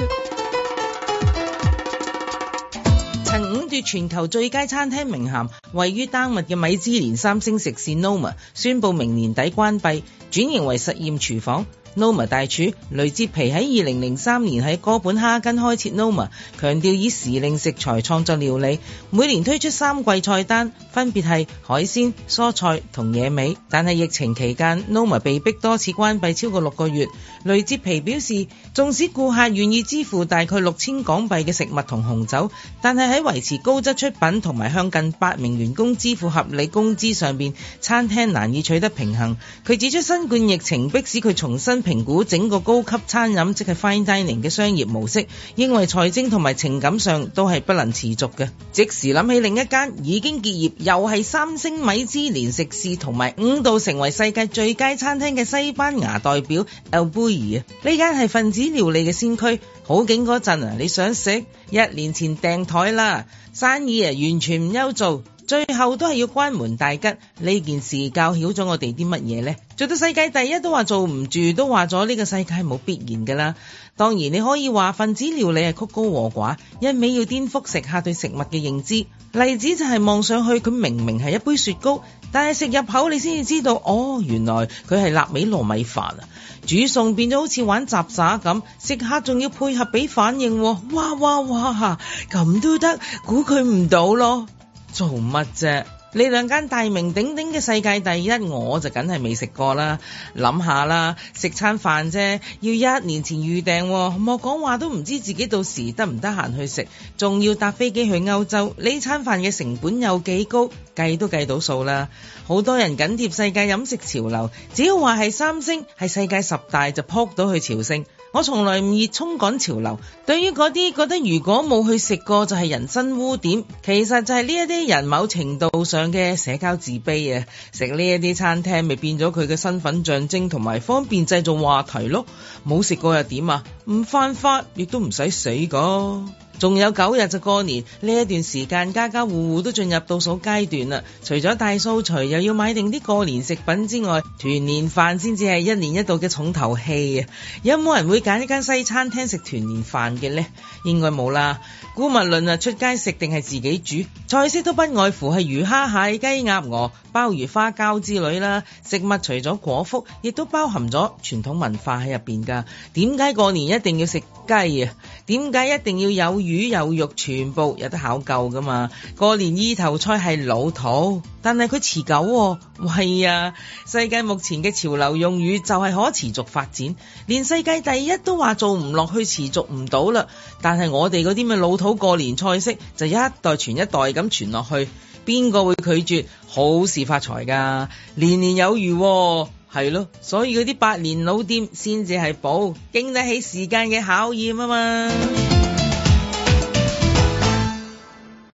Speaker 3: 曾五奪全球最佳餐廳名銜，位於丹麥嘅米芝蓮三星食肆 Noma 宣布明年底關閉，轉型為實驗廚房。Noma 大廚雷哲皮喺二零零三年喺哥本哈根開設 Noma，強調以時令食材創作料理，每年推出三季菜單，分別係海鮮、蔬菜同野味。但係疫情期間，Noma 被逼多次關閉超過六個月。雷哲皮表示，縱使顧客願意支付大概六千港幣嘅食物同紅酒，但係喺維持高質出品同埋向近八名員工支付合理工資上邊，餐廳難以取得平衡。佢指出新冠疫情迫使佢重新評估整個高級餐飲即係 fine dining 嘅商業模式，認為財政同埋情感上都係不能持續嘅。即時諗起另一間已經結業，又係三星米芝蓮食肆同埋五度成為世界最佳餐廳嘅西班牙代表 El Bulli 啊！呢間係分子料理嘅先驅，好景嗰陣啊，你想食一年前訂台啦，生意啊完全唔憂做。最後都係要關門大吉，呢件事教曉咗我哋啲乜嘢呢？做到世界第一都話做唔住，都話咗呢個世界冇必然㗎啦。當然你可以話分子料理係曲高和寡，一味要顛覆食客對食物嘅認知。例子就係望上去佢明明係一杯雪糕，但係食入口你先至知道，哦，原來佢係臘味糯米飯啊！煮餸變咗好似玩雜耍咁，食客仲要配合俾反應喎，哇哇哇，咁都得，估佢唔到咯。做乜啫？你兩間大名鼎鼎嘅世界第一，我就梗係未食過啦。諗下啦，食餐飯啫，要一年前預訂喎，莫講話都唔知自己到時得唔得閒去食，仲要搭飛機去歐洲，呢餐飯嘅成本有幾高，計都計到數啦。好多人緊貼世界飲食潮流，只要話係三星，係世界十大就撲到去朝聖。我從來唔熱衷趕潮流，對於嗰啲覺得如果冇去食過就係人生污點，其實就係呢一啲人某程度上嘅社交自卑啊！食呢一啲餐廳咪變咗佢嘅身份象徵，同埋方便製造話題咯。冇食過又點啊？唔犯法亦都唔使死噶。仲有九日就過年，呢一段時間家家戶戶都進入倒數階段啦。除咗大掃除，又要買定啲過年食品之外，團年飯先至係一年一度嘅重頭戲啊！有冇人會揀一間西餐廳食團年飯嘅呢？應該冇啦。估物論啊，出街食定係自己煮，菜式都不外乎係魚蝦蟹、雞鴨鵝、鮑魚花膠之類啦。食物除咗果腹，亦都包含咗傳統文化喺入邊㗎。點解過年一定要食雞啊？點解一定要有魚？魚有肉，全部有得考究噶嘛。過年意頭菜係老土，但係佢持久喎、喂啊！世界目前嘅潮流用語就係可持續發展，連世界第一都話做唔落去，持續唔到啦。但係我哋嗰啲咩老土過年菜式就一代傳一代咁傳落去，邊個會拒絕？好事發財㗎，年年有餘、喎。係咯，所以嗰啲百年老店先至係寶，經得起時間嘅考驗啊嘛。